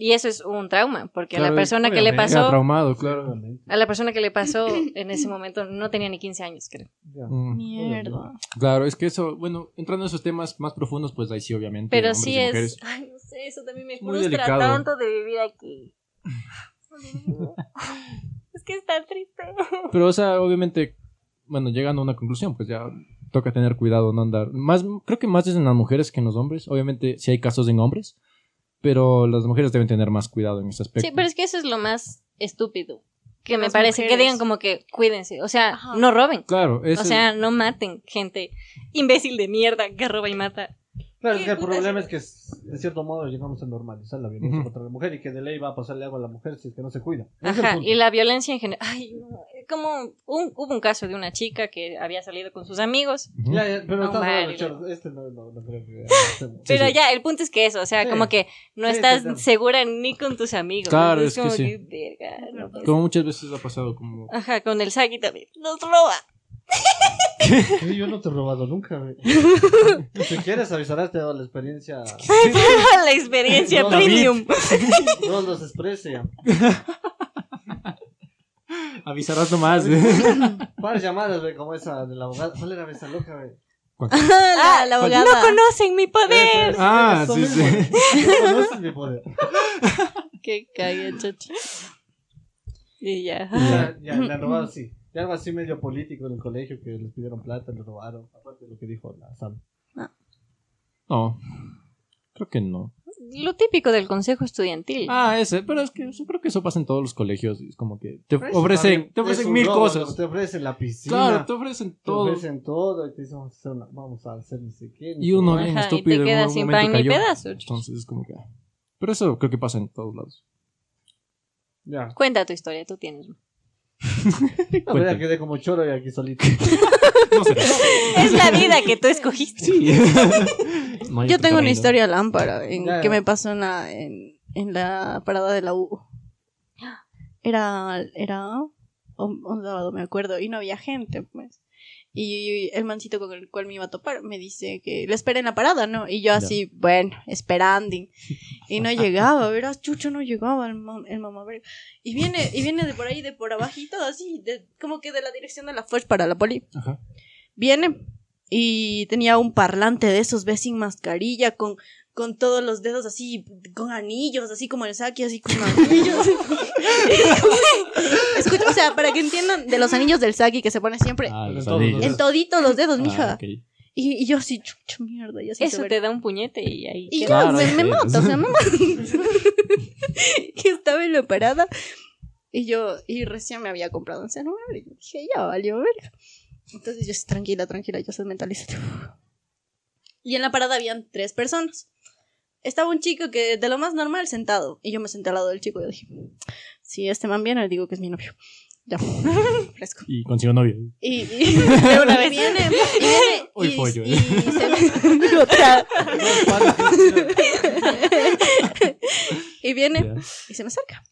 Speaker 1: Y eso es un trauma, porque a
Speaker 2: Claro,
Speaker 1: la persona que le
Speaker 4: obviamente.
Speaker 2: Queda
Speaker 1: pasó,
Speaker 2: traumado, claro.
Speaker 4: Claramente.
Speaker 1: a la persona que le pasó en ese momento no tenía ni 15 años, creo.
Speaker 4: Ya.
Speaker 2: Mm,
Speaker 3: Mierda.
Speaker 2: claro, es que eso, bueno, entrando en esos temas más profundos, pues ahí sí, obviamente.
Speaker 1: Pero
Speaker 2: hombres
Speaker 1: sí
Speaker 2: y mujeres.
Speaker 1: es, ay, no sé, eso también me
Speaker 2: Es muy
Speaker 1: frustra
Speaker 2: delicado.
Speaker 1: tanto de vivir
Speaker 3: [LAUGHS]
Speaker 1: aquí. es que está triste.
Speaker 2: Pero, o sea, obviamente, bueno, llegando a una conclusión, pues ya toca tener cuidado, no andar. Más, creo que más es en las mujeres que en los hombres. Obviamente, sí hay casos en hombres, pero las mujeres deben tener más cuidado en ese aspecto.
Speaker 1: Sí, pero es que eso es lo más estúpido. que me
Speaker 3: Las
Speaker 1: parece que
Speaker 3: mujeres.
Speaker 1: digan como que cuídense, o sea,
Speaker 3: Ajá.
Speaker 1: no roben.
Speaker 2: Claro, eso
Speaker 1: O sea, no maten gente imbécil de mierda que roba y mata.
Speaker 4: Claro, es
Speaker 3: ¿Qué
Speaker 4: que el
Speaker 3: putas?
Speaker 4: problema es que s- de cierto modo llegamos a normalizar la violencia
Speaker 2: Ujú.
Speaker 4: contra la mujer y que de ley va a pasarle algo a la mujer si es que no se cuida. Ese es el
Speaker 1: Ajá,
Speaker 4: punto.
Speaker 1: y la violencia en general. Ay, no, como un, hubo un caso de una chica que había salido con sus amigos.
Speaker 2: ujú.
Speaker 4: Ya, ya, pero
Speaker 1: No,
Speaker 4: estamos hablando de
Speaker 1: Mario.
Speaker 4: chorros. Este no, no, no creo que.
Speaker 1: [LAUGHS] Pero ya, el punto es que eso, o sea,
Speaker 4: Sí.
Speaker 1: como que no
Speaker 4: Sí,
Speaker 1: estás
Speaker 4: sí, sí.
Speaker 1: segura ni con tus amigos.
Speaker 2: Claro,
Speaker 1: ¿no?
Speaker 2: es que
Speaker 1: como
Speaker 2: sí.
Speaker 1: verga, no puede
Speaker 2: Como muchas veces ha pasado, como...
Speaker 1: ser. Ajá, con el Sagi también. Nos roba.
Speaker 4: Sí, yo no te he robado nunca. güey. [LAUGHS] si quieres avisarás, te he dado
Speaker 2: [LAUGHS]
Speaker 4: la experiencia.
Speaker 1: [LAUGHS] La experiencia
Speaker 4: No, David.
Speaker 1: premium.
Speaker 4: No los exprese.
Speaker 2: Avisarás nomás, [LAUGHS] ¿eh?
Speaker 4: Par llamadas, güey, como esa de la abogada. ¿Cuál era esa loca, güey?
Speaker 3: Ah, la, la
Speaker 1: Ah,
Speaker 3: abogada.
Speaker 1: no conocen mi poder.
Speaker 4: Eso,
Speaker 2: Ah,
Speaker 4: eso
Speaker 2: sí, [LAUGHS]
Speaker 4: mismo. No conoces mi poder.
Speaker 1: Qué cague, chachi. Y ya.
Speaker 4: Ya, ya, le han robado así. Ya algo así medio político en el colegio que les pidieron plata, les robaron. Aparte de lo que dijo la Sam.
Speaker 2: No, creo que no.
Speaker 1: Lo típico del consejo estudiantil.
Speaker 2: Ah, ese, pero es que yo creo que eso pasa en todos los colegios. Es como que te
Speaker 4: Pero eso
Speaker 2: ofrecen,
Speaker 4: también
Speaker 2: te
Speaker 4: es
Speaker 2: ofrecen
Speaker 4: un
Speaker 2: mil
Speaker 4: robo,
Speaker 2: cosas.
Speaker 4: Te ofrecen la piscina.
Speaker 2: Claro, te ofrecen
Speaker 4: Te
Speaker 2: todo.
Speaker 4: ofrecen todo y te dicen vamos a hacer, una- vamos a hacer ni sé qué. ni
Speaker 2: Y
Speaker 4: sé
Speaker 2: uno
Speaker 4: cuál.
Speaker 2: bien
Speaker 1: Ajá, y te
Speaker 2: estúpido. en
Speaker 1: quedas
Speaker 2: algún
Speaker 1: sin
Speaker 2: momento
Speaker 1: pan ni
Speaker 2: cayó.
Speaker 1: pedazo.
Speaker 2: Entonces es como que. ah. Pero eso creo que pasa en todos lados.
Speaker 4: Ya.
Speaker 1: Cuenta tu historia, tú tienes.
Speaker 2: [LAUGHS]
Speaker 4: La
Speaker 2: Cuéntame.
Speaker 4: verdad quedé como choro y
Speaker 2: [LAUGHS]
Speaker 4: aquí solito.
Speaker 2: No sé.
Speaker 1: [LAUGHS] Es la vida que tú [LAUGHS] escogiste.
Speaker 3: [LAUGHS]
Speaker 2: Sí. [LAUGHS] No hay
Speaker 3: Yo
Speaker 2: otro
Speaker 3: tengo una
Speaker 2: camino.
Speaker 3: historia lámpara en,
Speaker 4: Ya, ya.
Speaker 3: que me pasó en la, en, en la parada de la U. Era, era un, un sábado, me acuerdo, y no había gente, pues. Y el mancito con el cual me iba a topar me dice que le esperé en la parada, ¿no? Y yo así, bueno, esperando. Y no llegaba, verás, chucho, no llegaba el, mam- el mamá verga. Y viene, y viene de por ahí, de por abajito, así, de- como que de la dirección de la Fuerza para la Poli.
Speaker 2: Ajá.
Speaker 3: Viene y tenía un parlante de esos, ve sin mascarilla, con, con todos los dedos así, con anillos, así como el Saki, así con [LAUGHS] anillos. Escucha, o sea, para que entiendan, de los anillos del Saki que se pone siempre
Speaker 2: Ah, los
Speaker 4: En todos los
Speaker 2: anillos.
Speaker 3: en toditos los dedos,
Speaker 2: Ah,
Speaker 3: mija.
Speaker 2: ok.
Speaker 3: Y, y yo así, chucho, mierda, y así
Speaker 1: Eso te da un puñete y ahí.
Speaker 3: y
Speaker 1: [LAUGHS]
Speaker 3: yo
Speaker 1: queda.
Speaker 2: Claro,
Speaker 3: me, me
Speaker 2: sí.
Speaker 3: mato, o sea, me [LAUGHS] mato. y estaba en la parada. Y yo, y recién me había comprado un celular. Y yo dije, ya valió verga. Entonces yo, tranquila, tranquila, yo soy mentalízate. Y en la parada habían tres personas. Estaba un chico que de lo más normal sentado. Y yo me senté al lado del chico y yo dije, si este man viene, le digo que es mi novio. [LAUGHS] Ya, fresco.
Speaker 2: Y consiguió novio.
Speaker 3: Y, y- de una vez viene, y viene,
Speaker 2: Hoy
Speaker 3: y-
Speaker 2: pollo, ¿eh?
Speaker 3: y
Speaker 2: [LAUGHS]
Speaker 3: se- [LAUGHS] otra.
Speaker 4: Dos palos, tres
Speaker 3: y viene
Speaker 2: Ya.
Speaker 3: y se me acerca.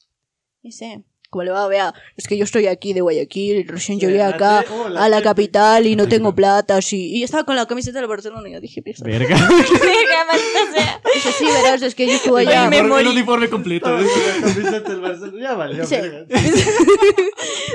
Speaker 3: Y Dice, como le va, vea, es que yo estoy aquí de Guayaquil, recién
Speaker 4: tiros.
Speaker 3: llegué
Speaker 4: La
Speaker 3: acá
Speaker 4: te- oh,
Speaker 3: a la
Speaker 4: te-
Speaker 3: capital y no
Speaker 2: Ahí
Speaker 3: tengo
Speaker 2: está.
Speaker 3: plata, sí. Y estaba con la camiseta del Barcelona y yo dije, piensa.
Speaker 2: Verga.
Speaker 3: [LAUGHS]
Speaker 1: [LAUGHS] Verga, maldita sea.
Speaker 3: Dice, sí, verás, es que yo estuve
Speaker 2: El
Speaker 3: allá.
Speaker 1: me
Speaker 2: uniforme- el
Speaker 1: morí.
Speaker 2: uniforme completo.
Speaker 4: Estaba con la camiseta del Barcelona. Ya valió,
Speaker 3: Sí.
Speaker 4: verga.
Speaker 3: [LAUGHS]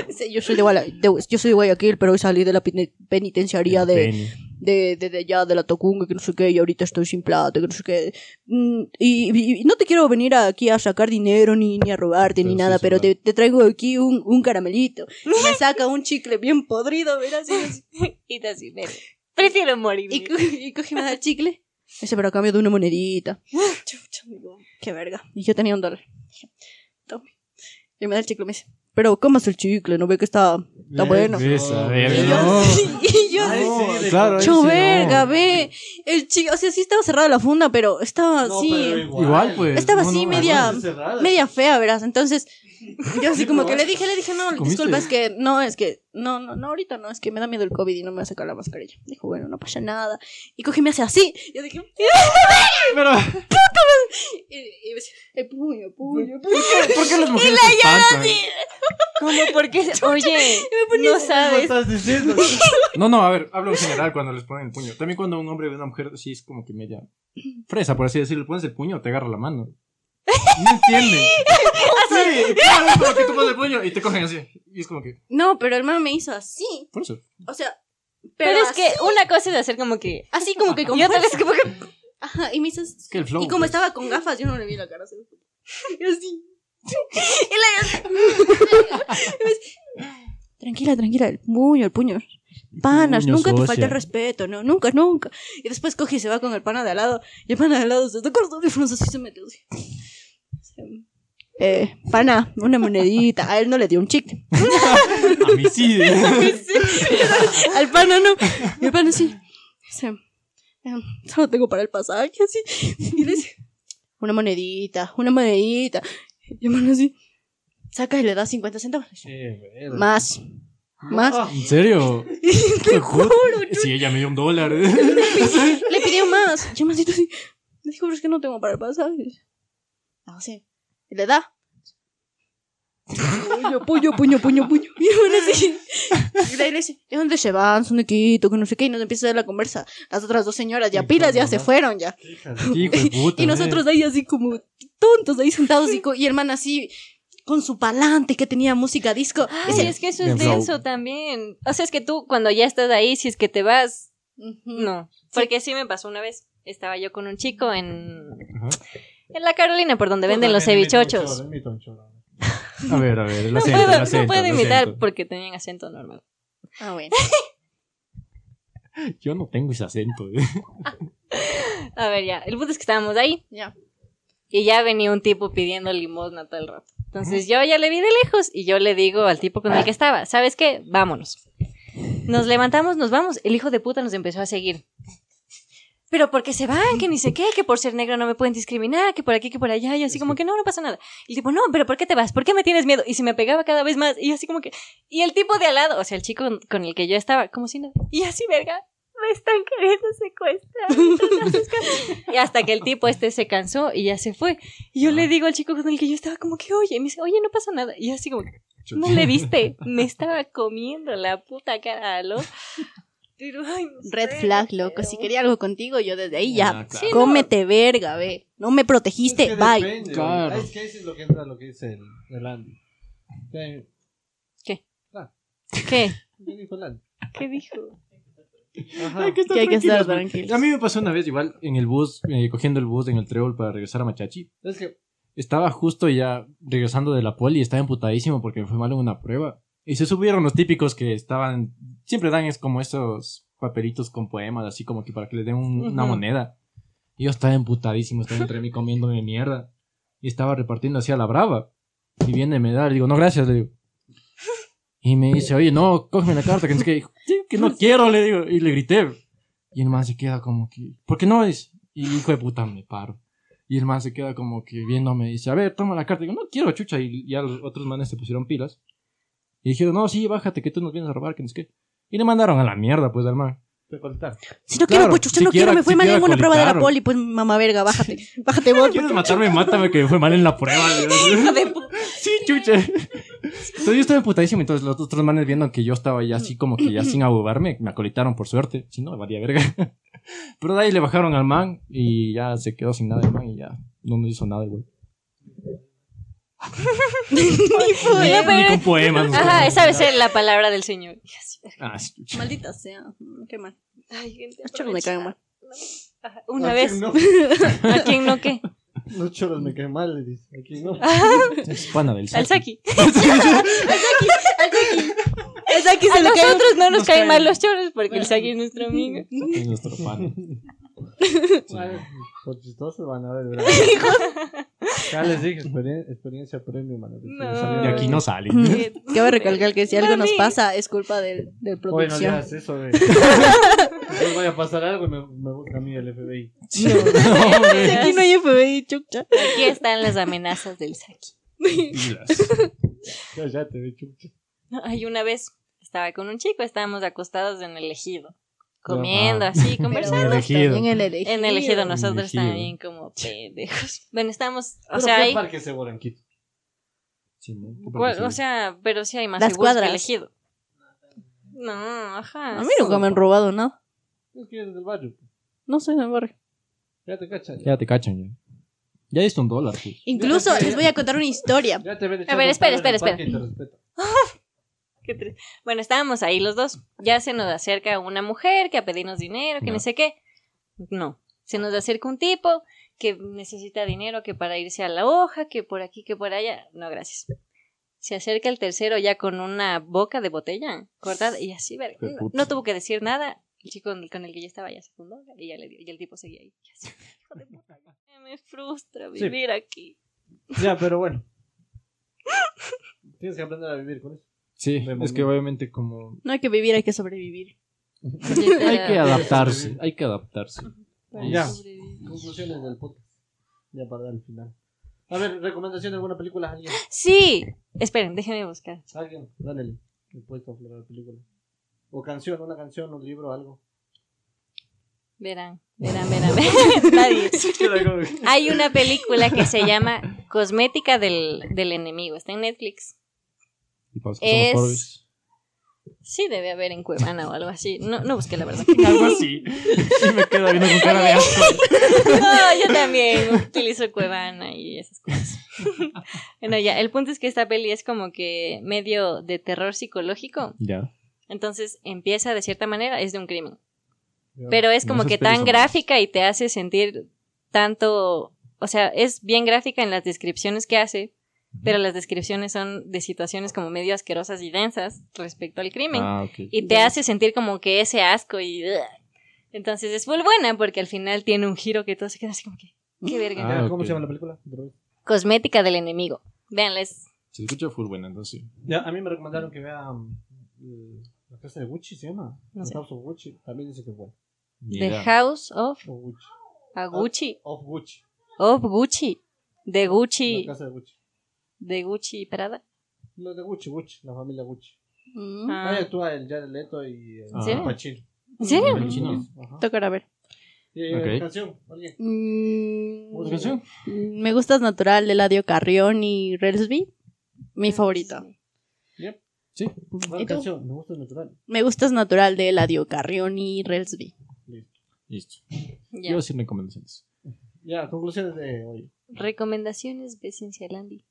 Speaker 3: Dice, yo soy de, Guala- de- yo soy de Guayaquil, pero hoy salí de la pene- penitenciaría de,
Speaker 2: Penny.
Speaker 3: de, de, de allá, de la Tocunga, que no sé qué, y ahorita estoy sin plata, que no sé qué. Mm, Y, y- y no te quiero venir aquí a sacar dinero, ni, ni a robarte, ni
Speaker 2: Pero sí,
Speaker 3: nada,
Speaker 2: sí,
Speaker 3: pero
Speaker 2: no.
Speaker 3: te, te traigo aquí un, un [LAUGHS] caramelito. Y me saca un chicle bien podrido, verás. Y, yo así-
Speaker 1: Y te así, verga. Prefiero morir.
Speaker 3: y, co- [LAUGHS] y coge más chicle. Me dice, pero a cambio de una monedita. [LAUGHS] Chucha, digo, qué verga. Y yo tenía un dólar. Dije, Tome. Y me da el chicle y me dice, pero comas el chicle, no ve que está, está bueno.
Speaker 2: Esa, verga,
Speaker 3: Y yo, [LAUGHS]
Speaker 2: no.
Speaker 3: y yo
Speaker 4: Ay,
Speaker 2: No,
Speaker 4: sí, de-
Speaker 2: claro, ahí sí,
Speaker 3: Chu,
Speaker 2: no.
Speaker 3: verga, ve. El chico, o sea, sí estaba cerrada la funda, pero estaba
Speaker 4: No,
Speaker 3: así,
Speaker 4: pero
Speaker 2: Igual, pues.
Speaker 3: Estaba así,
Speaker 4: Igual
Speaker 3: media-
Speaker 4: está cerrada.
Speaker 3: media fea, verás. Entonces, yo así
Speaker 4: Sí,
Speaker 3: como que
Speaker 4: probaste.
Speaker 3: le dije, le dije, no,
Speaker 2: ¿Comiste?
Speaker 3: disculpa, es que no, es que, no, no, no, ahorita no, es que me da miedo el COVID y no me va a sacar la mascarilla. Dijo, bueno, no pasa nada. Y cogí y me hace así. Yo dije,
Speaker 2: Pero,
Speaker 3: y, y me decía, eh, puño, puño, puño.
Speaker 2: ¿por qué, por qué las mujeres se espantan?
Speaker 1: ¿Cómo? [LAUGHS] Porque, oye, no
Speaker 4: ¿Cómo
Speaker 1: sabes.
Speaker 3: [LAUGHS]
Speaker 4: estás diciendo?
Speaker 2: No, no, a ver, hablo en general cuando les ponen el puño. También cuando un hombre ve a una mujer así es como que media fresa, por así decirlo. Le pones el puño, te agarra la
Speaker 3: [LAUGHS]
Speaker 2: mano. No entienden. Sí, claro, es como que tú pones el puño y te cogen así. Y es como que,
Speaker 3: No, pero el man me hizo así.
Speaker 2: por eso.
Speaker 3: O sea, pero,
Speaker 1: Pero, es
Speaker 3: así,
Speaker 1: que una cosa es hacer como que.
Speaker 3: así como que con
Speaker 1: Y otra
Speaker 3: fuerza.
Speaker 1: es como que.
Speaker 3: Ajá, y me hizo así.
Speaker 2: Es que el flow.
Speaker 3: y como
Speaker 2: pues.
Speaker 3: estaba con gafas, yo no le vi la cara. así. [LAUGHS] Y así. Y la- [LAUGHS] Tranquila, tranquila, el puño, el puño. Panas,
Speaker 2: Puño,
Speaker 3: nunca te falta
Speaker 2: socia.
Speaker 3: el respeto, no, nunca, nunca. Y después coge y se va con el pana de al lado. Y el pana de al lado se está con los audífonos así se mete. así. Se- eh, pana, una monedita. A él no le dio un chicle.
Speaker 2: A mí [LAUGHS] sí.
Speaker 3: Al pana no. Y el pana sí. Dice, em, solo tengo para el pasaje, así. Y le dice, una monedita, una monedita. Y el pana así, saca y le da 50 centavos. Más, más.
Speaker 4: Ah,
Speaker 2: ¿En serio? Te juro. Si ella me dio un dólar.
Speaker 3: Le pidió más. Y el mancito así, le dijo, pero es que no tengo para el pasaje. Ah, sí. Y le da. Puño, puño, puño, puño, puño. Y el man así. Y de ahí le dice, ¿de dónde se van? Son de Quito, que no sé qué. Y nos empieza a dar la conversa. Las otras dos señoras ya pilas, ya se fueron ya.
Speaker 2: Hijo de puta. ¿eh?
Speaker 3: Y nosotros ahí así como tontos, ahí sentados. Y, co- y el man así, con su palante que tenía música disco.
Speaker 1: Ay,
Speaker 3: Dice,
Speaker 1: es que eso es
Speaker 2: Bien flow.
Speaker 1: denso también. O sea, es que tú cuando ya estás ahí, si es que te vas,
Speaker 3: "Ujú".
Speaker 1: no. Porque sí me pasó una vez. Estaba yo con un chico en,
Speaker 2: Ajá.
Speaker 1: en la Carolina, por donde venden los cevichochos.
Speaker 2: A ver, a ver, el
Speaker 1: No
Speaker 2: acento,
Speaker 1: puedo,
Speaker 2: el acento,
Speaker 1: no puedo
Speaker 2: el
Speaker 1: imitar
Speaker 2: acento.
Speaker 1: porque tenían acento normal.
Speaker 3: Ah, bueno.
Speaker 2: Yo no tengo ese acento. ¿eh?
Speaker 1: A ver, ya. El punto es que estábamos ahí
Speaker 3: Ya.
Speaker 1: y ya venía un tipo pidiendo limosna todo el rato. Entonces yo ya le vi de lejos y yo le digo al tipo con el que estaba, ¿sabes qué? Vámonos. Nos levantamos, nos vamos. El hijo de puta nos empezó a seguir. Pero porque se van, que ni sé qué, que por ser negro no me pueden discriminar, que por aquí, que por allá, y así como que no, no pasa nada. Y el tipo, no, pero ¿por qué te vas? ¿Por qué me tienes miedo? Y se me pegaba cada vez más, y yo así como que... Y el tipo de al lado, o sea, el chico con el que yo estaba, como si nada. Y así, verga, me están queriendo secuestrar. me están secuestrando. [LAUGHS] y hasta que el tipo este se cansó y ya se fue. Y yo le digo al chico con el que yo estaba como que, oye, y me dice, oye, no pasa nada. Y yo así como, no le viste, me estaba comiendo la puta cara a lo. Pero, ay, no sé,
Speaker 3: Red flag,
Speaker 1: no
Speaker 3: loco.
Speaker 1: sé.
Speaker 3: Si quería algo contigo, yo desde ahí
Speaker 2: Ah,
Speaker 3: ya.
Speaker 2: claro.
Speaker 1: Sí, no.
Speaker 3: Cómete verga, ve. No me protegiste,
Speaker 2: Claro.
Speaker 3: bye.
Speaker 4: Claro. Es que eso es lo que entra lo que dice el, el Andy.
Speaker 1: ¿Qué?
Speaker 4: ¿Qué? ¿Qué dijo el Andy?
Speaker 1: ¿Qué [LAUGHS] dijo?
Speaker 4: Ajá.
Speaker 3: Que hay que estar
Speaker 2: A
Speaker 3: tranquilos.
Speaker 2: mí me pasó una vez igual en el bus, eh, cogiendo el bus en el trébol para regresar a Machachi.
Speaker 4: Es que
Speaker 2: Estaba justo ya regresando de la poli y estaba emputadísimo porque me fue mal en una prueba. Y se subieron los típicos que estaban, siempre dan es como esos papelitos con poemas, así como que para que le den un- una
Speaker 1: Ujú.
Speaker 2: moneda. Y yo estaba emputadísimo, estaba entre mí comiéndome mierda. Y estaba repartiendo así a la brava. Y viene me da, le digo, no gracias, le digo. Y me dice, oye, no, cógeme la carta, que no sé qué. Dijo, "Sí, que no quiero, le digo. Y le grité. Y el man se queda como que, ¿por qué no? Dice, y hijo de puta, me paro. Y el man se queda como que viéndome y dice, a ver, toma la carta. Y digo, no quiero, chucha. Y ya los otros manes se pusieron pilas. Y dijeron, no, sí, bájate, que tú nos vienes a robar, que no sé qué. Y le mandaron a la mierda, pues, al man.
Speaker 4: te contar.
Speaker 3: Si no
Speaker 2: Claro,
Speaker 3: quiero, pucho, si
Speaker 2: si
Speaker 3: no quiero,
Speaker 2: quiera-
Speaker 3: me fue
Speaker 2: si
Speaker 3: mal en
Speaker 2: quiera
Speaker 3: una prueba de la
Speaker 2: colicaron.
Speaker 3: poli, pues mamá verga, bájate. [LAUGHS] Bájate vos.
Speaker 2: ¿Quieres matarme? Mátame, que me fue mal en
Speaker 1: [LAUGHS]
Speaker 2: la prueba. le digo. sí, chucha. Entonces yo estaba emputadísimo. Entonces los otros manes viendo que yo estaba ya así como que ya sin abobarme, me acolitaron por suerte. Si no, valía verga. [LAUGHS] Pero de ahí le bajaron al man y ya se quedó sin nada el man y ya no nos hizo nada igual. Ni,
Speaker 1: Oye,
Speaker 2: ni
Speaker 1: pero-
Speaker 2: con poemas. nos
Speaker 1: Ajá,
Speaker 2: quedamos.
Speaker 1: esa vez es la palabra del señor. Y así,
Speaker 2: Ah, sí, chucha.
Speaker 3: Maldita sea. Mm, Qué mal.
Speaker 1: Ay, gente,
Speaker 3: Los choros me caen mal.
Speaker 1: Ajá, Una
Speaker 4: ¿A
Speaker 1: vez.
Speaker 4: quién
Speaker 3: [LAUGHS]
Speaker 4: No,
Speaker 1: ¿A quién no
Speaker 4: [LAUGHS]
Speaker 1: qué?
Speaker 4: los choros me caen mal, le dice. Aquí no.
Speaker 2: Es pana del
Speaker 1: Al
Speaker 2: Saki.
Speaker 1: Saki.
Speaker 3: Es aquí
Speaker 1: A
Speaker 3: se le cae.
Speaker 1: nosotros no nos
Speaker 2: nos
Speaker 1: caen
Speaker 2: caen.
Speaker 1: mal los choros porque el Saki es nuestro amigo.
Speaker 2: Saki Es nuestro pana. Sí.
Speaker 4: Por chistosos van a ver,
Speaker 1: [LAUGHS]
Speaker 4: ¿verdad? Ya les dije, experien- experiencia premium, mano.
Speaker 1: No.
Speaker 2: De aquí no sale.
Speaker 3: Cabe recalcar que si algo nos
Speaker 1: Mami.
Speaker 3: pasa es culpa del, del
Speaker 4: Bueno,
Speaker 3: producción.
Speaker 4: ya es eso,
Speaker 1: [LAUGHS]
Speaker 4: güey. Yo voy a pasar algo y me, me busca a mí el FBI.
Speaker 2: No,
Speaker 3: Si
Speaker 2: hombre.
Speaker 3: aquí no hay FBI, chucha.
Speaker 1: Aquí están las amenazas del Saki.
Speaker 2: Pilas.
Speaker 4: Ya, ya te ve chucha.
Speaker 1: No, Hay una vez, estaba con un chico, estábamos acostados en el ejido, comiendo así, conversando.
Speaker 2: elegido.
Speaker 3: También el elegido.
Speaker 1: En el ejido
Speaker 2: En el
Speaker 1: nosotros
Speaker 2: ejido.
Speaker 1: también como pendejos. Bueno, estamos, o
Speaker 4: Pero
Speaker 1: sea,
Speaker 4: ¿qué
Speaker 1: hay,
Speaker 4: parque se borra en Quito?
Speaker 2: Sí, ¿no?
Speaker 1: cual- o sea, pero sí hay más
Speaker 3: Las
Speaker 1: seguros que el
Speaker 3: cuadras.
Speaker 1: ejido. No, ajá.
Speaker 3: A mí nunca me han robado nada.
Speaker 4: Es que eres del barrio. pues.
Speaker 3: No soy del barrio.
Speaker 4: Ya te cachan. Ya,
Speaker 2: Ya te cachan ya. Ya diste un dólar, pues.
Speaker 3: Incluso les voy a contar una historia.
Speaker 4: ya te ven
Speaker 1: A ver,
Speaker 4: echando
Speaker 1: espera,
Speaker 4: pedo en el
Speaker 1: espera,
Speaker 4: parque y te respetan.
Speaker 1: Qué triste. Bueno, estábamos ahí los dos. Ya se nos acerca una mujer que a pedirnos dinero, que
Speaker 2: Ya.
Speaker 1: no sé qué. No. Se nos acerca un tipo que necesita dinero, que para irse a la hoja, que por aquí, que por allá. No, gracias. Se acerca el tercero ya con una boca de botella cortada y así, verga.
Speaker 2: Qué
Speaker 1: No,
Speaker 2: puto.
Speaker 1: no tuvo que decir nada. El chico con el, con el que yo estaba ya se fundó y ya le dio. Y el tipo [LAUGHS] seguía ahí. Y así, hijo de puta, Me frustra vivir aquí.
Speaker 4: Ya, pero bueno. Tienes que aprender a vivir con eso.
Speaker 2: Sí,
Speaker 4: Me
Speaker 2: es que
Speaker 4: mando.
Speaker 2: obviamente como...
Speaker 3: No hay que vivir, hay que sobrevivir.
Speaker 2: Hay que
Speaker 1: Literal.
Speaker 2: adaptarse, hay que adaptarse.
Speaker 1: Pues,
Speaker 4: Ya. Conclusiones del podcast. Ya para dar el final. A ver, recomendación de alguna película. Alguien,
Speaker 1: Sí, esperen, déjenme buscar.
Speaker 4: alguien, dale el puesto de la película. O canción, una canción, un libro, [LAUGHS] algo.
Speaker 1: Verán, verán, verán. [LAUGHS] verán. Nadie. Hay una película que se llama Cosmética del, del enemigo. Está en Netflix.
Speaker 2: Y para los que somos
Speaker 1: Es-
Speaker 2: pobres.
Speaker 1: Sí, debe haber en Cuevana o algo así. No, no busqué la verdad.
Speaker 2: [LAUGHS] Algo así. Y me quedo viendo con cara de asco.
Speaker 1: [LAUGHS] No, yo también utilizo Cuevana y esas cosas. [LAUGHS] Bueno, ya, el punto es que esta peli es como que medio de terror psicológico.
Speaker 2: Ya.
Speaker 1: Entonces empieza de cierta manera, es de un crimen.
Speaker 4: Ya.
Speaker 1: Pero es
Speaker 2: No,
Speaker 1: como
Speaker 2: esas
Speaker 1: que
Speaker 2: pelis
Speaker 1: tan
Speaker 2: son
Speaker 1: gráfica y te hace sentir tanto, o sea, es bien gráfica en las descripciones que hace, pero las descripciones son de situaciones como medio asquerosas y densas respecto al crimen.
Speaker 2: Ah, ok.
Speaker 1: Y te hace sentir como que ese asco y... ugh. Entonces es muy buena porque al final tiene un giro que todos se quedan así como que... ¡Qué verga!
Speaker 2: Ah, ok.
Speaker 4: ¿Cómo se llama la película? Otra vez.
Speaker 1: Cosmética del enemigo. Veanla, es...
Speaker 2: Se escucha full buena, entonces. sí.
Speaker 4: Ya, a mí me recomendaron que vea mm, La Casa de Gucci, ¿se llama?
Speaker 1: No
Speaker 4: The
Speaker 1: sé.
Speaker 4: House of Gucci. También dice que es bueno.
Speaker 1: The
Speaker 2: Mira.
Speaker 1: House of
Speaker 4: O Gucci.
Speaker 1: a Gucci.
Speaker 4: Of Gucci.
Speaker 1: Of Gucci. De Gucci.
Speaker 4: La Casa de Gucci.
Speaker 1: De Gucci Prada.
Speaker 4: Lo de Gucci, Gucci. La familia Gucci.
Speaker 3: Mm.
Speaker 1: Ah.
Speaker 4: Ahí actúa el Jared Leto y el
Speaker 2: ¿En serio?
Speaker 4: Pacino.
Speaker 1: ¿En serio?
Speaker 2: El chino.
Speaker 4: Ajá.
Speaker 3: Tocará Mm, ver.
Speaker 4: Eh,
Speaker 2: Ok.
Speaker 4: Canción, alguien.
Speaker 3: Mm,
Speaker 4: ¿Música?
Speaker 2: ¿Canción?
Speaker 3: mm, me gustas natural, Eladio Carrión y Relsby. Mi favorito.
Speaker 2: Sí.
Speaker 4: Bueno,
Speaker 3: ¿Y tú?
Speaker 4: canción, me gusta el natural.
Speaker 3: Me gustas natural de Eladio Carrión y Relsby.
Speaker 2: Listo.
Speaker 1: Ya.
Speaker 2: Yo sin recomendaciones.
Speaker 4: Ya, conclusiones de hoy.
Speaker 1: Recomendaciones, Becencia Landy.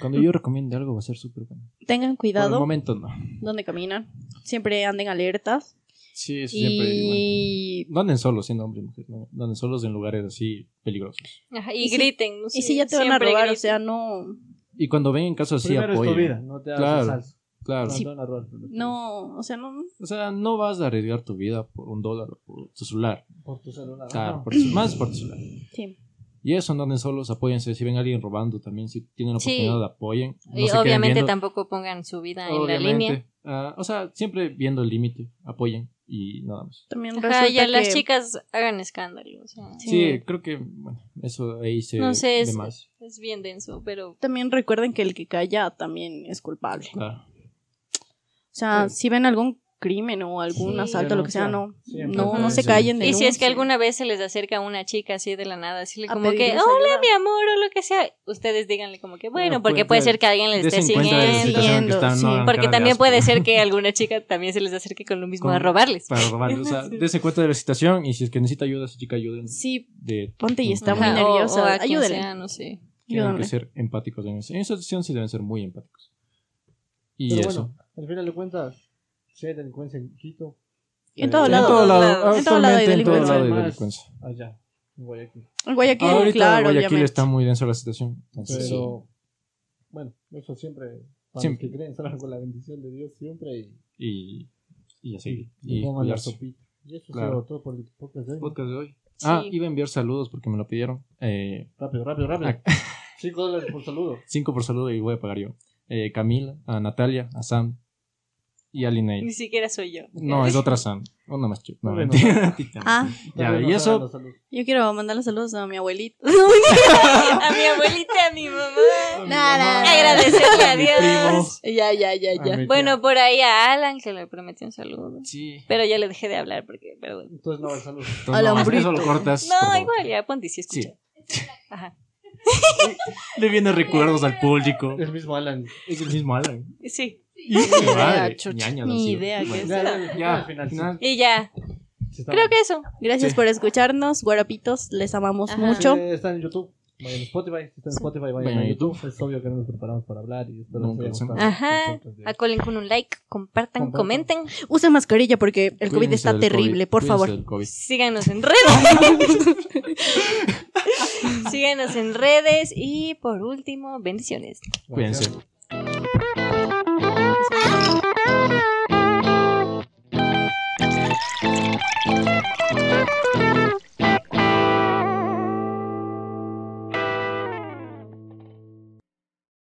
Speaker 2: Cuando yo recomiende algo va a ser súper bueno.
Speaker 3: Tengan
Speaker 2: Por el
Speaker 3: cuidado
Speaker 2: momento no.
Speaker 3: donde caminan. Siempre anden alertas.
Speaker 2: Sí, eso siempre. bueno.
Speaker 3: Y,
Speaker 2: No anden solos, siendo hombre y mujer. No, no anden solos en lugares así peligrosos.
Speaker 1: Ajá, y,
Speaker 3: Y si-
Speaker 1: griten.
Speaker 3: y si ya te van a robar, o sea, no,
Speaker 2: Y cuando vengan casos así,
Speaker 4: Primero es tu vida,
Speaker 2: apoyen.
Speaker 4: no te hagas
Speaker 2: Claro.
Speaker 4: salsa. No,
Speaker 2: Claro.
Speaker 4: te van a robar.
Speaker 3: no, o sea, no,
Speaker 2: O sea, no vas a arriesgar tu vida por un dólar o por tu celular.
Speaker 4: Por tu celular.
Speaker 2: Claro,
Speaker 4: Ajá.
Speaker 2: por tu- más por tu celular.
Speaker 3: sí.
Speaker 2: Y eso, no anden solos, apóyense. Si ven a alguien robando también, si tienen la
Speaker 1: Sí.
Speaker 2: oportunidad, apoyen. No
Speaker 1: Y
Speaker 2: se queden
Speaker 1: obviamente
Speaker 2: viendo.
Speaker 1: tampoco pongan su vida en la
Speaker 2: Obviamente.
Speaker 1: línea.
Speaker 2: Ah, o sea, siempre viendo el límite, apoyen y nada más.
Speaker 3: También
Speaker 1: Ajá, y a
Speaker 3: resulta
Speaker 1: las
Speaker 3: que-
Speaker 1: chicas hagan escándalo. O sea,
Speaker 3: Sí.
Speaker 2: Sí, creo que, bueno, eso ahí se
Speaker 1: No sé,
Speaker 2: ve
Speaker 1: es-
Speaker 2: más.
Speaker 1: es bien denso, pero
Speaker 3: También recuerden que el que calla también es culpable. O
Speaker 2: Claro.
Speaker 3: sea, si ven algún crimen o algún
Speaker 1: Sí.
Speaker 3: asalto, lo que sea, no,
Speaker 4: Sí,
Speaker 3: no, no
Speaker 2: sí.
Speaker 3: se callen.
Speaker 1: Y si es que
Speaker 3: denuncien.
Speaker 1: alguna vez se les acerca una chica así de la nada, así
Speaker 3: A
Speaker 1: como que,
Speaker 3: pedirles
Speaker 1: hola
Speaker 3: ayuda.
Speaker 1: mi amor o lo que sea, ustedes díganle como que, bueno,
Speaker 2: Bueno,
Speaker 1: porque
Speaker 2: puede-
Speaker 1: puede ser que alguien les esté
Speaker 2: Desen cuenta de pues, la
Speaker 1: siguiendo.
Speaker 2: situación en que
Speaker 3: siguiendo,
Speaker 2: están, no
Speaker 3: sí.
Speaker 2: hagan cara
Speaker 1: Porque
Speaker 2: de
Speaker 1: también
Speaker 2: asco.
Speaker 1: puede ser
Speaker 2: [LAUGHS]
Speaker 1: que alguna chica también se les acerque con lo mismo a
Speaker 2: Con-
Speaker 1: robarles.
Speaker 2: Para robarle, o sea, dése cuenta de la situación y si es que necesita ayuda, esa chica ayuden.
Speaker 3: Sí,
Speaker 2: De,
Speaker 3: ponte y está
Speaker 2: Ajá,
Speaker 3: muy
Speaker 1: o- o
Speaker 3: nerviosa.
Speaker 1: a quien
Speaker 3: Ayúdenle.
Speaker 1: sea, no sé.
Speaker 2: tienen
Speaker 3: ayúdenle.
Speaker 2: que ser empáticos en eso. En esa situación sí deben ser muy empáticos. Y
Speaker 4: Pero
Speaker 2: eso.
Speaker 4: bueno, al final de cuentas, si hay delincuencia en Quito,
Speaker 3: En todo
Speaker 2: En
Speaker 3: lado.
Speaker 2: todo lado,
Speaker 1: lados.
Speaker 3: En todo lado hay
Speaker 2: actualmente en todo
Speaker 3: delincuencia.
Speaker 2: lado hay
Speaker 4: Además,
Speaker 2: delincuencia.
Speaker 4: allá, en Guayaquil.
Speaker 3: En Guayaquil,
Speaker 2: Ahorita
Speaker 3: claro,
Speaker 2: Guayaquil
Speaker 3: obviamente.
Speaker 2: está muy densa la situación. Entonces, sí.
Speaker 4: Pero, bueno, eso siempre, para
Speaker 2: Siempre.
Speaker 4: los que creen, salgan con la bendición de Dios siempre y,
Speaker 2: Y, y así.
Speaker 4: y
Speaker 2: Y,
Speaker 4: coman la
Speaker 2: cuidarse.
Speaker 4: sopita. Y eso
Speaker 2: Claro.
Speaker 4: ha sido todo por el podcast ¿eh? de hoy. ¿no?
Speaker 2: Podcast de hoy.
Speaker 1: Sí.
Speaker 2: Ah, iba a enviar saludos porque me lo pidieron. Eh,
Speaker 4: Rápido, rápido, rápido.
Speaker 2: Ah.
Speaker 4: [LAUGHS] Cinco dólares por saludo.
Speaker 2: cinco por saludo y voy a pagar yo. Eh, Camila, a Natalia, a Sam y a Linnea.
Speaker 1: Ni siquiera soy yo. [LAUGHS]
Speaker 2: No, es otra Sam. Una más chica. No,
Speaker 4: Bueno.
Speaker 2: [LAUGHS] mentira.
Speaker 3: Ah,
Speaker 2: [LAUGHS] Ya,
Speaker 4: Rápido,
Speaker 2: y
Speaker 4: nos hagan
Speaker 2: eso.
Speaker 4: los saludos.
Speaker 3: yo quiero mandarle saludos a mi abuelita. [LAUGHS]
Speaker 1: a mi abuelita, a mi mamá.
Speaker 3: Nada.
Speaker 4: Ah,
Speaker 1: Agradecerle a
Speaker 2: Mi
Speaker 1: Dios.
Speaker 3: ya, ya,
Speaker 2: Ah,
Speaker 3: ya,
Speaker 4: A mi
Speaker 3: ya.
Speaker 4: tía.
Speaker 1: Bueno, por ahí a Alan, que le prometí un saludo.
Speaker 2: Sí.
Speaker 1: Pero ya le dejé de hablar porque, perdón.
Speaker 4: Entonces no va el saludo.
Speaker 2: Entonces, no,
Speaker 3: Alambrito.
Speaker 2: eso lo cortas. por
Speaker 1: No,
Speaker 2: favor.
Speaker 1: igual, ya Ponti sí escucha.
Speaker 2: Sí.
Speaker 1: Ajá.
Speaker 2: Le vienen recuerdos al público.
Speaker 4: El mismo Alan.
Speaker 2: Es el mismo
Speaker 3: [LAUGHS]
Speaker 2: Alan.
Speaker 1: Sí.
Speaker 2: Y mi madre,
Speaker 3: chucha.
Speaker 2: ñañas
Speaker 3: Ni
Speaker 2: así.
Speaker 3: idea que
Speaker 2: Bueno,
Speaker 4: Ya, ya,
Speaker 2: Ya,
Speaker 4: al final. sí.
Speaker 2: final.
Speaker 1: Y ya.
Speaker 4: Sí, está
Speaker 1: Creo
Speaker 4: bien.
Speaker 1: que eso.
Speaker 3: Gracias
Speaker 2: Sí.
Speaker 3: por escucharnos, guarapitos. Les amamos
Speaker 1: Ajá.
Speaker 3: mucho.
Speaker 4: Eh, están en YouTube. Vayan a Spotify. Si están en Spotify, vayan
Speaker 2: Vayan
Speaker 4: a
Speaker 2: a
Speaker 4: YouTube. Es obvio que no nos preparamos para hablar. Y espero
Speaker 2: Nunca
Speaker 4: que les haya
Speaker 2: hacemos.
Speaker 4: gustado
Speaker 1: Ajá.
Speaker 4: el podcast de hoy.
Speaker 1: Acolen con un like, compartan,
Speaker 4: Compartan.
Speaker 1: comenten.
Speaker 3: Usa mascarilla porque el COVID
Speaker 2: Cuídense
Speaker 3: está
Speaker 2: del
Speaker 3: terrible,
Speaker 2: COVID,
Speaker 3: por
Speaker 2: cuídense
Speaker 3: favor.
Speaker 2: del COVID.
Speaker 4: Pues.
Speaker 1: Síganos en redes.
Speaker 4: [LAUGHS]
Speaker 1: Síganos en redes. Y por último, bendiciones.
Speaker 2: Cuídense.